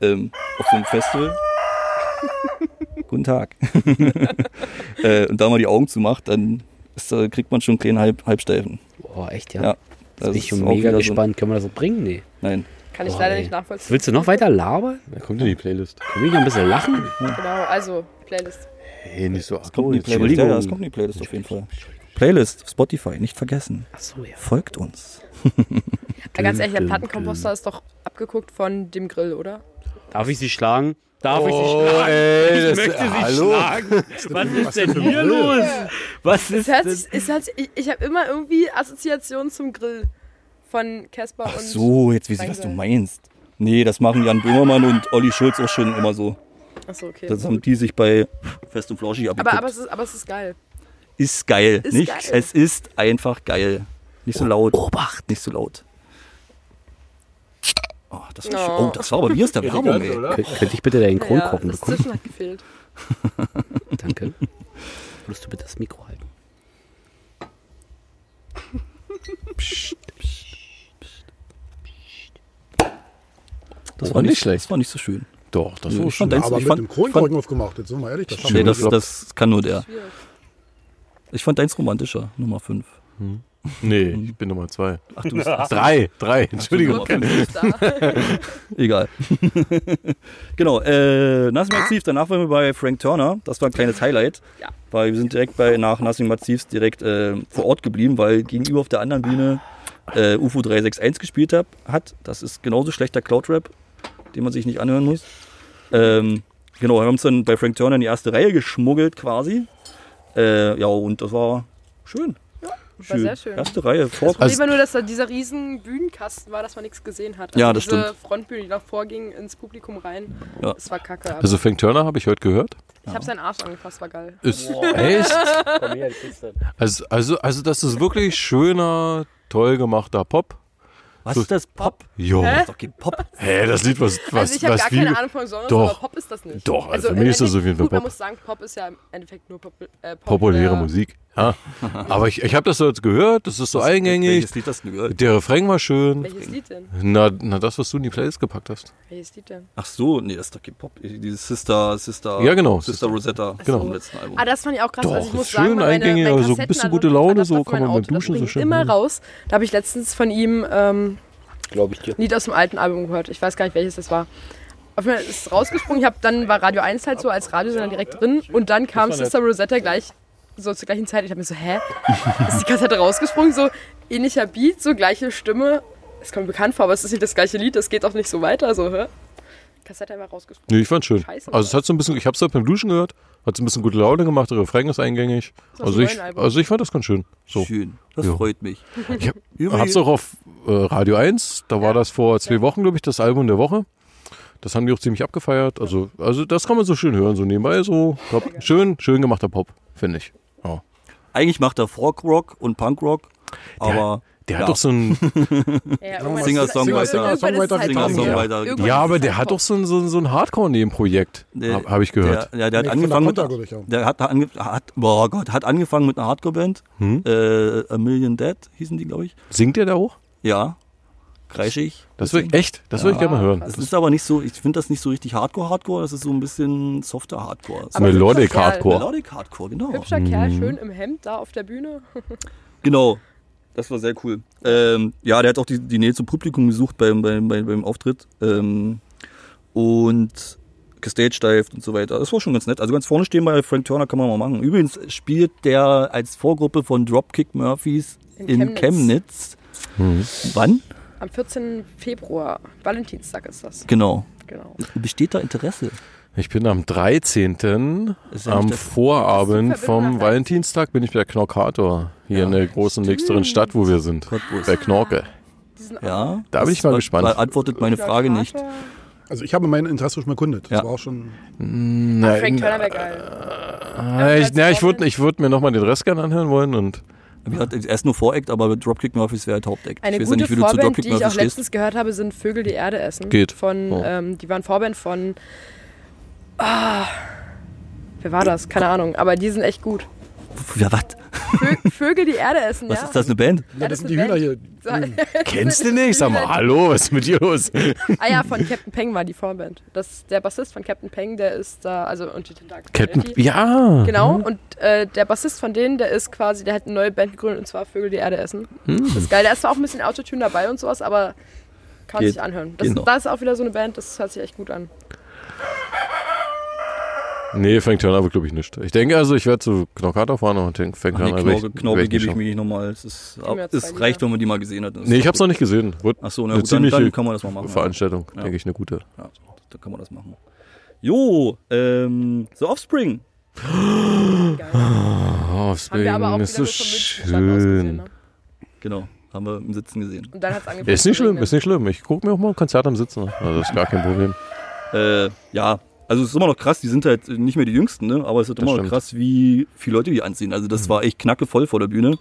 S2: ähm, auf so einem
S5: [laughs]
S2: Festival. Guten Tag. [laughs] äh, und da mal die Augen zumacht, dann ist, da- kriegt man schon einen kleinen Halb, Halbsteifen.
S5: Boah, echt, ja.
S2: Ja. Also
S5: das bin ich schon
S2: auch
S5: mega
S2: wieder
S5: gespannt. Können wir das noch bringen? Nee.
S2: So, nein.
S4: Kann ich
S5: Boah,
S4: leider
S5: ey.
S4: nicht nachvollziehen.
S5: Oh, Willst du noch weiter labern?
S3: Da kommt in die Playlist.
S5: Können wir noch ein bisschen lachen?
S4: Genau, also Playlist.
S3: Hey, nicht so
S2: Kommt in die Playlist. Ja, ja, es kommt in die Playlist auf jeden Fall. Playlist auf Spotify, nicht vergessen.
S5: Achso, ja.
S2: Folgt uns.
S4: Ja, ganz ehrlich, der Plattenkomposter ist doch abgeguckt von dem Grill, oder?
S5: Darf ich sie schlagen? Darf ich sie
S3: Oh,
S5: schlagen?
S3: ey, das
S6: Ich möchte sie
S3: hallo.
S6: schlagen. Was
S1: was
S6: ist denn
S1: für ein
S6: hier
S1: Müll?
S6: los? Was ist
S4: Es hört
S6: das?
S4: sich, es hört sich, ich ich habe immer irgendwie Assoziationen zum Grill von Casper und.
S2: Ach so, jetzt weiß ich, was du meinst. Nee, das machen Jan Böhmermann und Olli Schulz auch schon immer so.
S4: Ach so, okay.
S2: Das haben die sich bei Fest und Flauschig
S4: aber,
S2: abgeguckt.
S4: aber, es ist, aber es ist geil.
S2: ist geil.
S4: Ist
S2: nicht?
S4: geil. Oh,
S2: Es ist einfach geil. Nicht so laut. Obacht. Nicht so laut. Oh, das war,
S4: Oh.
S2: oh, das war aber mir aus der Werbung, ey.
S5: Kön könnte ich bitte deinen
S4: Ja,
S5: Kronkorken
S4: das
S5: bekommen?
S4: Zischen hat gefehlt.
S5: Danke. Würdest du bitte das Mikro halten?
S2: Das
S3: Oh,
S2: war
S3: nicht
S2: nicht
S3: schlecht.
S2: Das war nicht so schön.
S3: Doch, das
S2: Nee,
S3: war
S2: ich fand
S3: schon.
S2: dein-
S1: Aber mit
S2: fand-
S1: dem Kronkorken aufgemacht, jetzt sind wir ehrlich. Das schaffen
S2: Nee,
S1: wir
S2: das,
S1: nicht.
S2: das kann nur der.
S5: [laughs]
S4: Schwierig.
S2: Ich fand deins romantischer, Nummer 5.
S3: Nee, ich bin Nummer zwei.
S2: Ach, du bist
S3: Drei, drei, Entschuldigung.
S2: Nummer fünf.
S4: Ist da.
S2: Egal. [laughs] genau, äh, Nothing But Thieves, danach waren wir bei Frank Turner. Das war ein kleines Highlight.
S4: Ja.
S2: Weil wir sind direkt bei nach Nothing But Thieves direkt äh, vor Ort geblieben, weil gegenüber auf der anderen Bühne äh, UFO 361 gespielt hab, hat. Das ist genauso schlechter Cloud Rap, den man sich nicht anhören muss. Ähm, genau, wir haben uns dann bei Frank Turner in die erste Reihe geschmuggelt quasi. Äh, ja, und das war schön.
S4: War sehr schön.
S2: Erste Reihe, vor
S3: Also
S4: Das Problem war nur, dass da dieser riesen Bühnenkasten war, dass man nichts gesehen hat. Also
S2: Ja, das
S4: diese
S2: stimmt.
S4: Frontbühne, die davor ging, ins Publikum rein.
S2: Ja.
S4: Es war kacke. Aber
S3: Also Frank Turner habe ich heute gehört.
S4: ich habe seinen Arsch angefasst, war geil.
S3: Ist echt?
S5: Komm her, Christian.
S3: Also, also, also das ist wirklich schöner, toll gemachter Pop.
S2: Was ist das? Pop?
S3: Jo.
S4: Hä?
S3: Hä,
S2: Ist doch kein Pop.
S3: das Lied was was
S4: also ich habe
S3: was
S4: gar
S3: wie
S4: keine Ahnung von Genres,
S3: Doch.
S4: aber Pop ist das nicht.
S3: Doch, also für mich
S4: im
S3: ist das auf jeden Fall
S4: Endeffekt- gut, Man
S3: Pop.
S4: muss sagen, Pop ist ja im Endeffekt nur Pop, äh, Pop
S3: populäre
S4: äh,
S3: Musik. Ja. Aber ich, ich habe das so jetzt gehört, das ist so eingängig.
S2: Welches Lied hast du denn gehört?
S3: Der Refrain war schön.
S4: Welches Lied denn?
S3: Na, na, das, was du in die Playlist gepackt hast.
S4: Welches Lied denn?
S2: Ach so, nee, das ist doch kein Pop. Dieses Sister, Sister,
S3: Ja, genau.
S2: Sister Rosetta
S3: Genau.
S2: vom letzten Album.
S4: Ah, das fand ich auch krass.
S3: Doch,
S4: also ich
S3: ist
S4: muss
S3: schön
S4: sagen, meine,
S3: eingängig,
S4: meine
S3: aber so ein bisschen
S4: Kassettenalbum,
S3: gute Laune,
S4: das
S3: so
S4: auf
S3: kann man
S4: mein
S3: beim
S4: Auto, das
S3: Duschen so
S4: bringt
S3: schön ne?
S4: immer
S3: hören.
S4: raus. Da habe ich letztens von ihm ähm,
S5: Glaube ich dir.
S4: ein Lied aus dem alten Album gehört. Ich weiß gar nicht, welches das war. Auf jeden Fall ist es rausgesprungen. Ich hab, dann war Radio 1 halt so als Radiosender direkt drin. Und dann kam
S3: Das war
S4: Sister Rosetta gleich so zur gleichen Zeit. Ich habe mir so, hä? [laughs] Ist die Kassette rausgesprungen? So ähnlicher Beat, so gleiche Stimme. Es kommt mir bekannt vor, aber es ist nicht das gleiche Lied. Das geht auch nicht so weiter. So, hä? Kassette einfach rausgesprungen.
S3: Nee, ich fand's schön.
S4: Scheiße.
S3: Also es hat so ein bisschen, ich hab's halt beim Duschen gehört, hat so ein bisschen gute Laune gemacht, der Refrain ist eingängig.
S4: Ist aus
S3: Also
S4: dem
S3: ich,
S4: neuen Album.
S3: also ich fand das ganz schön. So.
S2: Schön, das
S3: Ja.
S2: freut mich.
S3: Ich hab, hab's auch auf äh, Radio 1, da war das vor zwei Wochen, glaube ich, das Album der Woche. Das haben die auch ziemlich abgefeiert. Also, also das kann man so schön hören, so nebenbei so. Top. Schön, schön gemachter Pop, finde ich. Ja.
S2: Eigentlich macht er Folk-Rock und Punk-Rock, aber
S3: Der
S2: Ja.
S3: hat doch
S2: [laughs]
S3: so ein,
S4: Ja,
S2: Singer-Songwriter.
S4: halt
S1: Songwriter,
S2: Singer-Songwriter.
S3: ja, aber der hat doch so ein, so ein, so ein Hardcore Nebenprojekt,
S2: Nee,
S3: habe hab ich gehört.
S2: Der, ja, der hat
S1: Nee, von
S2: angefangen
S1: Dakota, glaub
S2: mit,
S1: ich, ja.
S2: der hat, ange, hat, boah Gott, hat angefangen mit einer Hardcore-Band,
S3: Hm?
S2: äh, A Million Dead hießen die, glaube ich.
S3: Singt der da hoch?
S2: Ja, kreischig.
S3: Das will ich echt, das will ich gerne mal hören.
S2: Das ist aber nicht so, ich finde das nicht so richtig Hardcore-Hardcore, das ist so ein bisschen softer Hardcore. So
S4: Aber
S3: Melodic
S4: hübscher Kerl.
S3: Hardcore.
S2: Melodic Hardcore, genau.
S4: Hübscher Kerl, schön im Hemd da auf der Bühne.
S2: Genau. Das war sehr cool. Ähm, ja, der hat auch die, die Nähe zum Publikum gesucht beim, beim, beim, beim Auftritt. Ähm, und gestagedived und so weiter. Das war schon ganz nett. Also ganz vorne stehen bei Frank Turner kann man mal machen. Übrigens spielt der als Vorgruppe von Dropkick Murphys
S4: In
S2: in Chemnitz.
S3: Mhm.
S2: Wann?
S4: Am 14. Februar, Valentinstag ist das.
S2: Genau.
S4: Genau.
S2: Besteht da Interesse?
S3: Ich bin am 13.
S2: Ist ja
S3: am
S2: nicht das-
S3: Vorabend
S4: Das ist die Verbindung
S3: vom
S4: nach-
S3: Valentinstag bin ich bei Knorkator hier in der großen nächsten Stadt, wo wir sind.
S2: Cottbus.
S3: Bei Knorke.
S4: Diesen
S2: Ja.
S3: Da bin ich mal
S2: Das
S3: gespannt.
S2: Beantwortet meine Frage nicht.
S1: Also ich habe mein Interesse schon erkundet. Das
S2: Ja.
S1: war auch schon.
S4: Frank
S3: Nein,
S4: Turner wäre geil.
S3: äh, ich, na, ich würde ich würd mir nochmal den Rest gerne anhören wollen und
S2: Wie gesagt, Er ist nur Voreact, aber Dropkick Murphys wäre halt Hauptact.
S4: Eine
S2: ich weiß ja
S4: gute
S2: nicht, wie du zu
S4: Vorband,
S2: Dropkick
S4: die ich auch
S2: Murphys stehst.
S4: letztens gehört habe, sind Vögel, die Erde essen.
S3: Geht.
S4: Von,
S3: Oh.
S4: ähm, die waren Vorband von. Ah, wer war das? Keine Ahnung. Aber die sind echt gut.
S2: Ja, was? [laughs]
S4: Vö Vögel, die Erde essen,
S2: Was
S4: ja.
S2: ist das, eine Band?
S4: das
S1: Ja, das
S4: ist
S1: sind die
S4: eine
S1: Hühner
S4: Band.
S1: hier. Hm.
S3: kennst du nicht? Sag mal, hallo, was ist mit dir los?
S4: Ah ja, von Captain Peng war die Vorband. Das, der Bassist von Captain Peng, der ist da, also und die Tentakel.
S3: Captain,
S4: Die-
S3: ja.
S4: Genau, und äh, der Bassist von denen, der ist quasi, der hat eine neue Band gegründet und zwar Vögel, die Erde essen. Das ist geil. Da ist zwar auch ein bisschen Autotune dabei und sowas, aber kann man
S2: Geht.
S4: sich anhören. Das,
S2: Geht noch.
S4: das ist auch wieder so eine Band, das hört sich echt gut an.
S3: Nee, Frank Turner wird, glaube ich, nicht. Ich denke also, ich werde zu Knorkator fahren und den Frank
S2: Ach
S3: Turner
S2: nee,
S3: werd
S2: Knorke,
S3: ich-
S2: Knorke
S3: werd ich
S2: gebe
S3: nicht
S2: ich
S3: schauen.
S2: mir nicht nochmal. Es ist,
S4: haben ja
S2: es
S4: zwei
S2: reicht,
S4: Lieder.
S2: wenn man die mal gesehen hat.
S3: Nee, ich habe es noch nicht gesehen. Wird
S2: Ach so, na
S3: eine
S2: gut, dann,
S3: ziemliche
S2: dann kann man das mal machen.
S3: Veranstaltung,
S2: Ja.
S3: denke ich, eine gute.
S2: Ja, dann kann man das machen. Jo, ähm, The Offspring.
S3: Oh,
S4: Geil. Haben wir aber auch
S3: Spring, ist
S4: wieder
S3: so
S4: nur vom Münzenstand aus gesehen,
S3: schön.
S4: ne?
S2: Genau, haben wir im Sitzen gesehen.
S4: Und dann hat's angefangen.
S3: Ist nicht
S4: zu
S3: schlimm,
S4: regnen.
S3: ist nicht schlimm. Ich gucke mir auch mal ein Konzert am Sitzen. an. Also ist gar kein Problem.
S2: Äh, ja, also es ist immer noch krass, die sind halt nicht mehr die Jüngsten, ne? aber es ist
S3: Das
S2: immer noch
S3: stimmt. Hm.
S2: krass, wie viele Leute die anziehen. Also das war echt knackevoll vor der Bühne.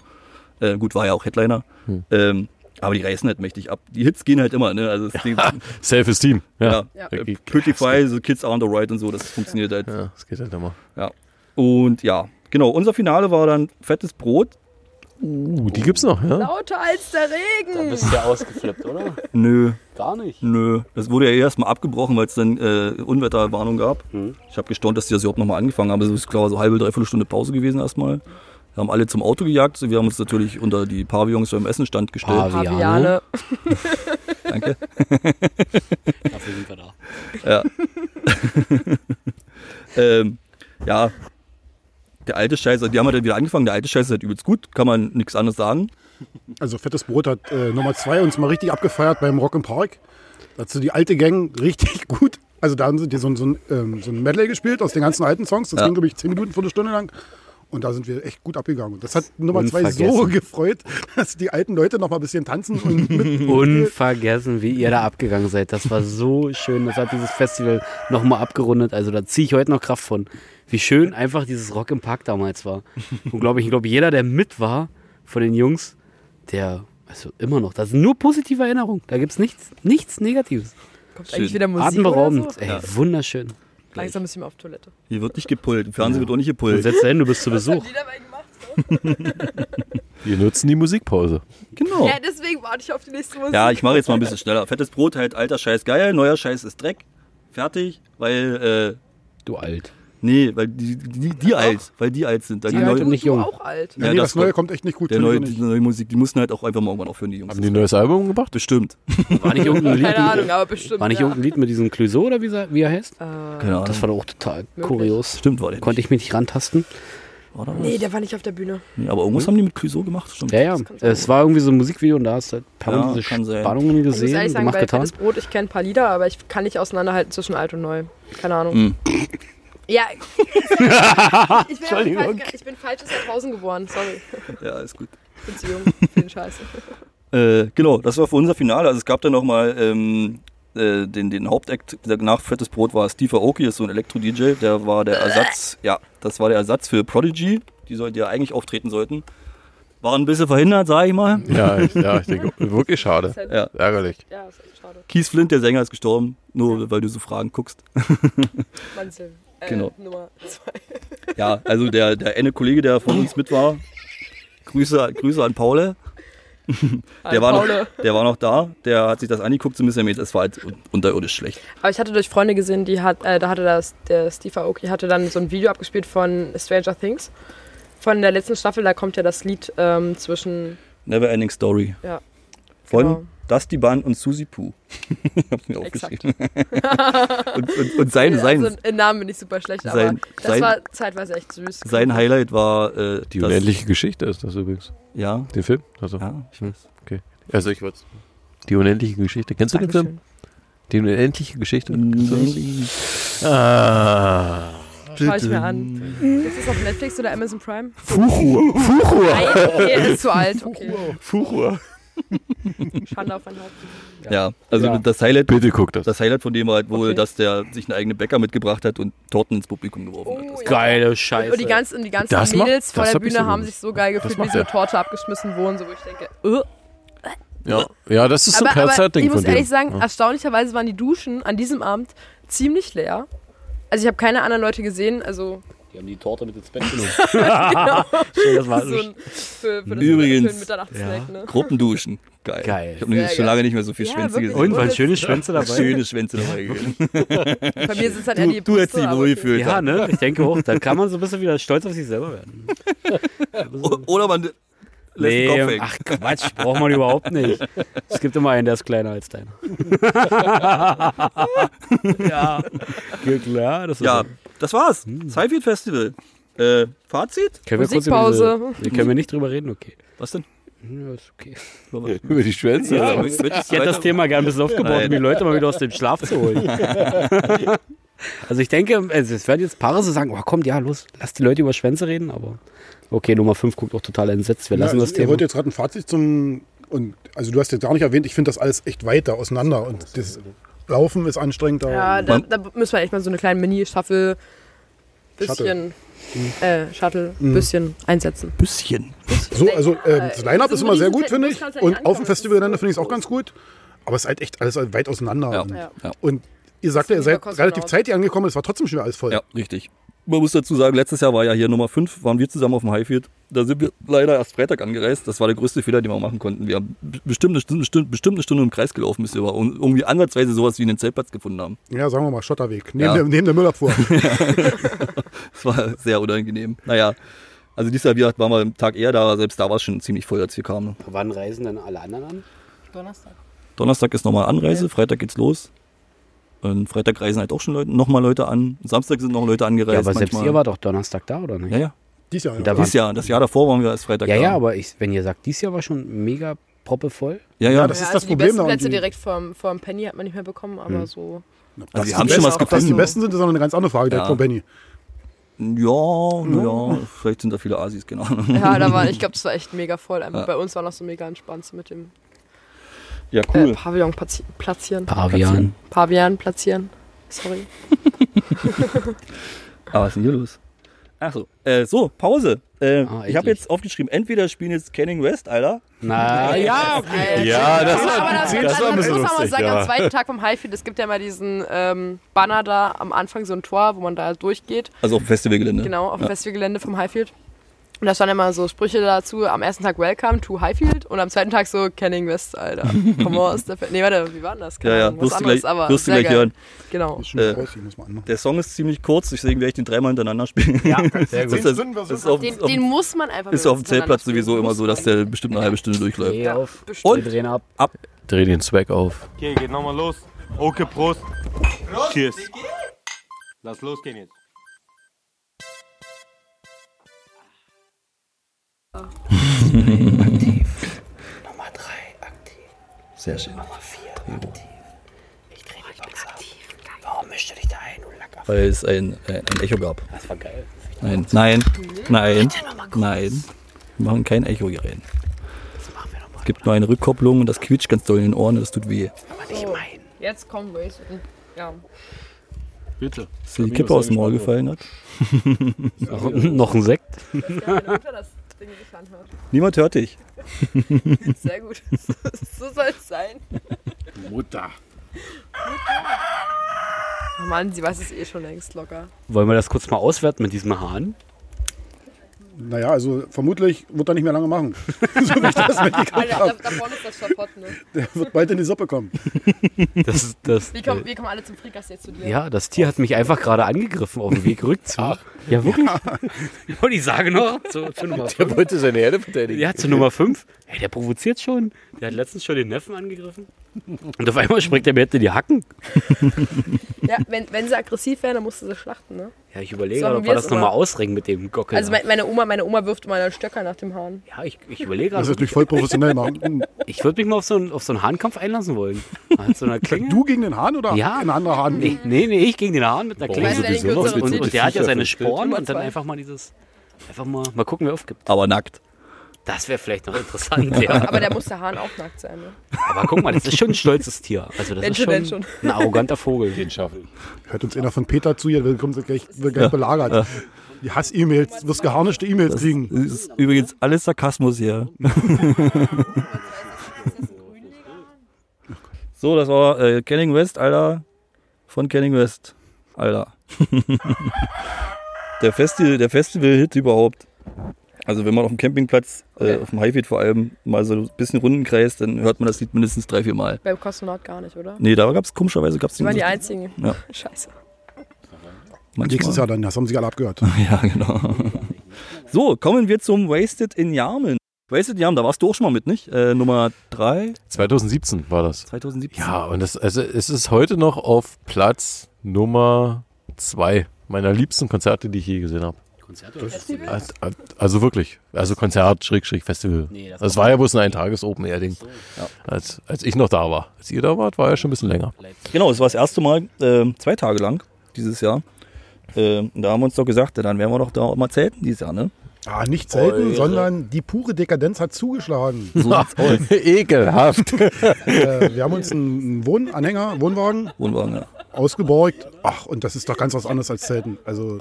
S2: Äh, gut, war ja auch Headliner.
S3: Hm.
S2: Ähm, aber die reißen halt mächtig ab. Die Hits gehen halt immer, ne? Also es die,
S3: Self-Esteem.
S2: ja,
S3: Ja.
S4: Ja.
S2: äh, Prettify, so Kids Aren't Alright und so, das funktioniert halt
S3: Ja, das geht halt immer.
S2: Ja. Und ja, genau, unser Finale war dann fettes Brot.
S3: Uh, die gibt's noch, ja?
S4: Lauter als der
S5: Dann
S4: Regen!
S5: bist du ja ausgeflippt, oder?
S2: Nö,
S5: Gar nicht.
S2: nö. Das wurde ja erstmal abgebrochen, weil es dann äh, Unwetterwarnung gab. Ich habe gestaunt, dass die das überhaupt nochmal angefangen haben. Also es ist klar, so halbe, dreiviertel Stunde Pause gewesen erstmal. Wir haben alle zum Auto gejagt. Wir haben uns natürlich unter die Pavillons beim Essenstand
S4: Ah.
S2: gestellt.
S4: Paviane.
S2: Danke.
S5: Dafür sind wir da.
S2: Ähm, ja, der alte Scheiße, die haben halt wieder angefangen. Der alte Scheiße ist halt übelst gut, kann man nichts anderes sagen.
S1: Also fettes Brot hat äh, Nummer zwei uns mal richtig [laughs] abgefeiert beim Rock im Park. Dazu die alte Gang richtig gut Also da haben sie dir so, ein- so, ein, ähm, so ein Medley gespielt aus den ganzen alten Songs. Das
S2: Ja.
S1: ging, glaube ich, 10 Minuten, Viertelstunde lang. Und da sind wir echt gut abgegangen. Und das hat Nummer zwei so
S5: Unvergessen.
S1: gefreut, [laughs] dass die alten Leute noch mal ein bisschen tanzen
S2: [laughs]
S1: und mit
S5: Unvergessen, wie ihr da abgegangen seid. Das war so schön. Das hat dieses Festival nochmal abgerundet. Also da ziehe ich heute noch Kraft von. Wie schön einfach dieses Rock im Park damals war. Und glaube ich, ich glaube, jeder, der mit war von den Jungs, der, also immer noch, das sind nur positive Erinnerungen. Da gibt es nichts, nichts Negatives.
S4: Kommt
S2: Schön.
S4: eigentlich wieder Musik oder so?
S5: Atemberaubend. Ey, wunderschön.
S4: Langsam müssen wir auf Toilette.
S2: Hier wird nicht gepullt. Im Fernsehen wird auch nicht
S5: Und
S2: gepullt.
S5: setz dahin, du bist zu Besuch.
S4: Haben die dabei gemacht?
S3: Wir nutzen die Musikpause.
S2: Genau.
S4: Ja, deswegen warte ich auf die nächste Musik.
S2: Ja, ich mache jetzt mal ein bisschen schneller. Fettes Brot halt alter Scheiß geil, neuer Scheiß ist Dreck. Fertig, weil, äh,
S5: Du alt.
S2: nee, weil die, die, die alt, weil die alt sind. Da die
S5: alt
S2: neue,
S5: und nicht jung.
S4: auch alt.
S2: Ja,
S1: nee, das,
S2: das
S1: Neue
S2: kommt-
S1: kommt echt nicht gut.
S2: der
S1: finde
S2: neue,
S1: ich
S2: die
S1: nicht.
S2: neue Musik, die mussten halt auch einfach mal irgendwann aufhören, die Jungs.
S3: Haben die ein neues Album gemacht?
S2: Bestimmt.
S5: War nicht irgendein Lied,
S4: Keine Ahnung, aber bestimmt.
S5: war nicht
S4: ja.
S5: irgendein Lied mit diesem Clouseau oder wie, er- wie er heißt?
S2: Keine Ahnung.
S5: Das war doch auch total
S4: Möglich.
S5: kurios.
S2: Stimmt, war der
S5: Konnte ich mich nicht rantasten.
S2: ich. War da was?
S4: Nee, der war nicht auf der Bühne.
S2: Nee, aber
S5: Hm?
S2: irgendwas haben die mit Clueso gemacht. Stimmt.
S5: Ja, ja.
S4: kann sein.
S5: Es war irgendwie so ein Musikvideo und da hast du halt
S2: Ja,
S5: permanent
S2: kann
S5: diese
S2: sein.
S5: Spannungen
S4: Ich muss
S5: gesehen,
S4: ehrlich sagen,
S5: gemacht,
S4: bei
S5: getan.
S4: Fettes Brot, ich kenne ein paar Lieder, aber ich kann nicht auseinanderhalten zwischen alt und neu. Keine Ahnung.
S2: Mm. [laughs]
S4: Ja. ich, bin
S5: Entschuldigung.
S4: Falsch, ich bin falsches Jahrtausend geboren, sorry.
S2: Ja, ist gut.
S4: Ich bin
S2: [laughs]
S4: zu jung für den Scheiß.
S2: Äh, genau, das war für unser Finale. Also es gab dann nochmal ähm, äh, den, den Hauptakt nach Fettes Brot war Steve Aoki, ist so ein Elektro-DJ, der war der Ersatz, ja, das war der Ersatz für Prodigy, die, soll, die ja eigentlich auftreten sollten. War ein bisschen verhindert, sage ich mal.
S3: Ja, ich, ja, ich denke, [laughs] wirklich schade.
S2: Ja.
S3: Ärgerlich.
S4: Ja, ist echt schade.
S2: Keith Flint, der Sänger, ist gestorben, nur weil du so Fragen guckst.
S4: Manzel. Äh,
S2: Genau.
S4: Nummer zwei.
S2: Ja, also der, der eine Kollege, der von uns mit war, Grüße, Grüße an Paul, der war, noch,
S4: Paule.
S2: der war noch da, der hat sich das angeguckt, zumindest er mir, das war halt un- unterirdisch schlecht.
S4: Aber ich hatte durch Freunde gesehen, die hat, äh, da hatte das, der Steve Aoki hatte dann so ein Video abgespielt von Stranger Things. Von der letzten Staffel, da kommt ja das Lied ähm, zwischen.
S2: Never Ending Story.
S4: Ja.
S2: Von
S4: Genau.
S2: Dusty Bahn und Susie [laughs] Pooh. ich hab's mir
S4: Exakt.
S2: aufgeschrieben. [laughs] und, und, und sein,
S4: Also,
S2: sein,
S4: äh, Namen bin ich super schlecht,
S2: Sein-
S4: aber das
S2: sein-
S4: war zeitweise echt süß.
S2: sein Highlight war äh,
S3: Die
S2: das-
S3: unendliche Geschichte ist das übrigens.
S2: Ja,
S3: Den Film? Also,
S2: ja, ich weiß.
S3: also ich würde Die unendliche Geschichte. Kennst du den Film?
S4: Dankeschön.
S3: Die unendliche Geschichte? Ah.
S4: Schau ich mir an. Ist das auf Netflix oder Amazon Prime?
S3: Fuchur. Fuchur.
S4: Nein, okay, er ist zu alt. Okay.
S3: Fuchur.
S4: Schande auf mein Haupt.
S2: Ja. also
S5: Ja.
S2: das Highlight.
S3: Bitte guck das.
S2: Das Highlight von dem war halt wohl,
S4: Okay.
S2: dass der sich einen eigenen Bäcker mitgebracht hat und Torten ins Publikum geworfen
S4: Oh,
S2: hat. Das-
S5: Geile Scheiße.
S4: Und die ganzen, die ganzen
S3: Oh, Das macht-
S4: Mädels vor
S3: das
S4: der
S3: hab ich
S4: Bühne
S3: so
S4: haben
S3: gewusst.
S4: sich so geil
S3: Das
S4: gefühlt, wie
S3: macht
S4: sie
S3: er.
S4: eine Torte abgeschmissen wurden, so wo ich denke, äh.
S3: Ja, ja das ist so ein
S4: aber, aber ich
S3: Kerzertding
S4: muss
S3: von dir.
S4: ehrlich sagen,
S3: ja.
S4: erstaunlicherweise waren die Duschen an diesem Abend ziemlich leer. Also ich habe keine anderen Leute gesehen, also
S5: Die haben die Torte mit ins Bett
S4: [laughs]
S5: genommen.
S6: Das war
S4: Genau. so ein, für, für das
S2: Übrigens.
S4: schönen Mitternachtsnack, ne?
S2: Gruppenduschen. Geil.
S5: Geil.
S2: Ich habe nämlich
S4: Sehr
S2: schon
S4: geil.
S2: lange nicht mehr so viel
S4: Ja,
S2: Schwänze
S4: wirklich.
S2: gesehen.
S6: Und waren schöne Schwänze dabei.
S2: Schöne Schwänze dabei gegeben.
S4: Bei mir sitzt halt eher die
S2: Du, du hättest
S4: Brüste,
S2: dich
S4: aber
S2: wohl
S4: okay.
S2: gefühlt.
S6: Ja, ne? Ich denke auch, da kann man so ein bisschen wieder stolz auf sich selber werden.
S2: O- Oder man lässt den Kopf hängen.
S5: ach Quatsch, braucht man überhaupt nicht. Es gibt immer einen, der ist kleiner als deiner.
S6: Ja. Klar, das ist
S2: Ja, das war's. Das Highfield Festival. Äh, Fazit?
S5: Können wir kurz über
S4: Musikpause.
S5: diese, wir können wir nicht drüber reden, okay.
S2: Was denn?
S5: Ja, ist okay.
S3: Über die Schwänze.
S2: Ja,
S3: oder was?
S2: wird- wird es
S6: Ich hätte das
S2: weiter-
S6: Thema gerne ein bisschen aufgebaut,
S2: Nein.
S6: um die Leute mal wieder aus dem Schlaf zu
S5: [laughs]
S6: holen.
S5: Also ich denke, also es werden jetzt Paare so sagen, oh kommt, ja, los, lass die Leute über Schwänze reden, aber okay, Nummer 5 guckt auch total entsetzt, wir
S1: Ja,
S5: lassen
S1: also
S5: das
S1: Ihr
S5: Thema.
S1: wollt jetzt gerade ein Fazit zum. Und, also, du hast jetzt gar nicht erwähnt, ich finde das alles echt weiter auseinander. Und das Laufen ist anstrengend. aber-
S4: Ja, da, da müssen wir echt mal so eine kleine Mini-Staffel bisschen, äh, Shuttle, bisschen einsetzen.
S2: Bisschen.
S1: So, also äh, das Line-Up
S4: so
S1: ist immer sehr gut,
S4: Riesen-
S1: finde ich.
S4: kannst du ja nicht
S1: Und
S4: ankommen,
S1: auf dem
S4: das ist
S1: Festivalgelände
S4: so
S1: finde ich es auch ganz gut. Aber es ist halt echt alles weit auseinander.
S2: Ja.
S1: Und,
S4: Ja.
S1: und ihr sagt ja, ihr
S4: Lieber
S1: seid
S4: Kosmonaut.
S1: relativ zeitig angekommen, es war trotzdem schon wieder alles voll.
S2: Ja, richtig. Man muss dazu sagen, letztes Jahr war ja hier Nummer 5, waren wir zusammen auf dem Highfield. Da sind wir leider erst Freitag angereist. Das war der größte Fehler, den wir machen konnten. Wir haben b- bestimmt eine Stunde, Stunde, bestimmt eine Stunde im Kreis gelaufen, bis wir aber un- irgendwie ansatzweise sowas wie einen Zeltplatz gefunden haben. [laughs]
S1: Ja, sagen wir mal, Schotterweg. Neben,
S2: Ja.
S1: der, neben
S2: [laughs]
S1: der Müllabfuhr.
S2: Das war sehr unangenehm. Naja, also dieses Jahr, wie gesagt, waren wir am Tag eher da. Selbst da war es schon ziemlich voll, als wir kamen.
S5: Wann reisen denn alle anderen an?
S4: Donnerstag.
S2: Donnerstag ist nochmal Anreise, Freitag geht's los. Und Freitag reisen halt auch schon Leute, nochmal Leute an. Samstag sind noch Leute angereist.
S5: Ja, aber selbst
S2: manchmal.
S5: ihr wart doch Donnerstag da, oder nicht?
S2: Ja, ja.
S1: Dies Jahr.
S5: Da
S1: Ja.
S5: war-
S2: Dieses Jahr, das Jahr davor waren wir erst Freitag
S5: Ja,
S2: da.
S5: ja, aber ich, wenn ihr sagt, dieses Jahr war schon mega proppevoll.
S2: ja, ja.
S1: das
S4: ja,
S1: ist
S4: also
S1: das
S4: die
S1: Problem
S4: besten
S1: da. und
S4: Plätze
S1: die-
S4: direkt vorm, vorm Penny hat man nicht mehr bekommen, aber so
S2: Also die haben schon was
S1: Ob das die
S2: gefunden.
S1: Besten sind, ist auch eine ganz andere Frage, direkt
S2: Ja. Äh.
S1: von Benny.
S2: Ja, ja, vielleicht sind da viele Asis, genau.
S4: Ja, da war, ich glaube, es war echt mega voll. Einfach
S2: Ja.
S4: Bei uns war noch so mega entspannt so mit dem
S2: Ja,
S4: äh,
S2: cool.
S4: Pavillon platzi- platzieren.
S7: Pavian.
S4: Pavian platzieren. Sorry.
S2: Aber was ist denn hier los? Achso, äh, so, Pause. Äh,
S7: Ah,
S2: ich habe
S7: endlich.
S2: jetzt aufgeschrieben, entweder spielen jetzt Canning West, Alter.
S5: Ah,
S7: Na ja,
S4: Äh,
S3: Ja, das
S4: aber
S3: war- das war ein bisschen
S4: muss man mal
S3: lustig,
S4: sagen,
S3: ja.
S4: am zweiten Tag vom Highfield, es gibt ja immer diesen ähm, Banner da am Anfang, so ein Tor, wo man da durchgeht.
S2: Also auf dem Festivalgelände.
S4: Genau, auf dem
S2: Ja.
S4: Festivalgelände vom Highfield. Und da standen immer so Sprüche dazu, am ersten Tag Welcome to Highfield und am zweiten Tag so Canning West,
S2: [laughs]
S4: Alter. Komm aus der Fe Nee, warte, wie war denn das?
S2: Ja, ja,
S4: Ahnung, was
S2: wirst du gleich,
S4: aber
S2: wirst du
S4: sehr
S2: gleich
S4: geil.
S2: hören.
S4: Genau.
S1: Ist schon
S2: Äh,
S1: raus, ich muss mal anmachen.
S2: Der Song ist ziemlich kurz, deswegen werde ich den dreimal hintereinander spielen. Ja, sehr gut. [laughs] Das ist, das ist auf,
S4: Den,
S2: auf,
S4: den muss man einfach
S2: ist auf dem Zeltplatz sowieso immer so, dass der bestimmt eine halbe Stunde durchläuft.
S7: Geh auf. Wir
S2: Und
S7: drehen ab.
S3: Dreh den Zweck auf.
S8: Okay, geht nochmal los. Okay, Prost. Cheers. Lass losgehen jetzt.
S2: sehr schön. Weil es ein, äh, ein Echo gab. Das war geil. Nein, nein, nein, nein. Wir machen kein Echo hier rein. Es gibt nur eine Rückkopplung und das quietscht ganz doll in den Ohren, und das tut weh.
S4: Jetzt komm, Race. Ja.
S3: Bitte.
S2: Dass dir die Kippe aus dem Maul gefallen hat.
S5: [laughs] Noch ein Sekt?
S4: das Ding sich anhört.
S2: Niemand hört dich.
S4: Sehr gut. [laughs] so soll es sein.
S3: Mutter.
S4: Oh Mann, sie weiß es eh schon längst locker.
S5: Wollen wir das kurz mal auswerten mit diesem Hahn?
S1: Naja, also vermutlich wird er nicht mehr lange machen. [laughs] so wie ich das mitgekriegt
S4: Alter, Ah, da,
S1: habe.
S4: da vorne ist das Schapott, ne?
S1: Der wird bald in die Suppe kommen.
S5: Das, das, äh,
S4: Wie kommen, wie kommen alle zum Freakast jetzt zu dir?
S5: ja, das Tier hat mich einfach gerade angegriffen auf dem Weg rückzu. Ja, wirklich. Und ich sage noch, [laughs] zu, zu Nummer fünf.
S3: Der wollte seine Erde verteidigen.
S5: Ja, zu Nummer 5. Hey, der provoziert schon. Der hat letztens schon den Neffen angegriffen. Und auf einmal springt er mir hinter die Hacken.
S4: Ja, wenn, wenn sie aggressiv wären, dann musst du sie schlachten, ne?
S5: Ja, ich überlege
S4: Sollen
S5: gerade, ob
S4: wir
S5: wir
S4: es
S5: das nochmal
S4: oder-
S5: ausringen mit dem Gockel.
S4: Also meine, meine Oma, meine Oma wirft immer einen Stöcker nach dem Hahn.
S5: ja, ich, ich überlege
S1: Das ist
S5: gerade.
S1: natürlich voll professionell machen.
S4: [laughs]
S5: Ich würde mich mal auf so, einen, auf so einen Hahnkampf einlassen wollen. [laughs] Mit so einer Klinge.
S1: Du gegen den Hahn oder
S5: Ja.
S1: ein anderer Hahn?
S5: Nee, nee, nee, ich gegen den Hahn mit einer
S3: Warum
S5: Klinge.
S4: Weil sowieso? der den kürzeren
S5: und, und,
S4: zieht.
S5: und der hat ja seine
S3: Fischer
S5: Sporen und dann
S4: zwei.
S5: einfach mal dieses. Einfach mal, mal gucken, wer aufgibt.
S2: Aber nackt.
S5: Das wäre vielleicht noch interessant, ja. [laughs]
S4: Aber da muss der Hahn auch nackt sein, ne?
S5: Aber guck mal, das ist schon ein stolzes Tier. Also das
S4: Wenn
S5: ist
S4: schon,
S5: schon,
S4: wenn schon.
S5: ein arroganter Vogel.
S3: Den schaffen.
S1: Hört uns einer von Peter zu, hier wird wird gleich, wird gleich belagert. Die Hass-E-Mails, du wirst geharnischte E-Mails
S2: Das
S1: kriegen.
S2: ist übrigens alles Sarkasmus hier. [laughs] so, das war äh, Kenning West, Alter. Von Kenning West, Alter. der Festival, der Festival-Hit überhaupt. Also wenn man auf dem Campingplatz, äh, auf dem Highfield vor allem, mal so ein bisschen Runden kreist, dann hört man das Lied mindestens drei, vier Mal.
S4: Beim Kosmonaut gar nicht, oder?
S2: Nee, da gab es komischerweise gab's
S4: Die waren die
S2: nicht-
S4: einzigen.
S2: Ja.
S4: [laughs] Scheiße.
S1: Nächstes
S2: manchmal.
S1: Jahr dann, das haben sie
S2: [laughs]
S1: alle abgehört.
S2: Ja, genau. So, kommen wir zum Wasted in Yarmen. Wasted in Yarmen, da warst du auch schon mal mit, nicht? Äh, Nummer 3,
S3: 2017 war das.
S2: 2017.
S3: Ja, und das, also es ist heute noch auf Platz Nummer zwei meiner liebsten Konzerte, die ich je gesehen habe.
S5: Konzerte oder Festival?
S3: Also, also wirklich. Also Konzert, Schräg, Schräg, Festival.
S5: Nee, das
S3: Das war ja bloß ein Eintages-Open-Air-Ding. Als, als ich noch da war. Als ihr da wart, war ja schon ein bisschen länger.
S2: Genau, es war das erste Mal ähm, zwei Tage lang dieses Jahr. Ähm, und da haben wir uns doch gesagt, ja, dann werden wir doch da auch mal zelten dieses Jahr, ne?
S1: Ah, nicht selten, sondern die pure Dekadenz hat zugeschlagen.
S2: So
S3: [laughs]
S2: sieht's aus.
S3: Ekelhaft.
S1: äh, wir haben uns einen Wohnanhänger, Wohnwagen
S2: Wohnwagen, ja.
S1: ausgeborgt. Ach, und das ist doch ganz was anderes als Zelten. Also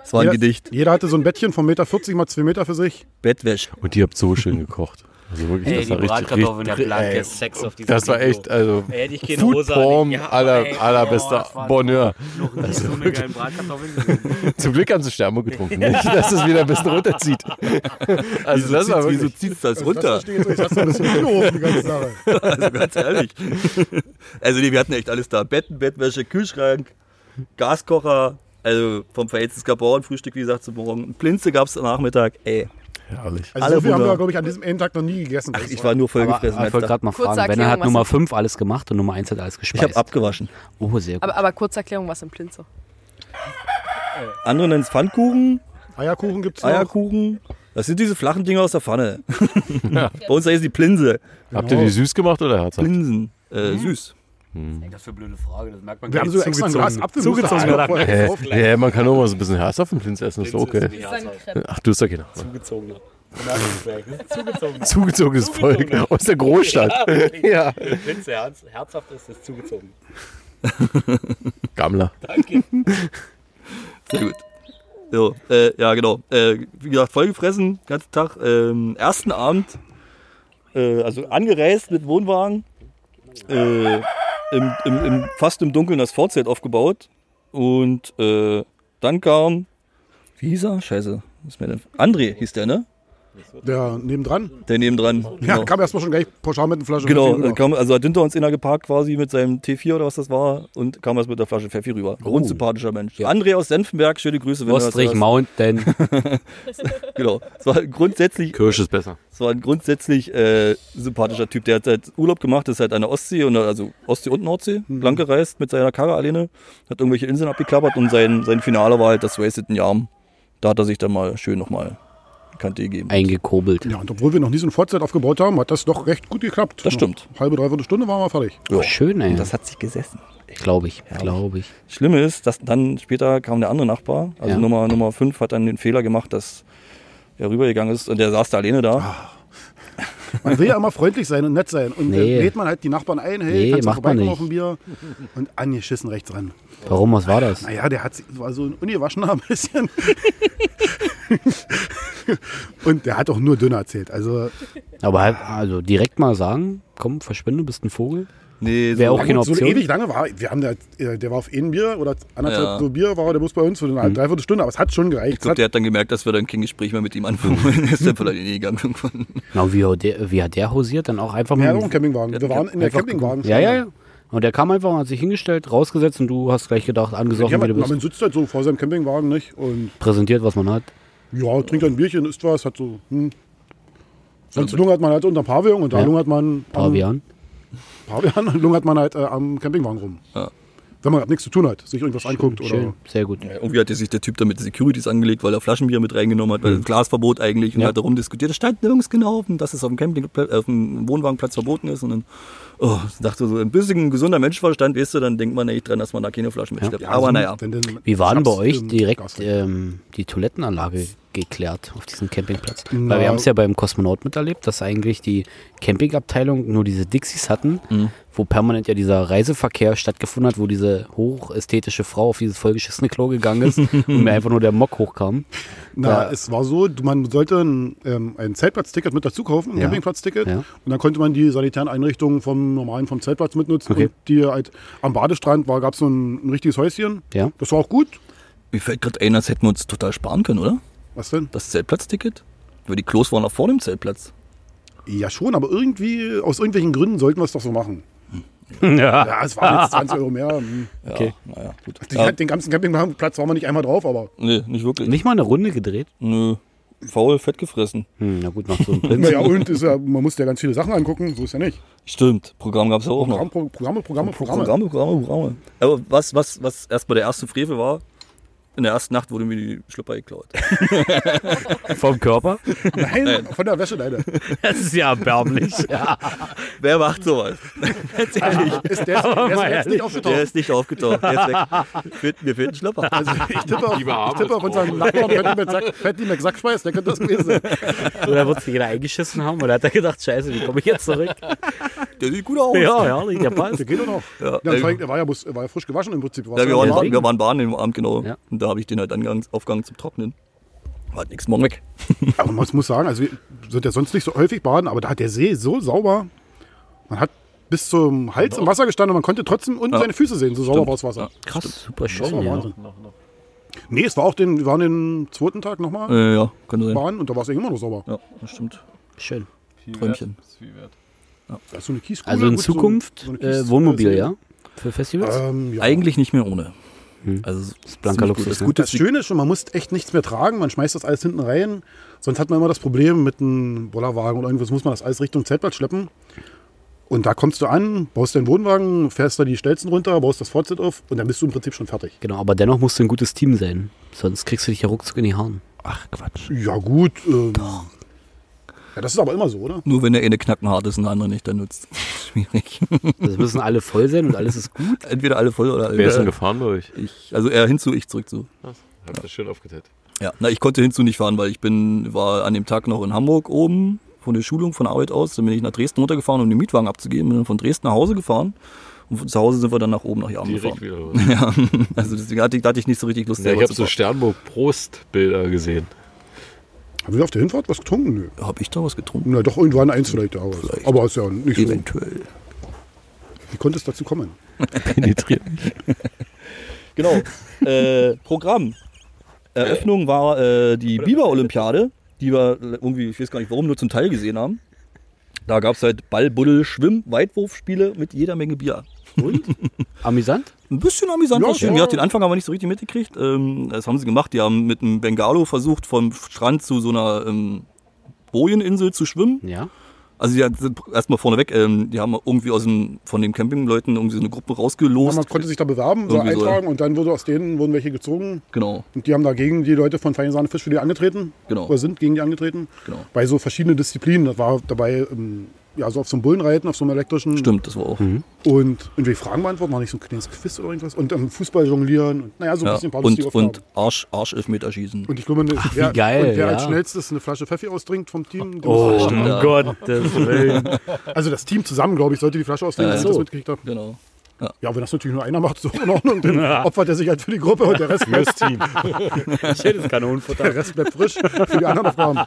S2: Das war ein
S1: jeder,
S2: Gedicht.
S1: jeder hatte so ein Bettchen von 1,40 Meter mal 2 Meter für sich.
S2: Bettwäsche.
S3: Und ihr habt so schön gekocht. Also wirklich,
S5: Ey,
S3: das
S5: die
S3: war richtig,
S5: Bratkartoffeln, der
S3: richtig,
S5: Blank,
S3: ey,
S5: der Sex auf diesem
S3: Das war
S5: Video.
S3: echt, also
S5: Ey, hätte ich keine Hose an,
S3: Foodporn
S5: ja, ey,
S3: aller,
S5: oh,
S3: allerbester
S5: das war-
S3: Bonheur.
S5: Noch nie so eine geile Bratkartoffel gesehen.
S3: Zum Glück haben sie Sterne getrunken, nicht? dass es wieder ein bisschen runterzieht. Also das war
S2: Wieso
S3: wirklich,
S2: zieht's das runter?
S1: Das verstehe ich jetzt nicht. Das hast du ein [laughs] bisschen angehoben, die ganze Sache.
S2: Also ganz [laughs] ehrlich. Also nee, wir hatten echt alles da. Betten, Bettwäsche, Kühlschrank, Gaskocher, also vom Verhältnis gab Bauernfrühstück, wie gesagt, zum Morgen. Eine Plinze gab es am Nachmittag. Ey,
S3: herrlich.
S1: Also
S2: Alle
S1: so viel haben
S2: Wunder.
S1: wir, glaube ich, an diesem einen Tag noch nie gegessen.
S2: Ach, ich war nur voll
S5: Aber,
S2: gefressen.
S5: aber ich wollte gerade mal
S4: Kurze
S5: fragen, Benner hat
S4: Erklärung,
S5: Nummer
S4: was-
S5: 5 alles gemacht und Nummer 1 hat alles
S2: ich
S5: gespeist.
S2: habe abgewaschen.
S5: oh, sehr gut.
S4: Aber, aber kurze Erklärung, was im Plinze.
S2: Andere nennen es Pfannkuchen,
S1: Eierkuchen gibt es noch.
S2: Eierkuchen. Das sind diese flachen Dinger aus der Pfanne. Bei uns heißt die Plinse.
S3: Habt ihr die süß gemacht oder herzhaft?
S2: Plinsen. Äh, Süß.
S5: Das ist eine blöde Frage, das merkt man
S1: Wir haben sogar extra ein Glas Apfelmus da vorher
S3: Hä?
S1: gekauft.
S3: Ja, man kann nur mal so ein bisschen Herz auf dem Plinz essen, ist doch okay.
S4: Das ist ein Crepe.
S3: Ach, du bist doch keiner.
S6: Zugezogener. Zugezogener.
S3: Zugezogenes Volk
S6: Zugezogener.
S3: aus der Großstadt. Ja.
S6: Wenn es herz, herzhaft ist, ist es zugezogen.
S3: Gammler.
S2: Sehr gut. So, äh, ja, genau. Äh, wie gesagt, vollgefressen, ganzen Tag. Ähm, ersten Abend, äh, also angereist mit Wohnwagen, äh, im, im, im, fast im Dunkeln das Vorzelt aufgebaut. Und äh, dann kam, wie hieß er? Scheiße, was ist mir denn? André hieß der, ne?
S1: Der nebendran.
S2: Der nebendran.
S1: Ja,
S2: genau.
S1: kam erstmal schon gleich pauschal mit einer Flasche.
S2: Genau,
S1: Kaffee
S2: dann
S5: äh,
S1: rüber.
S2: kam, also hat hinter uns einer geparkt quasi mit seinem T4 oder was das war und kam erst mit der Flasche Pfeffi rüber.
S1: Oh.
S2: Unsympathischer Mensch. André aus Senfenberg, schöne Grüße, wenn
S5: Ostrich
S2: du das
S5: Mountain. [laughs]
S2: hörst. Genau. Es war grundsätzlich,
S3: Kirsch ist besser.
S2: es war ein grundsätzlich äh, sympathischer Typ. Der hat halt Urlaub gemacht, ist halt an der Ostsee und also Ostsee und Nordsee
S1: Mhm.
S2: lang gereist mit seiner Karre alleine, hat irgendwelche Inseln abgeklappert und sein, sein Finale war halt das Wasted in Yarm. Da hat er sich dann mal schön nochmal Kante gegeben.
S5: Eingekurbelt.
S1: Ja, und obwohl wir noch nie so ein Vorzelt aufgebaut haben, hat das doch recht gut geklappt.
S2: Das stimmt.
S1: Halbe, dreiviertel Stunde waren wir fertig.
S5: Oh, schön, ey.
S2: Und das hat sich gesessen.
S5: Glaube ich. Glaube ich.
S2: Schlimme ist, dass dann später kam der andere Nachbar, also
S5: Ja.
S2: Nummer, Nummer 5 hat dann den Fehler gemacht, dass er rübergegangen ist und der saß da alleine da.
S1: Man will ja immer freundlich sein und nett sein. Und
S5: Nee.
S1: dann lädt man halt die Nachbarn ein, hey,
S5: Nee,
S1: kannst du
S5: macht man
S1: vorbeikommen
S5: nicht.
S1: auf ein Bier? Und angeschissen rechts ran.
S5: Warum? Was war das?
S1: Naja, der hat sich- war so also ein ungewaschener [laughs] ein bisschen. und der hat auch nur dünner erzählt. Also
S5: Aber halt, also direkt mal sagen, komm, verschwinde, bist ein Vogel.
S2: Nee, so
S5: Wäre auch keine
S1: so
S5: Option.
S1: ewig lange war, wir haben da, äh, der war auf ein Bier oder anderthalb
S2: Ja.
S1: so Bier war der Bus bei uns für eine
S5: Mhm.
S1: dreiviertel Stunde, aber es hat schon gereicht.
S2: ich glaube,
S1: es
S2: der hat dann gemerkt, dass wir dann kein Gespräch mehr mit ihm anfangen wollen. [laughs] Er ist dann vielleicht in die Gang irgendwann.
S5: Na, wie, hat der, wie hat der hausiert? Dann auch einfach
S1: hat,
S5: mal.
S1: ja, auch ein Campingwagen. Wir waren in der
S5: einfach-
S1: Campingwagen.
S5: Ja, ja, ja. Und der kam einfach, hat sich hingestellt, rausgesetzt und du hast gleich gedacht,
S1: Ja,
S5: angesoffen, wie du
S1: man, man
S5: bist.
S1: sitzt halt so vor seinem Campingwagen, nicht? Und
S5: Präsentiert, was man hat.
S1: ja, trinkt ein Bierchen, isst was, hat so, hm. Sonst lungert man halt unter dem Pavillon und da
S5: Also- Ja.
S1: lungert man am
S5: Pavian.
S1: Pavian, [laughs] lungert man halt äh, am Campingwagen rum.
S2: Ja.
S1: Wenn man grad nichts zu tun hat, sich irgendwas anguckt
S5: Schön,
S1: oder
S5: sehr gut.
S2: Ja, Irgendwie hat sich der Typ dann mit Securities angelegt, weil er Flaschenbier mit reingenommen hat, weil das Glasverbot eigentlich und
S5: Ja.
S2: hat darum diskutiert. Es stand nirgends genau, und dass es auf dem, Camping, äh, auf dem Wohnwagenplatz verboten ist. Und dann oh, ich dachte so, ein bisschen gesunder Menschenverstand, weißt du, dann denkt man nicht dran, dass man da keine Flaschen mitschleppt. Aber
S1: also,
S2: naja,
S1: wenn denn-
S5: Wie waren bei
S1: Schnaps
S5: euch
S1: im
S5: direkt
S1: Gaslicht.
S5: ähm, die Toilettenanlage geklärt auf diesem Campingplatz?
S1: Na.
S5: Weil wir haben es ja beim Kosmonaut miterlebt, dass eigentlich die Campingabteilung nur diese Dixies hatten, wo permanent ja dieser Reiseverkehr stattgefunden hat, wo diese hochästhetische Frau auf dieses vollgeschissene Klo gegangen ist und mir einfach nur der Mock hochkam.
S1: Na,
S5: Ja.
S1: es war so, du- man sollte ein, ähm, ein Zeltplatzticket mit dazu kaufen, ein
S5: Ja.
S1: Campingplatzticket.
S5: Ja.
S1: Und dann konnte man die sanitären Einrichtungen vom normalen, vom Zeltplatz mitnutzen.
S5: Okay.
S1: Und die halt am Badestrand war, gab es so ein, ein richtiges Häuschen.
S5: Ja.
S1: Das war auch gut.
S2: mir fällt gerade ein, das hätten wir uns total sparen können, oder?
S1: Was denn?
S2: Das Zeltplatzticket? Weil die Klos waren auch vor dem Zeltplatz.
S1: Ja, schon, aber irgendwie, aus irgendwelchen Gründen sollten wir es doch so machen. Ja. es
S2: [laughs]
S1: waren jetzt 20 Euro mehr. Hm.
S2: Ja,
S5: Okay.
S2: Naja, gut.
S1: Die,
S2: Ja,
S1: Den ganzen Campingplatz waren wir nicht einmal drauf, aber
S2: nee, nicht wirklich.
S5: Nicht mal eine Runde gedreht?
S2: Nö. Faul, fett gefressen.
S5: Hm, na gut, nach [laughs] so einem Prinz.
S1: naja, und ist ja, man musste ja ganz viele Sachen angucken, so ist ja nicht.
S2: Stimmt, Programm gab es ja auch noch.
S1: Programm, Pro- Programme, Programme, Programme.
S2: Programme, Programme, Programme. Aber was, was, was erstmal der erste Frevel war, in der ersten Nacht wurde mir die Schlüpper geklaut. [laughs]
S5: Vom Körper?
S1: Nein, von der Wäsche leider.
S5: Das ist [laughs] ja erbärmlich.
S2: Wer macht sowas? [laughs]
S1: Ist der, der ist
S5: mal
S1: mir jetzt
S2: Oh
S1: nicht
S2: Der
S1: aufgetaucht.
S2: ist nicht aufgetaucht, der ist weg. Fehlt- Mir fehlt ein Schlüpper.
S1: Also ich tippe auf, ich
S3: Arme,
S1: tippe auf unseren Nachbarn Patty McSack- Patty McSackschweiß, der könnte das gewesen sein.
S5: Oder wird sich jeder eingeschissen haben oder hat er gedacht, scheiße, wie komme ich jetzt zurück? [laughs]
S2: Der sieht gut aus.
S5: Ja, herrlich, der passt.
S1: Der geht doch noch. Ja,
S2: ähm,
S1: vor allem, der war ja, bloß- er war ja frisch gewaschen im Prinzip. War's
S2: Ja, wir,
S1: ja-
S2: waren,
S5: deswegen.
S2: wir waren Bahn im Abend, genau.
S5: Ja.
S2: Und da habe ich den halt angegangen, aufgegangen zum Trocknen. War halt nix morgen weg.
S1: aber man muss sagen, also wir sind ja sonst nicht so häufig baden, aber da hat der See so sauber. Man hat bis zum Hals im Wasser gestanden und man konnte trotzdem unten
S2: Ja.
S1: seine Füße sehen, so sauber war das Wasser.
S5: Krass, super
S1: Das
S5: schön,
S1: war
S5: ja.
S1: Wahnsinn. Nee, es war auch den, wir waren den zweiten Tag nochmal
S2: Äh, ja, kann sein.
S1: baden und da war es immer noch sauber.
S2: Ja, das stimmt.
S5: Schön.
S2: Träumchen.
S1: Da ist so eine Kieskuhle,
S5: Also in
S1: gut, so ein-
S5: Zukunft
S1: so eine Kies-
S5: äh, Wohnmobil,
S1: See.
S5: ja? Für Festivals? Hm.
S1: Ähm, ja.
S2: Eigentlich nicht mehr ohne. Also, ist
S5: blanker
S2: ziemlich
S5: Luxus,
S2: Gut. Das
S5: ne?
S2: Gute
S1: Das
S2: ist, die-
S1: Schöne ist schon, man muss echt nichts mehr tragen, man schmeißt das alles hinten rein. Sonst hat man immer das Problem mit einem Bollerwagen oder irgendwas, muss man das alles Richtung Zeltplatz schleppen. Und da kommst du an, baust deinen Wohnwagen, fährst da die Stelzen runter, baust das Vorzelt auf und dann bist du im Prinzip schon fertig.
S5: Genau, aber dennoch musst du ein gutes Team sein. Sonst kriegst du dich ja ruckzuck in die Haaren.
S2: Ach, Quatsch.
S1: Ja, gut. Ähm, ja, das ist aber immer so, oder?
S2: Nur wenn der eine knackenhart ist und der andere nicht, dann nutzt. [laughs] schwierig.
S5: Das müssen alle voll sein und alles ist gut.
S2: Entweder alle voll oder alle.
S3: Wer ist denn gefahren bei euch?
S2: ich, also er hinzu, ich zurück zu.
S3: Habt das schön aufgeteilt.
S2: Ja, na, ich konnte hinzu nicht fahren, weil ich bin, war an dem Tag noch in Hamburg oben von der Schulung, von der Arbeit aus. Dann bin ich nach Dresden runtergefahren, um den Mietwagen abzugeben. Bin dann von Dresden nach Hause gefahren. Und von zu Hause sind wir dann nach oben nach Jahren
S3: Direkt
S2: gefahren. [laughs]
S3: wieder. rüber.
S2: Ja, also deswegen hatte ich, da hatte ich nicht so richtig Lust
S3: Ja, ich
S2: selber
S3: habe
S2: zu
S3: so
S2: fahren.
S3: Sternburg-Prost-Bilder gesehen.
S1: Haben wir auf der Hinfahrt was getrunken? Nö.
S2: Hab ich da was getrunken?
S1: Na doch, irgendwann eins vielleicht. Aber,
S2: Vielleicht.
S1: aber ist ja nicht so.
S2: Eventuell.
S1: Wie konnte es dazu kommen?
S3: [laughs] Penetriert.
S1: [laughs]
S2: Genau. äh, Programm. Eröffnung war äh, die Biber-Olympiade, die wir irgendwie, ich weiß gar nicht warum, nur zum Teil gesehen haben. Da gab es halt Ball, Buddel, Schwimm, Weitwurfspiele mit jeder Menge Bier.
S5: Amüsant?
S2: Ein bisschen amüsant.
S1: Ja,
S2: war schon.
S1: ja.
S2: Wie gesagt, den Anfang haben wir nicht so richtig mitgekriegt. Ähm, das haben sie gemacht. Die haben mit einem Bengalo versucht, vom Strand zu so einer ähm, Bojeninsel zu schwimmen.
S5: Ja.
S2: Also die hat- sind erstmal vorneweg, ähm, die haben irgendwie aus dem, von den Campingleuten irgendwie so eine Gruppe rausgelost.
S1: Man konnte sich da bewerben, so
S2: Irgendwie so,
S1: eintragen und dann wurde aus denen wurden welche gezogen.
S2: Genau,
S1: Und die haben dagegen die Leute von Feine Sahne Fisch für die angetreten.
S2: Genau.
S1: Oder sind gegen die angetreten.
S2: Genau.
S1: Bei so verschiedenen Disziplinen. Das war dabei ähm, ja, so auf so einem Bullenreiten, auf so einem elektrischen.
S2: stimmt, das war auch.
S1: Und irgendwie Fragen beantworten, war nicht so ein kleines Quiz oder irgendwas. Und ähm, Fußball jonglieren. Und, naja, so ein
S2: Ja.
S1: bisschen ein paar
S2: Und,
S1: lustige
S2: und
S1: Aufgaben.
S2: Arsch, Arsch-Elfmeterschießen.
S1: Und ich glaube, Ach,
S5: wie geil,
S1: und wer als
S5: ja.
S1: schnellstes eine Flasche Pfeffi austrinkt vom Team, der muss-
S5: Oh,
S2: Ja.
S5: um Gottes Willen.
S1: also das Team zusammen, glaube ich, sollte die Flasche austrinken,
S2: Ja,
S1: wenn
S2: ja.
S1: ich das mitgekriegt habe.
S2: Genau.
S1: Ja, wenn das natürlich nur einer macht, so in Ordnung, dann opfert er sich halt für die Gruppe und der Rest bleibt, [laughs]
S3: Team.
S5: Schönes Kanonenfutter.
S1: der Rest bleibt frisch für die anderen Aufgaben.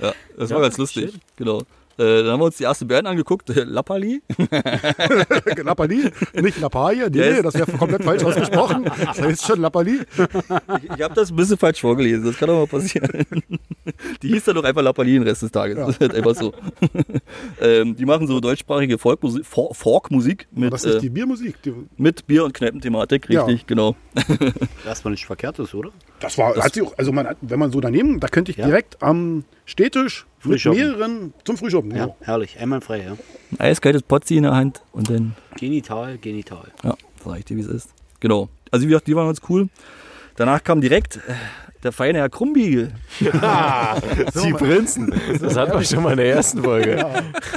S2: Ja, das war ganz lustig. Genau. Äh, dann haben wir uns die erste Band angeguckt, äh, Lappali.
S1: Lappali, nicht Lappalie, nee,
S2: Der ist-
S1: das wäre komplett falsch ausgesprochen. Das heißt schon Lappali.
S2: Ich, ich habe das ein bisschen falsch vorgelesen, das kann doch mal passieren. Die hieß dann doch einfach Lappali den Rest des Tages. Das ist halt einfach so. [laughs] ähm, die machen so deutschsprachige Folkmusik, For- Folkmusik mit,
S1: Das ist nicht
S2: äh,
S1: die Biermusik. Die,
S2: mit Bier- und Kneipenthematik,
S1: Ja.
S2: richtig, genau.
S5: Das war nicht verkehrt ist, oder?
S1: das war, hat sie auch, also man, hat- wenn man so daneben, da könnte ich
S5: Ja.
S1: direkt am Stehtisch mit
S5: Frühschoppen.
S1: mehreren zum Frühschoppen.
S5: Ja, herrlich. Einmal frei, ja.
S2: Ein eiskaltes Potzi in der Hand und dann,
S5: Genital, genital.
S2: ja, sag ich dir, wie es ist. Genau. Also wie gesagt, die waren ganz cool. Danach kam direkt äh, der feine Herr Krumbiegel.
S3: Die Prinzen. Das hatten wir schon mal in der ersten Folge.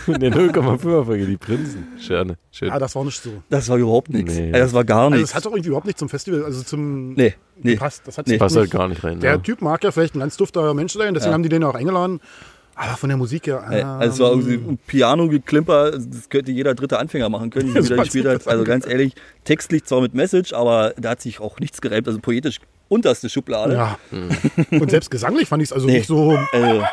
S3: In der 0,5er Folge, die Prinzen. Scherne. Schön.
S1: Ah, das war nicht so.
S2: Das war überhaupt nichts.
S3: Nee.
S2: Äh, Das war gar
S1: Also
S2: nichts.
S1: es hat doch irgendwie überhaupt nicht zum Festival, also zum
S2: nee, nee.
S1: passt. Das hat
S2: Nee.
S1: sich
S3: Passt halt
S1: nicht.
S3: gar nicht rein.
S1: Der
S3: ne?
S1: Typ mag ja vielleicht ein ganz dufter Mensch sein, deswegen
S2: Ja.
S1: haben die den auch eingeladen. Aber von der Musik her.
S2: Ey,
S1: ah,
S2: Also es war irgendwie ein Piano-Geklimper, das könnte jeder dritte Anfänger machen können, wie
S1: Das
S2: wieder
S1: hat
S2: gespielt
S1: sich
S2: hat.
S1: das
S2: Also ganz ehrlich, textlich zwar mit Message, aber da hat sich auch nichts gereimt, also poetisch unterste Schublade.
S1: ähm, ja. Und selbst gesanglich fand ich es also
S2: Nee.
S1: nicht so,
S2: Also,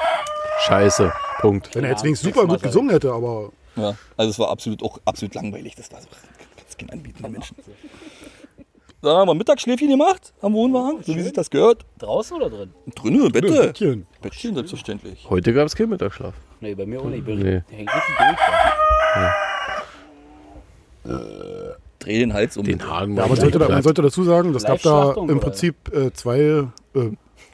S3: Scheiße. Punkt.
S1: wenn er jetzt wenigstens super gut gesungen hätte, aber
S2: ja, also es war absolut auch absolut langweilig, das war so. Das kann anbieten den Menschen. Dann haben wir Mittagsschläfchen gemacht am Wohnwagen, so wie sich das gehört.
S5: Draußen oder drin?
S2: Drinnen,
S1: Nö,
S2: Bette.
S1: Bettchen.
S2: Bettchen, selbstverständlich.
S3: Heute gab es keinen Mittagsschlaf.
S5: Nee, bei mir auch nicht. Ich bin
S3: Nee.
S5: ich häng richtig durch.
S2: Dreh den Hals um.
S3: Den Hagen
S1: Ja, man sollte, da, man sollte dazu sagen, das gab da
S5: Live-Schlachtung,
S1: im
S5: oder?
S1: Prinzip äh, zwei, äh,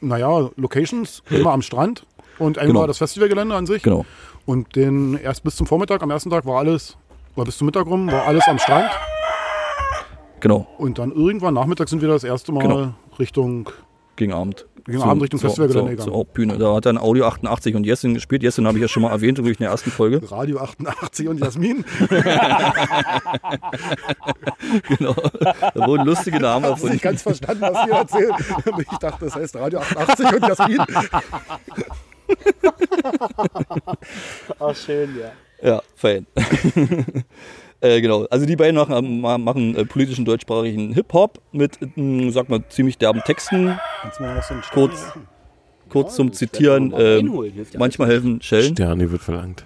S1: naja,
S2: [laughs]
S1: Locations, immer am Strand. Und einmal
S2: Genau.
S1: war das Festivalgelände an sich.
S2: Genau.
S1: Und den erst bis zum Vormittag, am ersten Tag war alles, oder bis zum Mittag rum, war alles am Strand.
S2: Genau,
S1: Und dann irgendwann Nachmittag sind wir das erste Mal
S2: Genau.
S1: Richtung.
S2: gegen Abend.
S1: Gegen Abend Richtung Festivalgelände
S2: zur, zur,
S1: gegangen.
S2: zur Bühne. Da hat dann Audio 88 und Jessin gespielt. Jessin habe ich ja schon mal erwähnt, glaube ich, in der ersten
S1: [laughs]
S2: Folge.
S1: Radio 88 und Jasmin.
S2: [laughs] Genau. [laughs] Da wurden lustige Namen
S1: Also
S2: erfunden.
S1: Ich habe nicht ganz verstanden, was ihr erzählt. [laughs] Ich dachte, das heißt Radio 88 und Jasmin. Oh,
S5: Ach, schön, ja.
S2: Ja, Fan. [laughs] äh, genau. Also die beiden machen, machen äh, politischen deutschsprachigen Hip-Hop mit, mh, sag mal, ziemlich derben Texten.
S1: Kannst du mal noch so einen Strand
S2: Kurz,
S1: machen?
S2: Kurz zum Zitieren. Ähm,
S5: Einholen hilft ja.
S2: manchmal helfen Schellen.
S3: Sterne wird verlangt.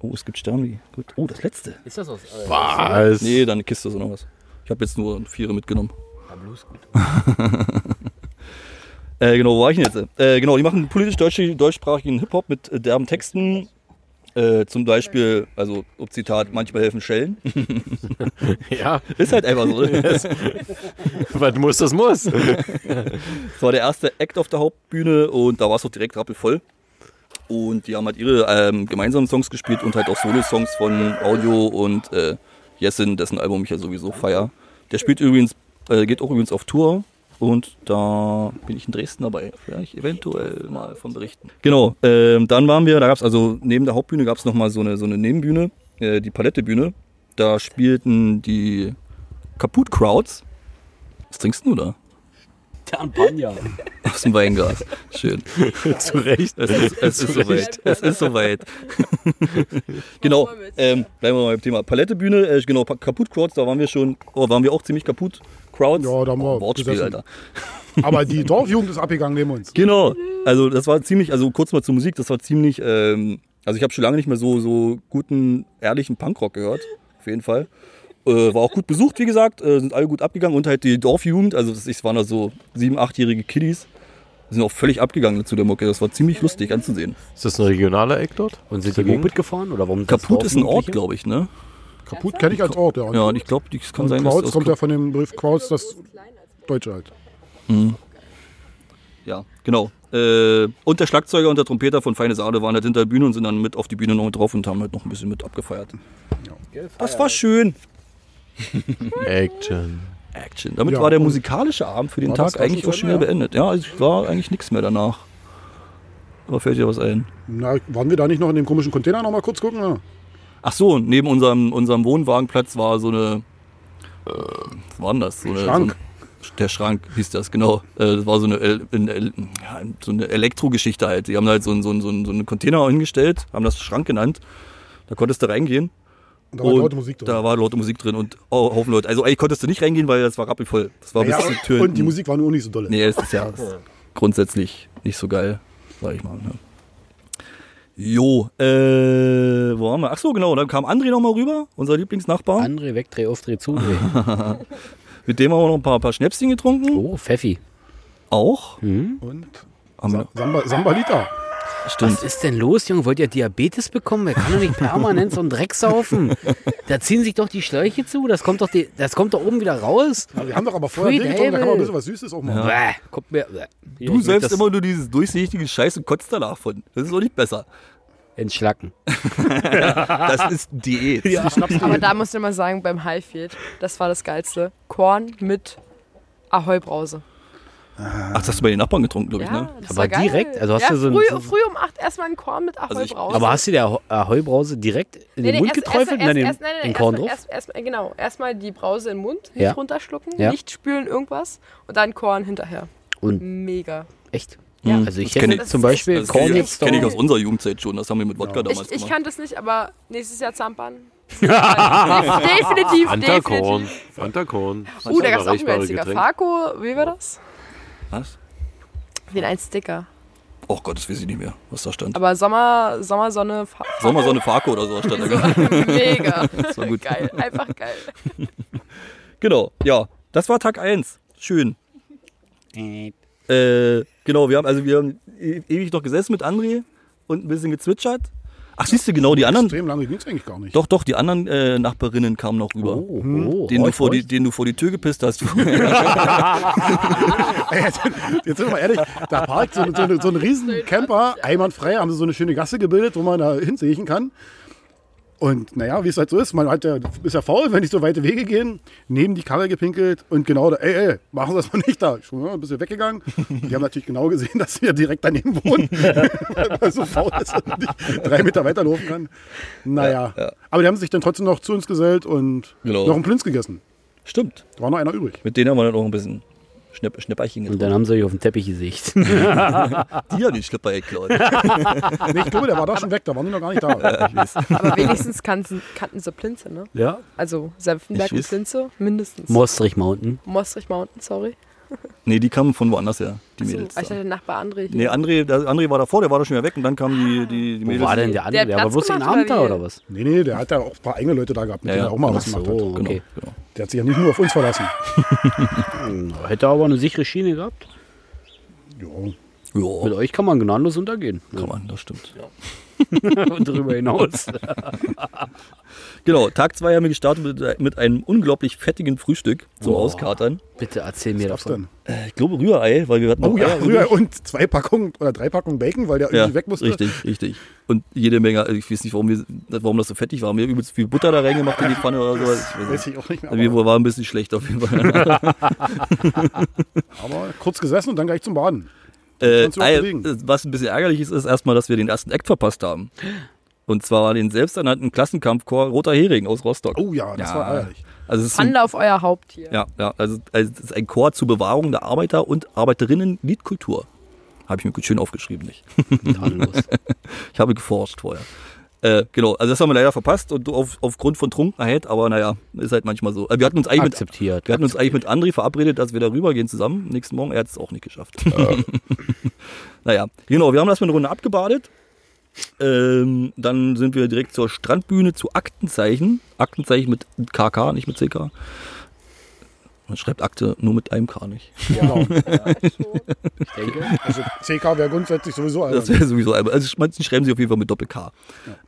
S2: Oh, es gibt Sternli. Gut. Oh, das letzte.
S5: Ist das aus? [laughs] Äh,
S3: Was?
S2: Nee, dann eine Kiste ist auch noch was. Ich habe jetzt nur Viere mitgenommen.
S5: ja, bloß gut.
S2: [laughs] Äh, genau, wo war ich denn jetzt? Äh, genau, die machen politisch deutsch, deutschsprachigen Hip-Hop mit äh, derben Texten. Äh, zum Beispiel, also, ob Zitat, manchmal helfen Schellen.
S3: Ja,
S2: Ist halt einfach so.
S5: [laughs]
S2: ne?
S3: [laughs] was muss, das [laughs] muss.
S2: Das war der erste Act auf der Hauptbühne und da war es doch direkt rappelvoll. Und die haben halt ihre ähm, gemeinsamen Songs gespielt und halt auch Solo-Songs von Audio und äh, Jessin, dessen Album ich ja sowieso feier. Der spielt übrigens, äh, geht auch übrigens auf Tour und da bin ich in Dresden dabei. Vielleicht eventuell mal von berichten. Genau, ähm, dann waren wir, da gab es also neben der Hauptbühne gab es nochmal so eine, so eine Nebenbühne äh, die Palettebühne. Da spielten die Kaput Crowds. Was trinkst du denn da?
S5: Champagner.
S2: Aus dem Weinglas. Schön.
S3: Zu Recht.
S2: Es ist, es ist soweit. Es ist soweit. [laughs] genau. Ähm, bleiben wir mal beim Thema. Palettebühne, äh, genau, pa- kaputt Crowds, da waren wir schon, oh, waren wir auch ziemlich kaputt. Crowds. Oh,
S1: Ja, da haben wir
S2: Wortspiel,
S1: gesessen.
S2: Alter.
S1: Aber die Dorfjugend ist abgegangen neben uns.
S2: Genau. Also das war ziemlich, also kurz mal zur Musik, das war ziemlich, ähm, also ich habe schon lange nicht mehr so, so guten, ehrlichen Punkrock gehört. Auf jeden Fall. Äh, war auch gut besucht, wie gesagt, äh, sind alle gut abgegangen und halt die Dorfjugend, also das es waren da so sieben, achtjährige Kiddies, sind auch völlig abgegangen zu der Mucke. Das war ziemlich lustig anzusehen.
S3: Ist das ein regionaler Eck dort?
S5: Und sind
S3: die
S5: die Moped gefahren? Oder warum
S2: Kaput ist ein Ort, glaube ich, ne?
S1: Kaput kenne ich als Ort, ja.
S2: Ja, und ich glaube, das kann
S1: und
S2: sein, dass
S1: Krauts
S2: das
S1: kommt ja von dem Begriff Krauts, das Deutsche halt.
S2: Ja, genau. Äh, und der Schlagzeuger und der Trompeter von Feine Sade waren halt hinter der Bühne und sind dann mit auf die Bühne noch mit drauf und haben halt noch ein bisschen mit abgefeiert. Das war schön.
S3: Action.
S2: Action. Damit
S1: Ja,
S2: war der
S1: und-
S2: musikalische Abend für den
S1: War das
S2: Tag
S1: dann
S2: eigentlich
S1: schon
S2: auch
S1: zu
S2: schon
S1: Ende,
S2: wieder beendet. Ja, es war eigentlich nichts mehr danach. Aber fällt dir was ein?
S1: Na, waren wir da nicht noch in dem komischen Container noch mal kurz gucken? Ja.
S2: Ach so, neben unserem, unserem Wohnwagenplatz war so eine. Äh, was war denn das? So eine,
S1: Schrank.
S2: So ein, der Schrank hieß das, genau. Äh, Das war so eine, El- in- El- ja, so eine Elektrogeschichte halt. Die haben halt so einen, so, einen, so einen so einen Container hingestellt, haben das Schrank genannt. Da konntest du reingehen.
S1: Und da war laute Musik drin.
S2: Da war laute Musik drin und oh, Haufen Leute. Also eigentlich konntest du nicht reingehen, weil das war rappelvoll. Das war
S1: ja,
S2: bis zu
S1: und,
S2: Türen.
S1: und die Musik war nur nicht so dolle.
S2: Nee, es ist ja grundsätzlich nicht so geil, sag ich mal. Ne? Jo, äh, wo waren wir? Ach so, genau, dann kam André nochmal rüber, unser Lieblingsnachbar.
S5: André weg, dreh auf, dreh
S2: [laughs]
S5: zu. Dreh.
S2: Mit dem haben wir noch ein paar, paar Schnäpschen getrunken.
S5: Oh, Pfeffi.
S2: Auch.
S1: Und
S2: Haben wir,
S1: Samba, Sambalita.
S2: stimmt.
S5: Was ist denn los, Junge? Wollt ihr Diabetes bekommen? Wer kann doch nicht permanent so einen Dreck saufen? Da ziehen sich doch die Schläuche zu. Das kommt doch, die, das kommt doch oben wieder raus.
S1: Wir haben doch aber vorher
S5: Free
S1: Bier getrunken, da kann man
S5: Devil.
S1: ein bisschen was Süßes auch machen.
S5: Bäh, kommt mir. Bäh. Hier,
S2: Du
S5: ich
S2: selbst
S5: das
S2: immer nur dieses durchsichtige Scheiß und kotzt danach von. Das ist doch nicht besser.
S5: Entschlacken.
S2: Das ist Diät.
S4: [laughs] Aber da muss ich mal sagen, beim Highfield, das war das Geilste. Korn mit Ahoi-Brause.
S2: Ach, das hast du bei den Nachbarn getrunken, glaube ich,
S4: Ja,
S2: ne?
S4: das
S5: Aber
S4: war geil.
S5: direkt? Also hast
S4: ja,
S5: du so ein-
S4: früh,
S5: so-
S4: früh um 8 erstmal ein Korn mit Ahoi-Brause.
S2: Also ich-
S5: Aber hast du der Ahoi- Ahoi-Brause direkt in den Mund
S4: erst-
S5: geträufelt und
S4: erst-
S5: dann den,
S4: erst- nein, nein,
S5: den
S4: erst-
S5: Korn drauf?
S4: Erst, erst, genau, erstmal die Brause im Mund, nicht
S5: Ja.
S4: runterschlucken,
S5: Ja.
S4: nicht spülen, irgendwas und dann Korn hinterher.
S5: Und-
S4: Mega.
S5: Echt?
S2: Ja.
S5: Also ich
S2: Das kenn
S5: hätte
S2: ich-
S5: zum
S4: das-
S5: Beispiel
S2: Das kenne
S5: Korn
S2: ich,
S5: jetzt
S2: kenn ich
S5: doch-
S2: aus unserer Jugendzeit schon. Das haben wir mit Wodka damals
S4: Ich, ich
S2: gemacht.
S4: kann das nicht, aber nächstes Jahr
S5: [laughs]
S4: Zampern. definitiv,
S3: Antakorn.
S4: definitiv.
S3: Antakorn.
S4: Uh, da gab es auch ein einziger Farko, wie war das?
S2: Was?
S4: Den einen Sticker.
S2: Oh Gott, das weiß ich nicht mehr, was da stand.
S4: Aber Sommer, Sommersonne, Fa-
S2: Sommersonne Farko oder so stand da.
S4: [laughs] mega.
S2: Das war gut.
S4: Geil, einfach geil.
S2: Genau, ja. Das war Tag 1. Schön. Äh, genau, wir haben also wir haben e ewig noch gesessen mit André und ein bisschen gezwitschert. Ach, siehst du, genau, die anderen.
S1: Extrem lange ging es eigentlich gar nicht.
S2: Doch, doch, die anderen äh, Nachbarinnen kamen noch rüber.
S5: Oh, oh,
S2: Den du,
S5: Heuch,
S2: vor die,
S5: Heuch.
S2: den du vor die Tür gepisst hast.
S1: Ey, jetzt, jetzt sind wir mal ehrlich, da parkt so, so, so ein riesen Camper, einwandfrei, haben sie so eine schöne Gasse gebildet, wo man da hinsechen kann. Und naja, wie es halt so ist, man hat ja, ist ja faul, wenn nicht so weite Wege gehen, neben die Karre gepinkelt und genau da, ey, ey, machen Sie das mal nicht da. Ich bin mal ein bisschen weggegangen. Die haben natürlich genau gesehen, [laughs] dass wir direkt daneben wohnen, [laughs] weil man so faul ist und nicht drei Meter weiterlaufen kann. Naja, aber die haben sich dann trotzdem noch zu uns gesellt und
S2: Genau.
S1: noch einen Plünz gegessen.
S2: Stimmt.
S1: Da war noch einer übrig.
S2: Mit denen haben wir dann auch ein bisschen Schnipp Schnäpperchen
S5: Und
S2: getrunken.
S5: dann haben sie euch auf den Teppich [laughs] gesicht.
S2: Die haben den Schnipper geklaut. [laughs]
S1: Nee, ich glaube, der war da schon weg, da waren die noch gar nicht da.
S4: Aber wenigstens kannten, kannten sie Plinze, ne?
S5: Ja.
S4: Also Senftenberg
S2: Ich
S4: und
S2: weiß.
S4: Plinze, mindestens.
S5: Mostrich Mountain.
S4: Mostrich Mountain, sorry.
S2: Nee, die kamen von woanders her, die
S4: So,
S2: Mädels.
S4: ah, ich
S2: da.
S4: hatte den Nachbar André hier.
S2: Nee, André, der André war davor, der war doch schon wieder weg und dann kamen die, die, die
S5: Wo
S2: Mädels.
S5: war denn der andere?
S4: hat
S5: Der war
S4: Platz
S5: bloß den
S4: gemacht,
S5: Abend da
S4: oder wie?
S5: oder was?
S1: Nee, nee, der hat ja auch ein paar eigene Leute da gehabt, mit
S2: Ja,
S1: denen
S2: ja.
S1: er auch mal was
S5: Ach
S1: gemacht
S5: so,
S1: hat.
S2: Genau,
S5: okay.
S2: genau.
S1: Der hat sich ja nicht nur auf
S2: [laughs]
S1: uns verlassen.
S5: Hätte aber eine sichere Schiene gehabt.
S2: Oh
S1: Jo.
S2: Ja,
S5: Mit euch kann man gnadenlos [laughs] untergehen.
S2: kann man, das stimmt.
S5: Und darüber hinaus.
S2: Genau, Tag 2 haben wir gestartet mit, äh, mit einem unglaublich fettigen Frühstück zum
S5: Boah.
S2: Auskatern.
S5: [laughs] Bitte erzähl mir
S1: Was
S5: davon.
S1: denn?
S2: Äh, Ich glaube Rührei, weil wir hatten
S1: Oh
S2: noch
S1: ja,
S2: Eier
S1: früher und zwei Packungen oder drei Packungen Bacon, weil der
S2: übrig.
S1: irgendwie weg musste.
S2: Richtig, richtig. Und jede Menge, also ich weiß nicht, warum, wir, warum das so fettig war. Haben wir übelst viel Butter da reingemacht in die Pfanne oder sowas. Ich weiß
S1: Weiß
S2: nicht. Also
S1: ich auch nicht mehr.
S2: Wir
S1: Aber,
S2: waren ein bisschen schlecht auf jeden Fall.
S1: [laughs] aber kurz gesessen und dann gleich zum Baden.
S2: äh,
S1: kannst du auch
S2: Ei,
S1: bewegen.
S2: was ein bisschen ärgerlich ist, ist erstmal, dass wir den ersten Act verpasst haben. Und zwar den selbsternannten Klassenkampfchor Roter Hering aus Rostock.
S1: Oh ja, das
S2: Ja.
S1: war ehrlich.
S2: Also es ist ein,
S4: Panda auf euer Haupt hier.
S2: ja, ja, also, also es ist ein Chor zur Bewahrung der Arbeiter und Arbeiterinnen Liedkultur. Habe ich mir gut schön aufgeschrieben, nicht?
S5: [laughs] Tadellos.
S2: Ich habe geforscht vorher. Äh, genau, also das haben wir leider verpasst und auf, aufgrund von Trunkenheit, aber naja, ist halt manchmal so. Äh, Wir hatten uns eigentlich mit,
S5: Akzeptiert.
S2: wir hatten uns eigentlich mit André verabredet, dass wir da rübergehen zusammen. Nächsten Morgen, er hat es auch nicht geschafft. [laughs] naja, genau, wir haben das mal eine Runde abgebadet. Ähm, dann sind wir direkt zur Strandbühne, zu Aktenzeichen. Aktenzeichen mit KK, nicht mit CK. Man schreibt Akte nur mit einem K nicht.
S1: Genau. Also CK wäre grundsätzlich sowieso
S2: Das
S1: albern.
S2: wäre sowieso einmal. Also manche schreiben sie auf jeden Fall mit Doppel-K.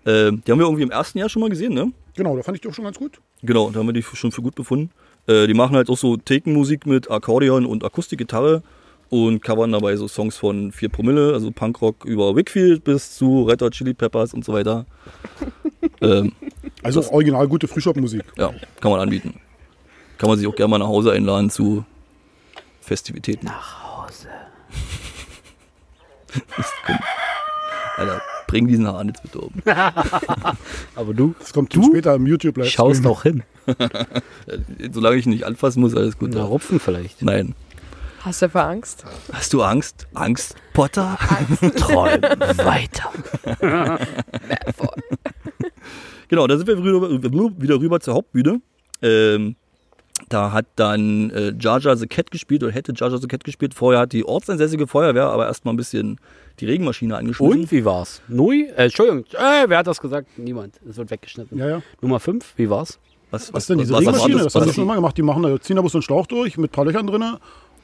S2: Ähm, die haben wir irgendwie im ersten Jahr schon mal gesehen, ne?
S1: Genau, da fand ich die auch schon ganz gut.
S2: Genau, da haben wir die schon für gut befunden. Äh, die machen halt auch so Thekenmusik mit Akkordeon und Akustikgitarre und covern dabei so Songs von 4 Promille, also Punkrock über Wickfield bis zu Red Hot Chili Peppers und so weiter. ähm,
S1: Also auch original gute Frühshop-Musik.
S2: ja, kann man anbieten. Kann man sich auch gerne mal nach Hause einladen zu Festivitäten. Nach [laughs] Hause. Alter, bring diesen Hahn jetzt bitte um.
S5: Aber du
S1: Das kommt später im YouTube live.
S5: schaust noch hin.
S2: Solange ich ihn nicht anfassen muss, alles gut.
S5: Na, rupfen vielleicht.
S2: Nein.
S4: Hast du etwa Angst?
S2: Hast du Angst? Angst, Potter?
S5: [laughs] Träum weiter.
S2: Genau, da sind wir rüber, wieder rüber zur Hauptbühne. Ähm, da hat dann äh, Jar Jar the Cat gespielt oder hätte Jar Jar the Cat gespielt. Vorher hat die ortsansässige Feuerwehr aber erstmal ein bisschen die Regenmaschine angeschmissen.
S5: Und wie war's? Nui? Äh, Entschuldigung, äh, wer hat das gesagt? Niemand. Es wird weggeschnitten.
S1: Ja, ja.
S5: Nummer 5, wie war's?
S2: Was,
S1: Was denn diese
S2: was- was-
S1: Regenmaschine? Das,
S2: was-
S1: haben
S2: was-
S1: wir schon mal gemacht. Die machen da, ziehen da bloß so einen Schlauch durch mit ein paar Löchern drin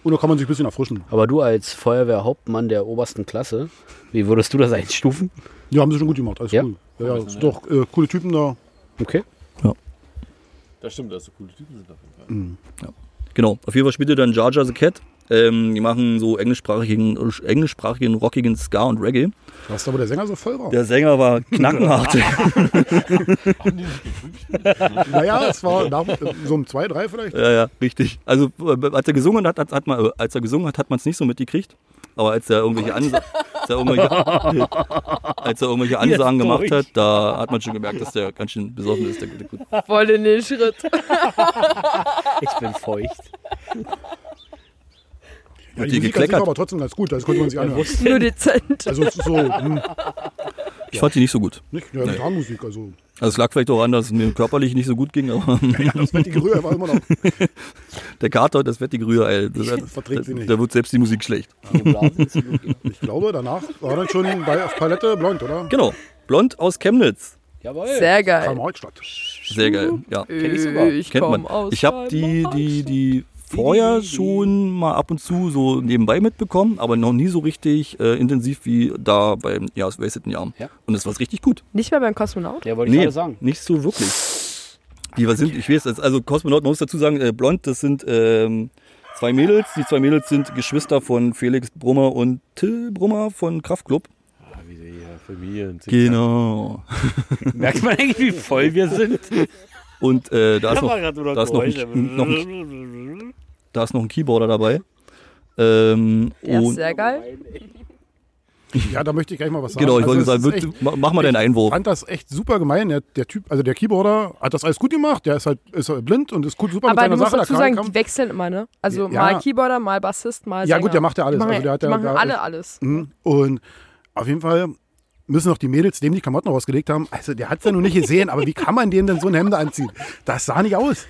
S1: und da kann man sich ein bisschen erfrischen.
S5: Aber du als Feuerwehrhauptmann der obersten Klasse, wie würdest du das einstufen?
S1: Die haben sie schon gut gemacht. Alles
S5: Ja.
S1: cool. Ja, ja, das sind doch äh, coole Typen da.
S5: Okay.
S3: Das stimmt, dass so coole Typen sind auf jeden Fall.
S2: Genau, auf jeden Fall spielt er dann Jar Jar the Cat. Ähm, die machen so englischsprachigen, englischsprachigen, rockigen Ska und Reggae.
S1: Was da, wo der Sänger so voll war.
S2: Der Sänger war [laughs]
S1: [laughs]
S2: knackenhart.
S1: Naja, es war nach, so um zwei, drei vielleicht.
S2: Ja, ja, richtig. Also äh, als er gesungen hat, hat, hat man, äh, als er gesungen hat, hat man es nicht so mitgekriegt. Aber als er irgendwelche, Ansa als er
S1: [laughs]
S2: irgendwelche, als er irgendwelche Ansagen gemacht hat, da hat man schon gemerkt, dass der ganz schön besoffen ist. Der, gute Gut.
S4: Voll in den Schritt.
S2: [laughs]
S5: Ich bin feucht.
S1: Ja,
S2: die
S1: Musik an sich
S2: gekleckert.
S1: war aber trotzdem ganz gut. Das konnte man sich anhören.
S4: Nur dezent.
S1: Also es ist so, hm,
S2: Ich fand die nicht so gut.
S1: nicht? Ja, Gitarrenmusik. Also
S2: Also es lag vielleicht auch an, dass es mir körperlich nicht so gut ging,
S1: [laughs]
S2: aber
S1: das fettige Röhr war immer noch.
S2: [laughs] der Kater und das fettige Rührei, das,
S1: Das verträgt sie nicht.
S2: da wird selbst die Musik schlecht.
S1: Ich glaube, danach war dann schon bei auf Palette blond, oder?
S2: Genau. Blond aus Chemnitz.
S5: Jawohl.
S4: Sehr geil.
S1: Karl Marxstadt.
S2: Sehr geil, ja.
S4: Hm, äh, ich
S5: sogar.
S2: Kennt
S4: komm
S2: man.
S4: aus Hm.
S2: Ich habe die, die, die vorher schon mal ab und zu so nebenbei mitbekommen, aber noch nie so richtig äh, intensiv wie da beim ja, aus Wasted Jahr.
S5: Ja.
S2: Und das war richtig gut.
S4: Nicht mehr beim Kosmonaut?
S5: Ja, wollte ich gerade sagen.
S2: nicht so wirklich. Die was sind, ich weiß, das- also Kosmonauten, man muss dazu sagen, äh, blond, das sind ähm, zwei Mädels. Die zwei Mädels sind Geschwister von Felix Brummer und Till Brummer von Kraftklub.
S3: Ah, wie die äh, Familien.
S2: Genau.
S5: Merkt man eigentlich, wie voll wir sind?
S2: Und äh, da ist noch
S6: gerade
S2: da ist noch ein- noch
S6: ein
S2: Da ist noch ein Keyboarder dabei. Ähm,
S4: Ja,
S2: und,
S4: sehr geil.
S1: Ja, da möchte ich gleich mal was sagen.
S2: genau, ich wollte
S1: Also, es
S2: sagen,
S1: ist echt-
S2: wird- ma- mach mal deinen Einwurf.
S1: fand das echt super gemein. Der, der Typ, also der Keyboarder hat das alles gut gemacht. Der ist halt ist halt blind und ist gut, super mit
S4: Aber
S1: seiner
S4: du musst
S1: Sache.
S4: dazu
S1: Da kann-
S4: sagen,
S1: kann-
S4: die wechseln immer, ne? Also
S1: Ja.
S4: mal Keyboarder, mal Bassist, mal
S1: Ja,
S4: Sänger.
S1: gut, der macht ja
S4: Die
S1: alles.
S4: machen,
S1: Also der hat ja
S4: die machen
S1: gar-
S4: alle alles.
S1: Mhm. Und auf jeden Fall müssen auch die Mädels dem die Klamotten rausgelegt haben. Also der hat es ja noch nicht gesehen, aber wie kann man denen denn so ein Hemd anziehen? Das sah nicht aus.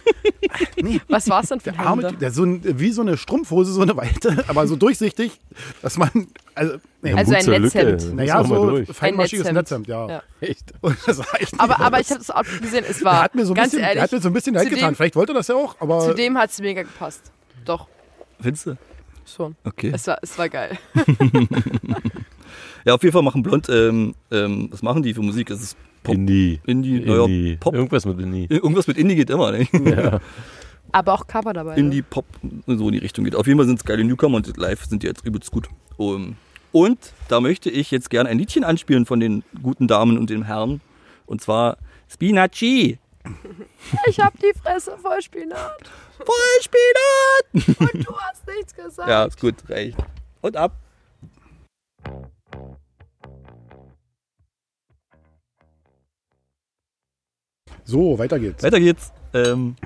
S1: Nee.
S4: Was war's denn für
S1: Der
S4: ein
S1: arme
S4: Hemd?
S1: Typ, der so ein, wie so eine Strumpfhose, so eine weite, aber so durchsichtig, dass man, also, nee,
S4: Also ein Netzhemd.
S1: naja, so feinmaschiges
S4: Ein Netzhemd.
S1: Netzhemd, ja.
S4: Ja.
S3: Echt?
S1: [laughs] Und das war echt
S4: Aber,
S1: nicht
S4: aber
S1: aus.
S4: ich habe es auch gesehen, es
S1: der
S4: war
S1: hat mir so ein
S4: ganz
S1: bisschen, der hat mir
S4: ehrlich,
S1: so ein bisschen leid
S4: zu dem-
S1: getan. Äh, Vielleicht wollte er das ja auch, aber
S4: zu dem hat's mega gepasst. Doch,
S2: Findest du?
S4: schon.
S2: Okay.
S4: Es war, es war geil.
S2: Ja, auf jeden Fall machen Blond, ähm, ähm, was machen die für Musik? Es ist Pop,
S3: Indie.
S2: Indie, neuer
S3: Indie.
S2: Pop.
S3: Irgendwas mit Indie.
S2: Irgendwas mit Indie geht immer, ne? [laughs]
S4: Aber auch Cover dabei. ne?
S2: Indie, Pop, so in die Richtung geht. Auf jeden Fall sind es geile Newcomer und live sind die jetzt übelst gut. Um, und da möchte ich jetzt gerne ein Liedchen anspielen von den guten Damen und dem Herrn. Und zwar Spinaci.
S4: Ich hab die Fresse voll Spinat.
S2: Voll Spinat! [laughs]
S4: Und du hast nichts gesagt.
S2: Ja, ist gut, reicht. Und ab.
S1: So, weiter geht's.
S2: Weiter geht's. Ähm,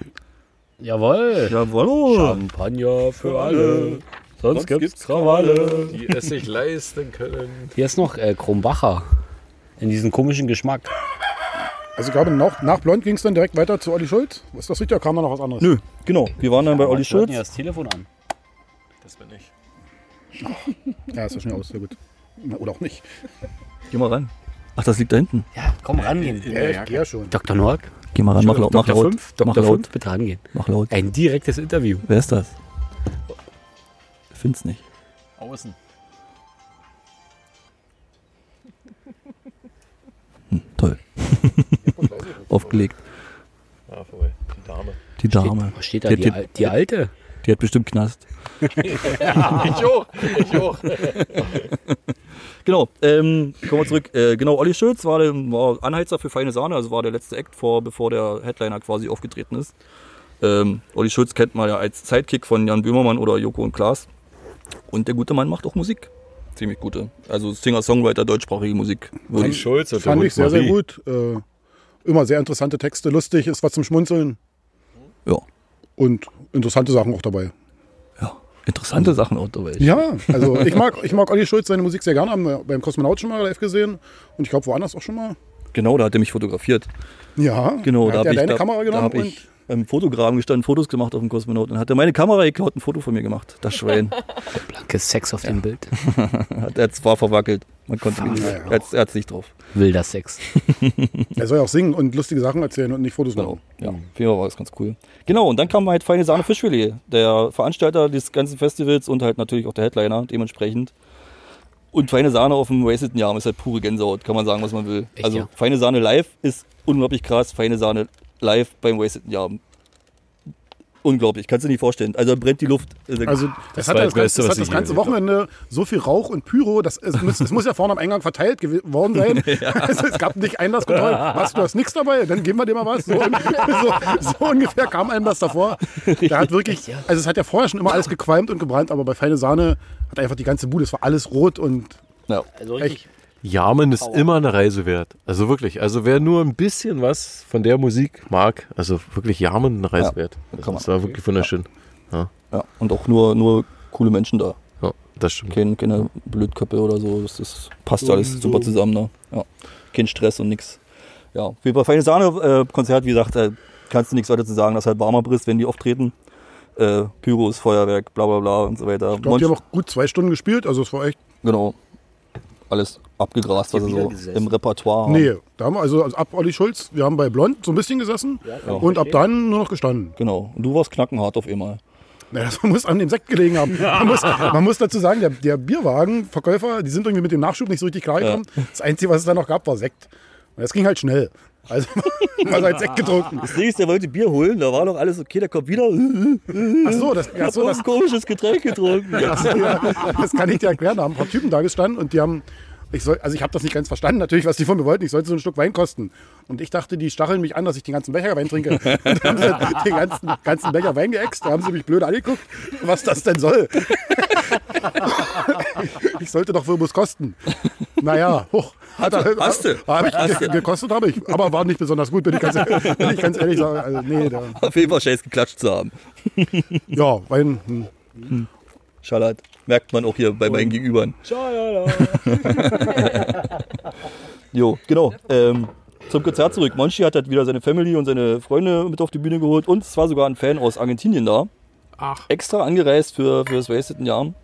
S6: Jawohl.
S2: jawoll.
S6: Champagner für alle. Sonst gibt's Krawalle.
S3: Die es sich leisten können.
S6: Hier ist noch äh, Krombacher. In diesem komischen Geschmack.
S1: Also ich glaube, nach, nach Blond ging es dann direkt weiter zu Olli Schulz. Ist das richtig? Da kam da noch was anderes.
S2: Nö, genau. Wir waren dann bei Olli
S6: Ich hört
S2: Schulz.
S6: mir das Telefon an.
S3: Das bin ich.
S1: Ja, ist ja schnell aus. Sehr gut. Na, Oder auch nicht.
S2: Geh mal ran. Ach, das liegt da hinten.
S6: Ja, komm, rangehen.
S3: In
S1: Ja,
S3: der
S1: ich
S3: Jacke.
S1: gehe ja schon.
S6: Dr. Norg,
S2: Geh mal ran, mach laut, mach
S6: Dr.
S2: laut.
S6: 5,
S2: Mach
S6: Dr.
S2: laut,
S6: 5, bitte rangehen.
S2: mach laut.
S6: Ein direktes Interview.
S2: Wer ist das? Find's nicht.
S3: Außen.
S2: Hm, Toll. [laughs] Aufgelegt.
S3: Ah, vorbei. Die Dame.
S2: Die Dame.
S6: Was steht da?
S2: Die-
S6: Die,
S2: die-
S6: Al- die Alte?
S2: Die hat bestimmt [laughs] Knast.
S3: Ich hoch. Ich hoch.
S2: Genau, ähm, kommen wir zurück. Äh, genau, Olli Schulz war, der, war Anheizer für Feine Sahne, also war der letzte Act, vor, bevor der Headliner quasi aufgetreten ist. Ähm, Olli Schulz kennt man ja als Sidekick von Jan Böhmermann oder Joko und Klaas. Und der gute Mann macht auch Musik. Ziemlich gute. Also Singer-Songwriter, deutschsprachige Musik. Würde
S3: Die
S2: ich,
S3: Schulz und der
S1: Fand ich sehr, sehr
S3: Rotmarie.
S1: gut. Äh, immer sehr interessante Texte. Lustig, ist was zum Schmunzeln.
S2: ja.
S1: Und interessante Sachen auch dabei.
S2: ja. Interessante Sachen auch dabei.
S1: Ja, also ich mag, ich mag Olli Schulz seine Musik sehr gerne. Haben wir beim Kosmonaut schon mal live gesehen. Und ich glaube, woanders auch schon mal.
S2: Genau, da hat er mich fotografiert.
S1: Ja,
S2: Genau,
S1: da
S2: da
S1: hat
S2: habe
S1: er
S2: ich,
S1: deine
S2: da,
S1: Kamera
S2: da
S1: genommen
S2: hab ich beim Fotograben gestanden, Fotos gemacht auf dem Kosmonaut. Dann hat er meine Kamera geklaut, ein Foto von mir gemacht. Das
S1: [laughs]
S2: Schwein.
S6: Blankes Sex auf dem Bild.
S2: hat, er war verwackelt. Man konnte ihn,
S1: Verwackelt.
S2: er hat's- er hat's nicht drauf.
S6: Wilder Sex.
S1: und er soll ja auch singen und lustige Sachen erzählen und nicht Fotos
S2: Genau.
S1: machen.
S2: Ja, auf jeden Fall war das ganz cool. Genau, und dann kam halt Feine Sahne Fischfilet, der Veranstalter des ganzen Festivals und halt natürlich auch der Headliner dementsprechend. Und Feine Sahne auf dem Wasted Jahr ist halt pure Gänsehaut, kann man sagen, was man will.
S6: Echt,
S2: also
S6: ja?
S2: Feine Sahne live ist unglaublich krass, Feine Sahne live beim Wasted Jahr. Unglaublich, kannst du dir nicht vorstellen. Also da brennt die Luft. Also,
S1: Also das, hat
S3: war
S1: ja
S3: das
S1: das, ganze-
S3: Beste, was
S1: das, hat das
S3: ich
S1: ganze
S3: je gesehen
S1: Wochenende so viel Rauch und Pyro, das, es, muss, es muss ja vorne am Eingang verteilt gew- worden
S3: [laughs]
S1: sein. [laughs] Also, es gab nicht Einlasskontrolle. Was, du hast nichts dabei? Dann geben wir dir mal was. So, un- [laughs] so, so ungefähr kam einem das davor. Da hat wirklich, also es hat ja vorher schon immer alles gequalmt und gebrannt, aber bei Feine Sahne hat einfach die ganze Bude, es war alles rot und
S2: ja.
S6: Also
S1: richtig.
S3: Jamen ist immer eine Reise wert. Also wirklich. Also wer nur ein bisschen was von der Musik mag, also wirklich Jamen eine Reise
S2: Ja,
S3: wert. Also
S2: kann man.
S3: das war wirklich wunderschön.
S2: ja. Und auch nur, nur coole Menschen da.
S3: Ja, das stimmt.
S2: Keine, keine Blödköppe oder so. Das ist, passt alles super zusammen. Ne? Ja. Kein Stress und nix. Ja, auf jeden Fall feine Sahne. Äh, Konzert, wie gesagt, äh, kannst du nichts weiter zu sagen. Das ist halt warmer Briss, wenn die auftreten. Äh, Pyros, Feuerwerk, bla bla bla und so weiter.
S1: ich glaube, die
S2: Monst-
S1: haben auch gut zwei Stunden gespielt. Also es war echt,
S2: genau. Alles abgegrast, was sie so im Repertoire haben.
S1: nee, da haben wir also, also ab Olli Schulz, wir haben bei Blond so ein bisschen gesessen und ab dann nur noch gestanden.
S2: Genau. Und du warst knackenhart auf einmal.
S1: Naja, das [laughs] muss an dem Sekt gelegen haben. Man muss, man muss dazu sagen, der, der Bierwagenverkäufer, die sind irgendwie mit dem Nachschub nicht so richtig klargekommen. Das Einzige, was es da noch gab, war Sekt. Und das ging halt schnell. Also [laughs] man hat Sekt getrunken.
S2: Das nächste, der wollte Bier holen, da war noch alles okay, der kommt wieder. [laughs]
S1: Ach so, das, ach so, das,
S2: ein komisches Getränk getrunken.
S1: ach so, [laughs] ja, [laughs] das kann ich dir erklären. Da haben ein paar Typen da gestanden und die haben... Ich soll, also ich habe das nicht ganz verstanden, natürlich, was die von mir wollten. Ich sollte so ein Stück Wein kosten. Und ich dachte, die stacheln mich an, dass ich den ganzen Becher Wein trinke. Und dann haben
S2: [laughs]
S1: sie den ganzen, ganzen Becher Wein geäxt. Da haben sie mich blöd angeguckt, was das denn soll. [laughs] ich sollte doch Wirbus kosten. Naja, hoch. Hat er,
S2: hast du.
S1: Hab ich, ge- gekostet habe ich, aber war nicht besonders gut, bin ich ganz, bin ich ganz ehrlich sagen. Also, nee, da,
S2: Auf jeden Fall scheiß geklatscht zu haben.
S1: ja, Wein, hm.
S2: Schallert. Merkt man auch hier bei meinen Gegenübern. [laughs] jo, genau. Ähm, zum Konzert zurück. Monchi hat halt wieder seine Family und seine Freunde mit auf die Bühne geholt. Und es war sogar ein Fan aus Argentinien da. Ach. Extra angereist für, für das Wasted in Jahren.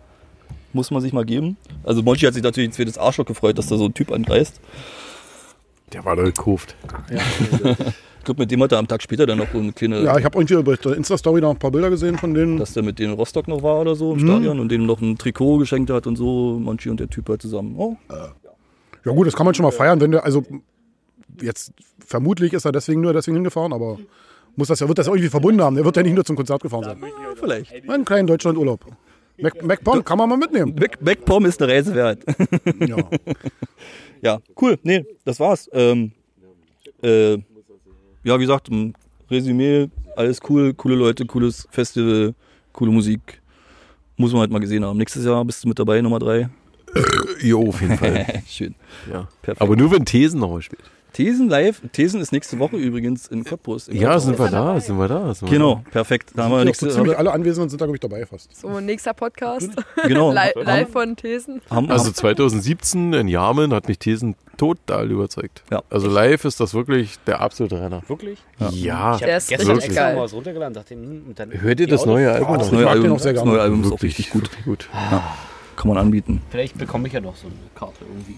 S2: Muss man sich mal geben. Also Monchi hat sich natürlich ein zweites Arschloch gefreut, dass da so ein Typ anreist.
S3: Der war da gekauft.
S2: Ich glaube, mit dem hat er am Tag später dann noch so eine kleine...
S1: ja, ich habe irgendwie bei der Insta-Story noch ein paar Bilder gesehen von denen.
S2: dass der mit denen in Rostock noch war oder so im Stadion und denen noch ein Trikot geschenkt hat und so. Monchi und der Typ halt zusammen. Oh,
S1: Ja gut, das kann man schon mal feiern, wenn der, also jetzt vermutlich ist er deswegen nur deswegen hingefahren, aber muss das ja, wird das irgendwie verbunden haben. Der wird ja nicht nur zum Konzert gefahren sein.
S2: ja, vielleicht.
S1: Einen kleinen Deutschlandurlaub. Mac, MacPom kann man mal mitnehmen.
S2: Mac, MacPom ist eine Reise wert.
S1: [laughs]
S2: [laughs]
S1: Ja.
S2: Ja, cool. Nee, das war's. Ähm, äh, ja, wie gesagt, ein Resümee, alles cool, coole Leute, cooles Festival, coole Musik. Muss man halt mal gesehen haben. Nächstes Jahr bist du mit dabei, Nummer drei.
S3: Jo, auf jeden Fall.
S2: [laughs]
S3: [laughs]
S2: Schön.
S3: ja.
S2: Perfekt.
S3: Aber nur wenn Thesen noch mal spielt.
S2: Thesen live. Thesen ist nächste Woche übrigens in Cottbus. im
S3: Ja,
S2: Rathaus.
S3: sind wir da, sind wir da. Sind wir
S2: Genau, perfekt. Da haben wir
S1: Ich glaube, so
S2: nächste
S1: ziemlich alle Anwesenden sind da, glaube ich, dabei fast.
S4: So, nächster Podcast. [laughs]
S2: Genau.
S4: Li live
S2: haben,
S4: von Thesen.
S2: haben,
S3: Da. Also 2017 in Jamen hat mich Thesen total überzeugt.
S2: Ja.
S3: Also live ist das wirklich der absolute Renner.
S6: Wirklich?
S3: Ja.
S4: Der ist
S3: gestern
S4: richtig
S3: wirklich.
S5: extra mal
S4: geil.
S5: was runtergeladen, dachte, hm, und dann
S3: Hört ihr das neue Album?
S1: das
S2: das
S3: noch?
S2: neue
S1: Ich mag den
S2: Album,
S1: auch sehr
S2: das
S1: gerne.
S2: neue Album ist auch
S3: Wirklich,
S2: richtig gut.
S3: wirklich gut.
S2: Kann man anbieten.
S6: Vielleicht bekomme ich ja noch so eine Karte irgendwie.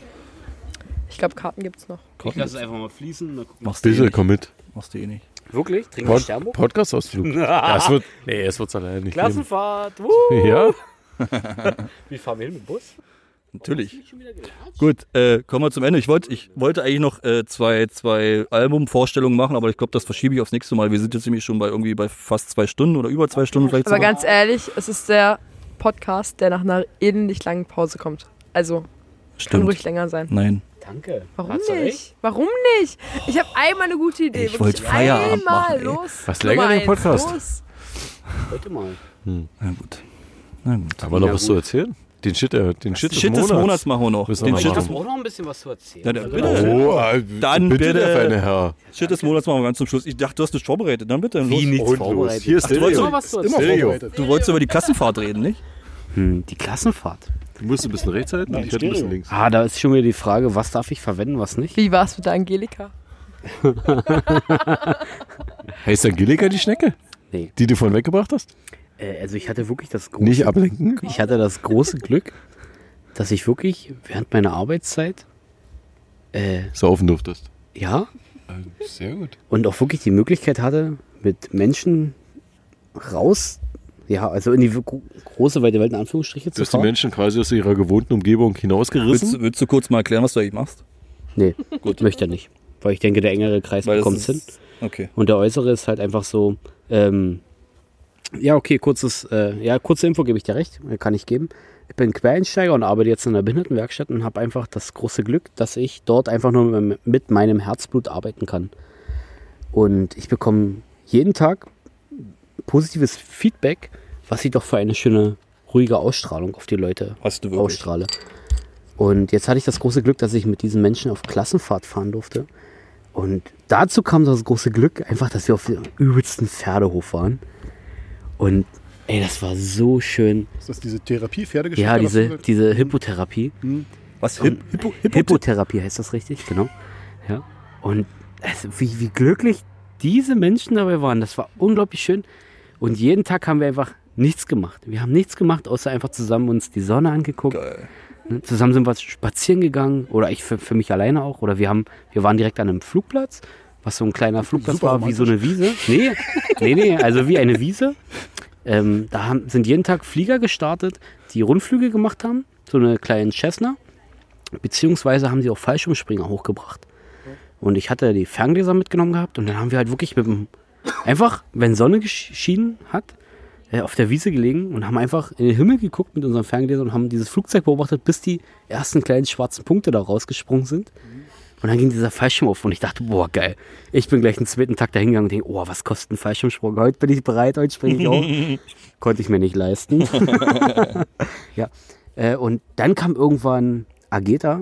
S4: Ich glaube, Karten gibt's noch.
S6: Ich lasse es einfach mal fließen. Mal gucken.
S2: Machst du eh
S3: Bitte,
S2: nicht.
S3: komm mit.
S2: Machst du eh nicht.
S6: Wirklich? Trinken wir
S3: Pod
S6: Sterbo?
S2: [laughs]
S3: Podcast-Ausflug. Ja, es wird, nee, es wird's alleine nicht geben.
S6: Klassenfahrt. Woo!
S3: Ja?
S6: Wie fahren wir hin mit dem Bus?
S2: Natürlich. Gut, äh, kommen wir zum Ende. Ich, wollt, ich wollte eigentlich noch äh, zwei, zwei Albumvorstellungen machen, aber ich glaube, das verschiebe ich aufs nächste Mal. Wir sind jetzt nämlich schon bei irgendwie bei fast zwei Stunden oder über zwei Stunden vielleicht
S4: Aber
S2: sogar.
S4: ganz ehrlich, es ist der Podcast, der nach einer ähnlich langen Pause kommt. Also, kann ruhig
S2: Stimmt.
S4: länger sein.
S2: Nein.
S6: Danke.
S4: Warum
S6: Hast du
S4: nicht? Warum nicht? Ich habe einmal eine gute Idee.
S2: Ich
S4: Wirklich
S2: wollte Feierabend
S4: einmal.
S2: machen, ey.
S4: Los.
S3: Was länger
S4: Nummer
S3: den
S4: eins,
S3: Podcast?
S4: Los.
S6: Heute mal.
S2: Na gut. Na gut.
S3: Haben wir noch was zu erzählen? Den Shit, äh, den Shit,
S2: Shit des Monats machen wir noch.
S3: Müssen wir
S2: Den
S3: mal
S2: Shit
S3: machen.
S2: des,
S6: Hast du auch noch ein bisschen was zu erzählen?
S2: Ja, der-
S6: Also,
S2: bitte.
S3: Oh, äh,
S2: Dann bitte.
S3: der feine Herr.
S2: Shit des Monats machen wir ganz zum Schluss. Ich dachte, du hast dich vorbereitet. Dann bitte. Los.
S6: Wie nichts
S3: Und
S6: vorbereitet.
S3: los. Hier ist
S6: Ach, du wolltest
S3: Stereo.
S6: noch was zu
S1: Immer
S6: erzählen?
S1: vorbereitet.
S2: Du wolltest über die Klassenfahrt reden, nicht?
S5: Hm, die Klassenfahrt.
S3: Du musst ein bisschen rechts halten und ich hätte ein bisschen links.
S5: Ah, da ist schon wieder die Frage, was darf ich verwenden, was nicht?
S4: Wie war's mit der Angelika?
S3: Heißt Angelika die Schnecke?
S5: Nee.
S3: Die du vorhin weggebracht hast?
S5: Äh, also ich hatte wirklich das große
S3: Nicht ablenken?
S5: Ich hatte das große Glück, dass ich wirklich während meiner Arbeitszeit, äh,
S3: Saufen durftest.
S5: ja,
S3: Sehr gut.
S5: und auch wirklich die Möglichkeit hatte, mit Menschen raus, ja, also in die gro- große weite Welt in Anführungsstriche
S3: Du
S5: zu
S3: hast die
S5: fahren.
S3: Menschen quasi aus ihrer gewohnten Umgebung
S2: Willst,
S3: hinausgerissen.
S2: du- willst du kurz mal erklären, was du eigentlich machst?
S5: Nee, gut. möchte er nicht. Weil ich denke, der engere Kreis
S2: Weil das
S5: bekommt es hin.
S2: ist- Okay.
S5: Und der äußere ist halt einfach so, ähm, ja, okay, kurzes, äh, ja, kurze Info gebe ich dir recht, äh, kann ich geben. Ich bin Quereinsteiger und arbeite jetzt in einer Behindertenwerkstatt und habe einfach das große Glück, dass ich dort einfach nur mit, mit meinem Herzblut arbeiten kann. Und ich bekomme jeden Tag positives Feedback, was ich doch für eine schöne, ruhige Ausstrahlung auf die Leute
S2: Hast du wirklich.
S5: ausstrahle. Und jetzt hatte ich das große Glück, dass ich mit diesen Menschen auf Klassenfahrt fahren durfte. Und dazu kam das große Glück, einfach, dass wir auf dem übelsten Pferdehof waren. Und ey, das war so schön.
S1: Ist das diese Therapie-Pferde-Geschichte?
S5: Ja,
S1: was du
S5: diese,
S1: gesagt
S5: diese Hippotherapie.
S2: Was? Hip, Hippo, Hippo,
S5: Hippotherapie heißt das richtig, genau. Ja. Und also wie, wie glücklich diese Menschen dabei waren, das war unglaublich schön. Und jeden Tag haben wir einfach nichts gemacht. Wir haben nichts gemacht, außer einfach zusammen uns die Sonne angeguckt.
S2: Geil.
S5: Ne, Zusammen sind wir spazieren gegangen oder ich für, für mich alleine auch. Oder wir haben, wir waren direkt an einem Flugplatz, was so ein kleiner Flugplatz
S1: Super
S5: war, wie so eine Wiese. Nee, nee, nee, also wie eine Wiese. Ähm, da haben, sind jeden Tag Flieger gestartet, die Rundflüge gemacht haben, so eine kleinen Cessna. Beziehungsweise haben sie auch Fallschirmspringer hochgebracht. Und ich hatte die Ferngläser mitgenommen gehabt und dann haben wir halt wirklich mit dem, einfach, wenn Sonne geschienen hat, äh, auf der Wiese gelegen und haben einfach in den Himmel geguckt mit unseren Ferngläsern und haben dieses Flugzeug beobachtet, bis die ersten kleinen schwarzen Punkte da rausgesprungen sind. Und dann ging dieser Fallschirm auf und ich dachte, boah, geil. Ich bin gleich den zweiten Tag dahingegangen und denke, oh, was kostet ein Fallschirmsprung? Heute bin ich bereit, heute springe ich auch. Konnte ich mir nicht leisten. [laughs] ja. Äh, und dann kam irgendwann Ageta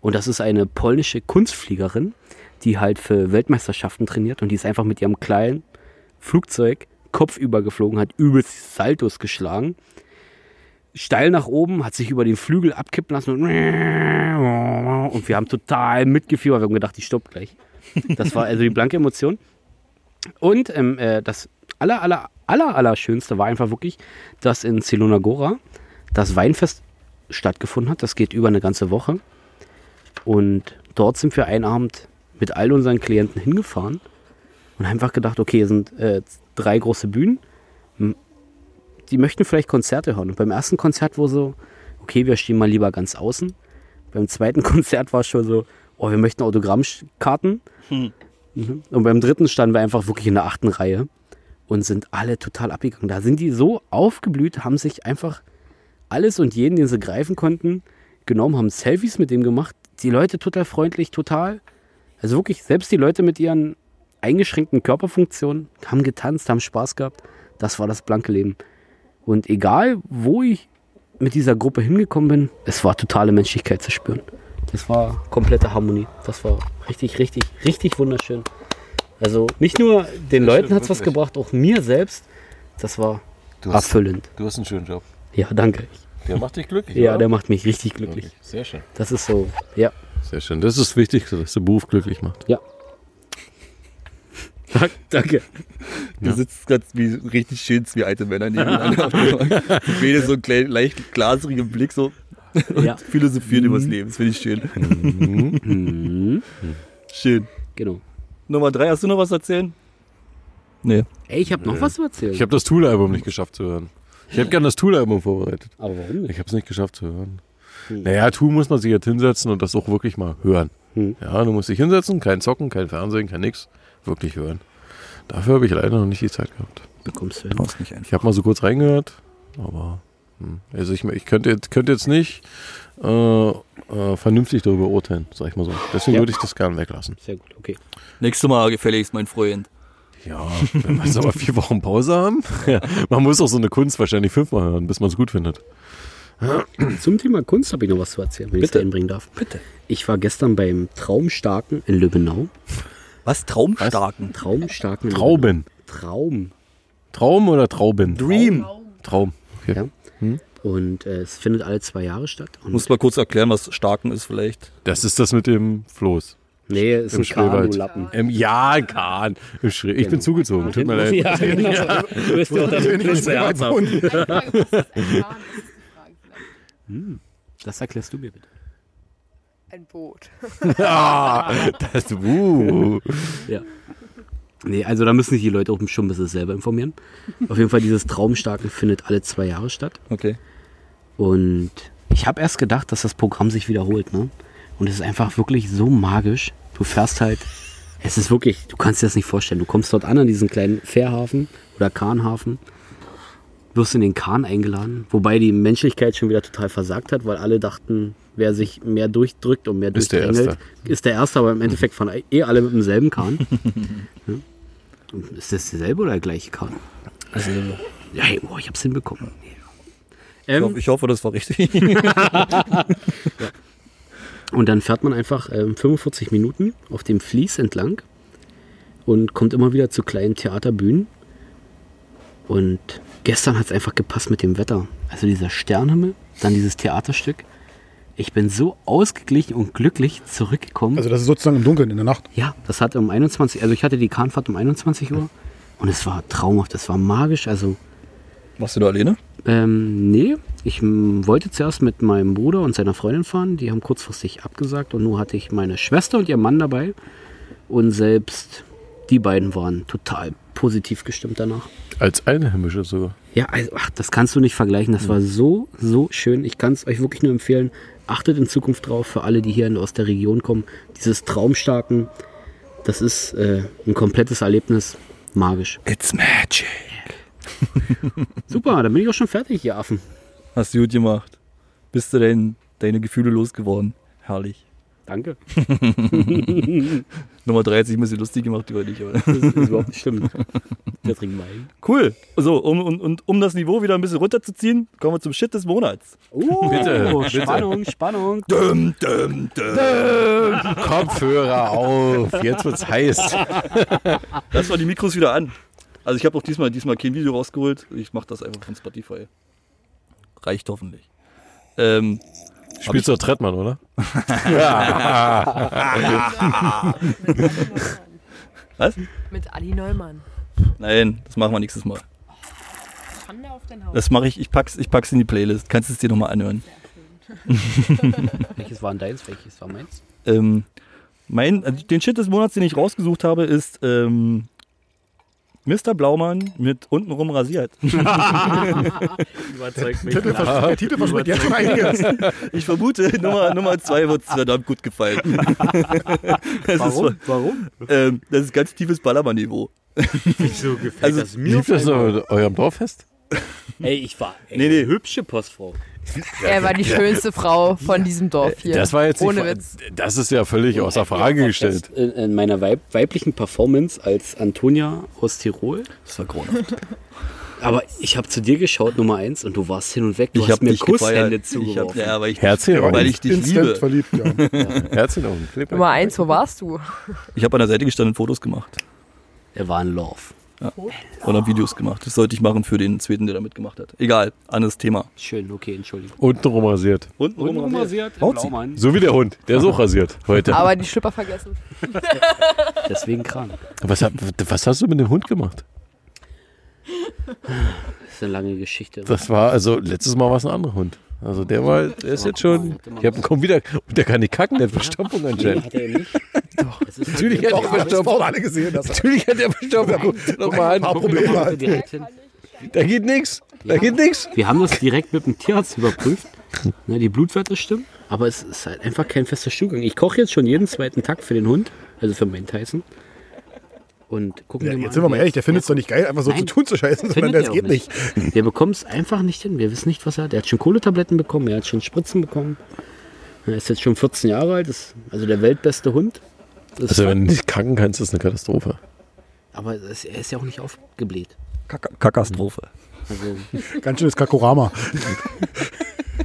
S5: und das ist eine polnische Kunstfliegerin, die halt für Weltmeisterschaften trainiert und die ist einfach mit ihrem kleinen Flugzeug kopfüber geflogen, hat übelst Saltos geschlagen. Steil nach oben, hat sich über den Flügel abkippen lassen und, und wir haben total mitgefiebert. Wir haben gedacht, die stoppt gleich. Das war also die blanke Emotion. Und ähm, äh, das aller, aller, aller, aller Schönste war einfach wirklich, dass in Zelonagora das Weinfest stattgefunden hat. Das geht über eine ganze Woche. Und dort sind wir einen Abend mit all unseren Klienten hingefahren und haben einfach gedacht, okay, hier sind äh, drei große Bühnen. Hm, Die möchten vielleicht Konzerte hören. Und beim ersten Konzert war so, okay, wir stehen mal lieber ganz außen. Beim zweiten [laughs] Konzert war schon so, oh, wir möchten Autogrammkarten. Mhm. Und beim dritten standen wir einfach wirklich in der achten Reihe und sind alle total abgegangen. Da sind die so aufgeblüht, haben sich einfach alles und jeden, den sie greifen konnten, genommen, haben Selfies mit dem gemacht. Die Leute total freundlich, total. Also wirklich, selbst die Leute mit ihren eingeschränkten Körperfunktionen haben getanzt, haben Spaß gehabt. Das war das blanke Leben. Und egal, wo ich mit dieser Gruppe hingekommen bin, es war totale Menschlichkeit zu spüren. Es war komplette Harmonie. Das war richtig, richtig, richtig wunderschön. Also nicht nur den Leuten
S9: schön,
S5: hat es was
S9: wirklich.
S5: gebracht, auch mir selbst. Das war
S9: Du hast,
S5: erfüllend.
S9: du hast einen schönen Job.
S5: Ja, danke.
S9: Der macht dich glücklich.
S5: Ja,
S9: oder?
S5: der macht mich richtig glücklich.
S9: Sehr schön.
S5: Das ist so, ja.
S3: Sehr schön. Das ist das Wichtigste, dass der Beruf glücklich macht.
S5: Danke.
S2: Du sitzt ganz wie richtig schön zwei alte Männer nebeneinander auf der Bank. Beide so einen kleinen, leicht glasrigen Blick so und
S5: Ja.
S2: philosophieren übers Leben. Das finde ich schön. schön.
S5: [laughs] Genau.
S2: Nummer drei, hast du noch was zu erzählen? Hm. Nee.
S5: Ey, ich habe noch was zu erzählen.
S3: Ich habe das Tool-Album nicht geschafft zu hören. Ich hätte gern das Tool-Album vorbereitet. Hm.
S5: Aber warum nicht?
S3: Ich habe es nicht geschafft zu hören. Naja, Tool muss man sich jetzt hinsetzen und das auch wirklich mal hören.
S5: Hm.
S3: Ja, du musst dich hinsetzen, kein Zocken, kein Fernsehen, kein nix. Wirklich hören. Dafür habe ich leider noch nicht die Zeit gehabt.
S5: Da kommst du hin.
S2: Brauchst nicht einfach.
S3: Ich habe mal so kurz reingehört, aber hm. also ich, ich könnte, jetzt- könnte jetzt nicht äh, äh, vernünftig darüber urteilen, sag ich mal so. Deswegen
S5: Ja.
S3: würde ich das gern weglassen.
S5: Sehr gut, okay.
S2: Nächstes Mal gefälligst, mein Freund.
S3: Ja, wenn wir jetzt aber vier Wochen Pause haben, [laughs] ja, man muss auch so eine Kunst wahrscheinlich fünfmal hören, bis man es gut findet.
S5: Zum Thema Kunst habe ich noch was zu erzählen, wenn ich es
S2: Bitte.
S5: einbringen darf.
S2: Bitte.
S5: Ich war gestern beim Traumstarken in Lübbenau.
S2: Was? Traumstarken?
S5: Traumstarken in Lübbenau.
S3: Trauben.
S5: Traum.
S3: Traum oder Trauben?
S2: Dream.
S3: Traum. Okay.
S5: Ja. Und äh, es findet alle zwei Jahre statt. Und
S2: Muss mal kurz erklären, was Starken ist vielleicht.
S3: Das ist das mit dem Floß.
S5: nee, es ist
S3: Im
S5: ein
S3: Spreewald.
S5: Kanulappen.
S3: Ähm, ja, Kahn. Im Schre- Ich
S4: Genau.
S3: bin zugezogen. Tut mir leid.
S5: [laughs] Ja, genau. Du bist ja auch das Blitz ernsthaft.
S4: Meine Frage, was ist ein Kahn? Das ist die Frage vielleicht.
S5: Hm,
S10: Das erklärst du mir bitte.
S4: Ein Boot.
S3: Ah, das, uh.
S5: Nee, also da müssen sich die Leute auch schon ein bisschen selber informieren. Auf jeden Fall, dieses Traumstarken findet alle zwei Jahre statt.
S2: Okay.
S5: Und ich habe erst gedacht, dass das Programm sich wiederholt, ne? Und es ist einfach wirklich so magisch. Du fährst halt, es ist wirklich, du kannst dir das nicht vorstellen. Du kommst dort an, an diesen kleinen Fährhafen oder Kahnhafen, wirst in den Kahn eingeladen, wobei die Menschlichkeit schon wieder total versagt hat, weil alle dachten, wer sich mehr durchdrückt und mehr
S3: Ist der
S5: durchdrängelt, ist der Erste, aber im Endeffekt fahren eh alle mit demselben Kahn.
S3: [laughs]
S5: Ja. Und Ist das derselbe oder der gleiche Kahn? Ja, hey, boah, ich hab's hinbekommen.
S2: Ich
S5: Ähm,
S2: hoffe, ich hoffe das war richtig.
S5: Und dann fährt man einfach ähm, 45 Minuten auf dem Fließ entlang und kommt immer wieder zu kleinen Theaterbühnen. Und gestern hat es einfach gepasst mit dem Wetter. Also dieser Sternenhimmel, dann dieses Theaterstück. Ich bin so ausgeglichen und glücklich zurückgekommen.
S1: Also das ist sozusagen im Dunkeln, in der Nacht.
S5: ja, das hat um 21 also ich hatte die Kahnfahrt um 21 Uhr und es war traumhaft, es war magisch. Also
S2: [laughs] Machst du da alleine?
S5: ähm, nee, ich m, wollte zuerst mit meinem Bruder und seiner Freundin fahren. Die haben kurzfristig abgesagt und nur hatte ich meine Schwester und ihr Mann dabei. Und selbst die beiden waren total positiv gestimmt danach.
S3: Als Einheimische sogar.
S5: Ja, also, ach, das kannst du nicht vergleichen. Das war so, so schön. Ich kann es euch wirklich nur empfehlen. Achtet in Zukunft drauf, für alle, die hier in- aus der Region kommen. Dieses Traumstarken, das ist äh, ein komplettes Erlebnis. Magisch.
S2: It's magic.
S5: Super, dann bin ich auch schon fertig, ihr Affen.
S2: Hast du gut gemacht. Bist du dein, deine Gefühle losgeworden. Herrlich.
S5: Danke.
S2: Nummer 30, ein bisschen lustig gemacht über dich. Aber.
S5: Das ist überhaupt nicht schlimm. Wir trinken Wein.
S2: Cool. So, um, und, und um das Niveau wieder ein bisschen runterzuziehen, kommen wir zum Shit des Monats.
S5: Oh, [laughs]
S3: Bitte, bitte.
S5: Spannung, Spannung.
S3: Kopfhörer auf. Jetzt wird's heiß.
S2: Lass mal die Mikros wieder an. Also ich habe auch diesmal, diesmal kein Video rausgeholt. Ich mache das einfach von Spotify. Reicht hoffentlich. Ähm,
S3: Spielst du Trettmann, oder?
S2: was?
S4: [laughs] Mit Ali Neumann.
S2: Nein, das machen wir nächstes Mal.
S4: Schande auf dein Haus.
S2: Das mache ich, ich pack's, ich pack's in die Playlist. Kannst du es dir nochmal anhören.
S5: Welches war denn deins? Welches war meins?
S2: Ähm, mein, äh, den Shit des Monats, den ich rausgesucht habe, ist ähm, Mr. Blaumann mit untenrum rasiert.
S5: Überzeugt mich.
S1: Titel vers- der Titel verspricht jetzt schon einiges.
S2: Ich vermute, Nummer, Nummer zwei wird es verdammt gut
S5: [laughs]
S2: gefallen. Das Ist,
S5: Warum?
S2: ähm, das ist ganz tiefes Ballermann-Niveau.
S5: So gefällt
S2: Also,
S5: das mir.
S3: Lief das aber eurem Dorffest?
S5: Ey, ich war ey,
S2: Nee, nee.
S5: hübsche Postfrau.
S4: Er war die schönste Frau von diesem Dorf hier.
S3: Das war jetzt die
S4: Ohne
S3: Fra-
S4: Witz.
S3: Das ist ja völlig außer Frage gestellt.
S5: In, äh, in meiner weib weiblichen Performance als Antonia aus Tirol.
S2: Das war grauenhaft.
S5: [laughs] Aber ich habe zu dir geschaut, Nummer eins, und du warst hin und weg. Du
S2: ich
S5: hast
S2: habe
S5: mir
S2: dich
S5: Kusshände
S2: gefeiert. Ich hab,
S5: zugeworfen.
S2: ja, weil ich,
S3: Herzchen auf
S2: weil
S3: den
S2: ich dich
S1: Instant
S2: liebe.
S1: verliebt, ja.
S3: Herzchen auf den Flipper.
S4: Nummer eins, wo warst du?
S2: Ich habe an der Seite gestanden und Fotos gemacht
S5: Er war in Love.
S2: und habe Videos gemacht. Das sollte ich machen für den zweiten, der da mitgemacht hat. Egal, anderes Thema.
S5: Schön, okay, Entschuldigung.
S3: Untenrum rasiert.
S2: Unten
S5: Haut sie.
S3: So wie der Hund. Der ist auch rasiert heute.
S4: Aber die Schlipper vergessen.
S5: Deswegen krank.
S3: Was, hab- was hast du mit dem Hund gemacht?
S5: Das ist eine lange Geschichte.
S3: Das war, also letztes Mal war es ein anderer Hund. Also der war, der ist jetzt schon, ich hab kaum wieder, und der kann nicht kacken, der hat Verstopfung
S5: Nee,
S3: anscheinend.
S5: hat er ja nicht. Doch, es ist halt
S3: Natürlich hat er Verstopfung.
S1: alle gesehen, dass
S3: Natürlich hat er Verstopfung. Guck mal an, guck mal an.
S5: halt direkt hin.
S3: Da geht nix. Da geht nix.
S5: Wir haben das direkt mit dem Tierarzt überprüft. [laughs] Ne, die Blutwerte stimmen, aber es ist halt einfach kein fester Stuhlgang. Ich koche jetzt schon jeden zweiten Tag für den Hund, also für meinen Tyson. Und gucken
S1: Ja,
S5: wir mal.
S1: jetzt sind wir mal ehrlich, der findet es doch nicht [laughs] geil, einfach so
S5: Nein.
S1: zu tun zu scheißen, sondern
S5: Findet
S1: das
S5: er auch
S1: geht nicht.
S5: Wir bekommen es einfach nicht hin. Wir wissen nicht, was er hat. Er hat schon Kohletabletten bekommen, er hat schon Spritzen bekommen. Er ist jetzt schon 14 Jahre alt, ist also der weltbeste Hund. Das
S3: Also wenn du nicht kacken kannst, ist eine Katastrophe.
S5: aber es, er ist ja auch nicht aufgebläht.
S2: Katastrophe.
S5: Also,
S1: Ganz schönes Kakorama.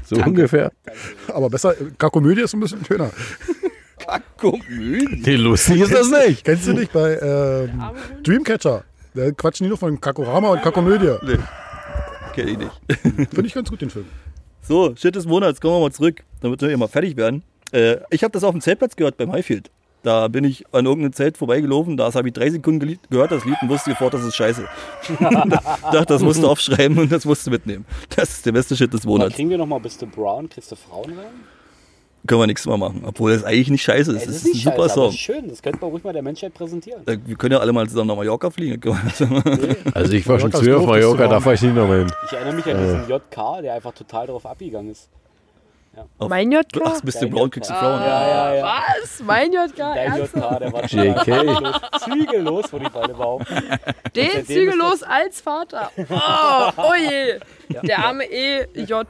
S3: So ungefähr.
S1: Aber besser, äh, Kakomödie ist ein bisschen schöner.
S2: Komödie.
S3: Nee, lustig ist das nicht.
S1: Kennst du nicht bei ähm, Dreamcatcher? Da quatschen die nur von Kakorama und Kakomödie.
S2: Kenn ich nicht.
S1: Finde ich ganz gut, den Film.
S2: So, Shit des Monats, kommen wir mal zurück, damit wir hier mal fertig werden. Äh, ich habe das auf dem Zeltplatz gehört beim Highfield. Da bin ich an irgendeinem Zelt vorbeigelaufen, da habe ich drei Sekunden gelied, gehört das Lied und wusste sofort, das ist scheiße. Dachte, das musst du aufschreiben und das musst du mitnehmen. Das ist der beste Shit des Monats.
S5: kriegen wir nochmal bis zu Brown, kriegst du Frauen rein?
S2: Können wir nichts mehr machen, obwohl das eigentlich nicht scheiße ist. Das ist ein super Song.
S5: schön, das könnte man ruhig mal der Menschheit präsentieren.
S2: Äh, Wir können ja alle mal zusammen nach Mallorca fliegen. Dann können wir-
S3: Also ich war schon
S1: Mallorca ist
S3: zu auf
S1: doof, das
S3: Mallorca,
S1: zu
S3: da
S1: warm.
S3: fahr ich nicht nochmal hin.
S5: Ich erinnere mich an diesen JK, der einfach total drauf abgegangen ist.
S4: Mein JK?
S2: Ach, bist du braun, kriegst du Frauen.
S5: Ja, ja, ja.
S4: Was? Mein JK?
S5: Dein
S4: Ernsthaft?
S5: JK, der war
S3: JK.
S5: zügellos, würde ich beide behaupten.
S4: Den
S5: Seitdem ist
S4: zügellos als Vater. Oh, oh je. Der arme E, EJ.
S3: [laughs]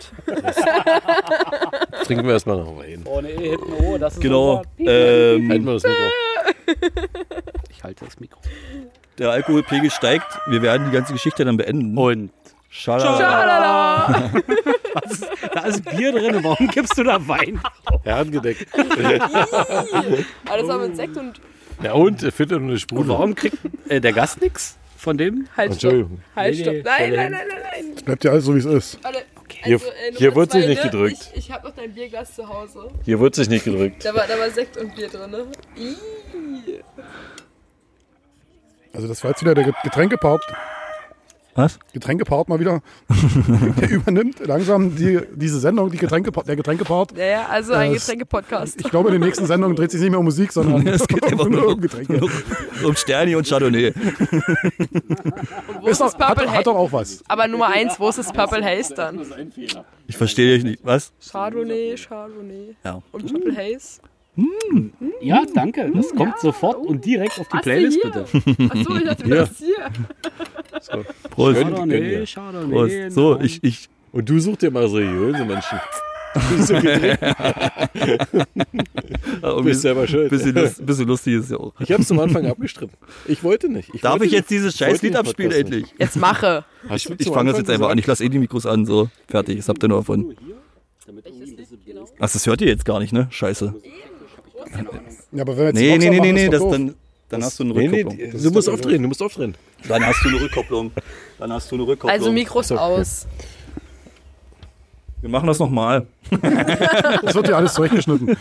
S3: Trinken wir erstmal noch mal hin.
S5: [laughs] Ohne E hinten O, das ist
S2: Genau.
S5: unser-
S2: Ähm,
S3: Halten wir das Mikro.
S5: Ich halte das Mikro.
S2: der Alkoholpegel steigt. Wir werden die ganze Geschichte dann beenden.
S5: Und
S2: Schalala.
S5: da ist Bier drin, warum gibst du da Wein?
S3: Herrengedeck.
S4: Alles aber mit Sekt und
S3: Ja und, er findet nur eine
S5: Und
S3: Sprudel.
S5: warum kriegt äh, der Gast nichts von dem?
S4: halt stopp.
S3: Entschuldigung.
S4: Halt
S5: Nee,
S4: stopp.
S5: nee,
S4: Nein,
S5: stell
S4: nein, nein, nein, nein.
S1: Bleibt ja alles so, wie es ist.
S4: Alle-
S3: Hier-
S4: äh, Nummer
S3: hier wird sie
S4: zwei,
S3: nicht
S4: ne?
S3: gedrückt.
S4: Ich, ich habe noch dein Bierglas zu Hause.
S3: Hier wird sich nicht gedrückt.
S4: Da war, da war Sekt und Bier drin. Ne? Ih.
S1: Also das war jetzt wieder der Getränkepart.
S2: Was?
S1: Getränkepart mal [laughs] wieder. der übernimmt langsam die, diese Sendung, die Getränkepart, der Getränkepart.
S4: Naja, also ein
S1: Das-
S4: Getränke-Podcast.
S1: Ich glaube, in den nächsten Sendungen dreht sich nicht mehr um Musik, [laughs] sondern
S2: Es geht einfach
S1: nur
S2: nur
S1: um Getränke.
S2: um, um Sterni und Chardonnay.
S4: Wo ist das
S1: Hat,
S4: Purple
S1: hat
S4: Haze?
S1: doch auch was.
S4: Aber Nummer eins, wo ist das Purple Haze dann?
S2: Ich verstehe dich nicht. Was?
S4: Chardonnay, Chardonnay.
S2: Ja.
S4: Und Purple Haze.
S5: Ja, danke. Das kommt sofort und direkt auf die Playlist,
S4: hier?
S5: bitte.
S4: Achso, ich dachte, du bist hier.
S2: Prost.
S3: Chardonnay,
S5: schade,
S2: Prost. So, ich, ich,
S3: Und du such dir mal seriöse Menschen.
S2: [laughs] äh,
S3: Du bist selber schuld.
S2: ah,
S3: [laughs]
S2: bisschen, lust, bisschen lustig ist ja auch.
S3: Ich hab's zum Anfang abgestritten. Ich wollte nicht. Ich
S2: Darf
S3: wollte
S2: ich
S3: nicht-
S2: jetzt dieses
S3: ich wollte
S2: scheiß Lied
S3: den
S2: abspielen
S3: Podcast
S2: endlich?
S3: nicht.
S4: Jetzt mache.
S3: Hast du
S2: Ich
S3: zum
S2: fange das
S3: Anfang
S2: jetzt einfach an. Ich lasse eh die Mikros an, so. Fertig, das habt ihr nur davon. Ach, das hört ihr jetzt gar nicht, ne? Scheiße.
S1: Ja, aber wenn wir jetzt
S2: Nee, nee, nee,
S1: die Boxer
S2: nee,
S1: machen,
S2: nee,
S1: ist
S2: das
S1: doch doof.
S2: dann, dann hast du eine
S3: Nee, nee,
S2: Rückkopplung.
S3: du musst aufdrehen, du musst aufdrehen.
S2: Dann hast du eine Rückkopplung. Dann hast du eine
S3: Oh
S2: Rückkopplung.
S4: Also Mikros aus.
S2: Wir machen das nochmal.
S1: Das wird ja alles [laughs] zurechtgeschnitten.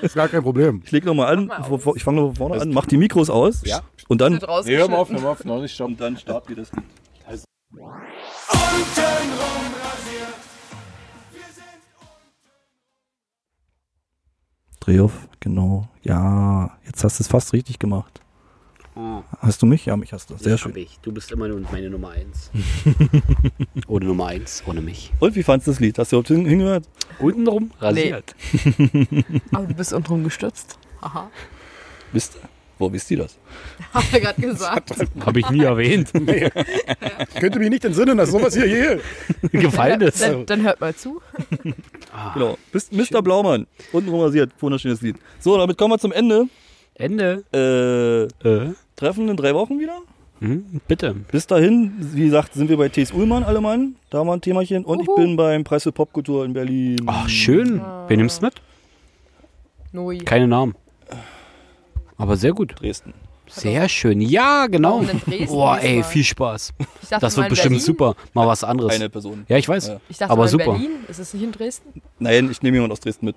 S1: Ist gar kein Problem.
S2: Ich leg nochmal an, bevor- ich fange nochmal vorne an, mach die Mikros aus ja. und dann.
S4: Wird rausgeschnitten.
S3: hör mal auf, noch nicht stoppen.
S2: Und dann startet ihr das Lied. Dreh auf, genau. Ja, jetzt hast du es fast richtig gemacht. Hast du mich? Ja, mich hast du. Sehr schön.
S5: Ah, Ich. Du bist immer nur meine Nummer [laughs] eins. ohne Nummer eins, ohne mich.
S2: Und wie fandst du das Lied? Hast du überhaupt hin- hingehört?
S5: Untenrum
S4: rasiert.
S5: rasiert.
S4: Aber du bist untenrum gestürzt. Aha.
S2: Wisst Wo wisst ihr das?
S4: Hab ja [laughs] gerade gesagt.
S5: Habe ich nie [laughs] erwähnt.
S1: Könnte mich nicht entsinnen, dass sowas hier je.
S5: Gefallen ist.
S4: Dann, dann hört mal zu.
S2: Genau. Bist Mr. Blaumann. Untenrum rasiert. Wunderschönes Lied. So, damit kommen wir zum Ende.
S5: Ende.
S2: Äh,
S5: Äh.
S2: treffen in drei Wochen wieder?
S5: Hm, bitte.
S2: Bis dahin, wie gesagt, sind wir bei T.S. Ullmann, alle Mann. Da haben wir ein Themachen. Und ich bin beim Preis für Popkultur in Berlin.
S5: Ach, Ah, schön. Wen nimmst du mit?
S11: Noi.
S5: Keine Namen. Aber sehr gut.
S2: Dresden.
S5: Sehr schön. Ja, genau.
S11: Warum denn Dresden
S5: Boah, ey,
S11: diesmal?
S5: viel Spaß.
S11: Ich dachte
S5: Das
S11: mal
S5: wird
S11: in
S5: bestimmt
S11: Berlin.
S5: super. Mal was anderes.
S2: Eine Person.
S5: Ja, ich weiß.
S2: Ja.
S11: Ich dachte
S5: Aber
S11: mal in
S5: super.
S11: Berlin. Ist es nicht in Dresden?
S2: Nein, ich nehme jemanden aus Dresden mit.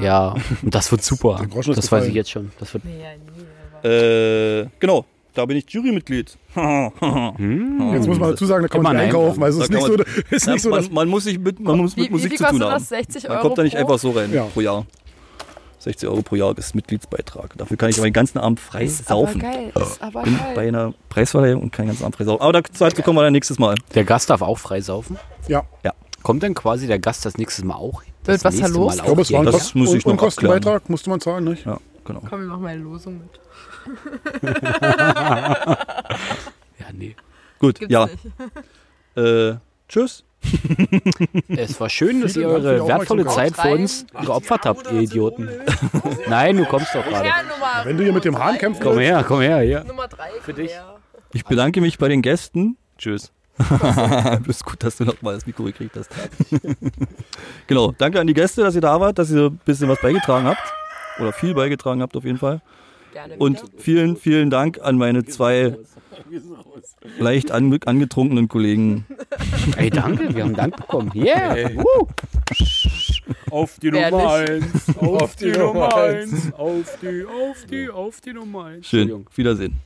S5: Ja, und das wird super.
S1: Groschen ist
S5: Das weiß
S1: gefallen.
S5: ich jetzt schon. Das wird
S11: Nee, ja, nie.
S2: Äh, genau, da bin ich
S11: [laughs]
S2: Jurymitglied.
S1: Jetzt muss man dazu Oh. sagen, da kann man
S5: Immer
S1: nicht
S5: nein.
S1: einkaufen. Also es ist
S2: Da
S1: nicht
S2: kann
S1: so, ist
S2: Na,
S1: nicht so dass,
S2: man, man muss sich mit, man muss mit
S11: Wie,
S2: Musik
S11: wie viel
S2: zu tun
S11: kostet
S2: haben.
S11: das? 60 Euro?
S2: Man kommt da nicht
S11: pro?
S2: einfach so rein
S1: Ja.
S2: pro Jahr. 60 Euro pro Jahr ist Mitgliedsbeitrag. Dafür kann ich aber den ganzen Abend frei
S11: Ist aber
S2: saufen.
S11: geil. Ist aber
S2: Bin bei
S11: geil.
S2: einer Preisverleihung und kann den ganzen Abend frei saufen. Aber dazu kommen wir dann nächstes Mal.
S5: Der Gast darf auch frei saufen.
S1: ja.
S5: Kommt dann quasi der Gast das nächste Mal auch?
S11: Wird was da
S5: nächste
S11: los?
S5: Mal
S1: Ich glaube,
S5: auch
S1: es war ein
S5: hier?
S2: Das
S1: Kost-
S2: muss ich
S1: und- und
S2: noch abklären.
S1: Kostenbeitrag, musste man zahlen, nicht?
S2: Ja, genau.
S11: Komm, wir machen mal eine Losung mit.
S5: Ja, nee.
S2: Gut,
S11: Gibt's
S2: ja. Äh, tschüss.
S5: Es
S1: [laughs]
S5: war schön, dass ihr
S1: Dank für die
S5: eure wertvolle
S1: Aufmerksamkeit.
S5: Zeit für uns geopfert habt, ihr Idioten. [laughs] Nein, du kommst doch gerade.
S11: Ja, Nummer,
S1: Wenn du hier mit dem Hahn kämpfst,
S5: Komm her, komm her, ja.
S11: Nummer drei. Für dich.
S2: Ich bedanke mich bei den Gästen. Tschüss. das [laughs] ist gut, dass du nochmal das Mikro gekriegt hast. [laughs] genau, danke an die Gäste, dass ihr da wart, dass ihr ein bisschen was beigetragen habt. Oder viel beigetragen habt auf jeden Fall.
S11: Gerne
S2: Und vielen, vielen Dank an meine zwei leicht ange angetrunkenen Kollegen.
S5: [laughs] Ey, danke, wir haben Dank bekommen. Yeah. Woo.
S12: Auf die
S11: Wer
S12: Nummer
S11: nicht?
S12: 1. Auf die Nummer 1.
S5: Auf die, auf die, auf die Nummer.
S2: Schön. Auf Wiedersehen.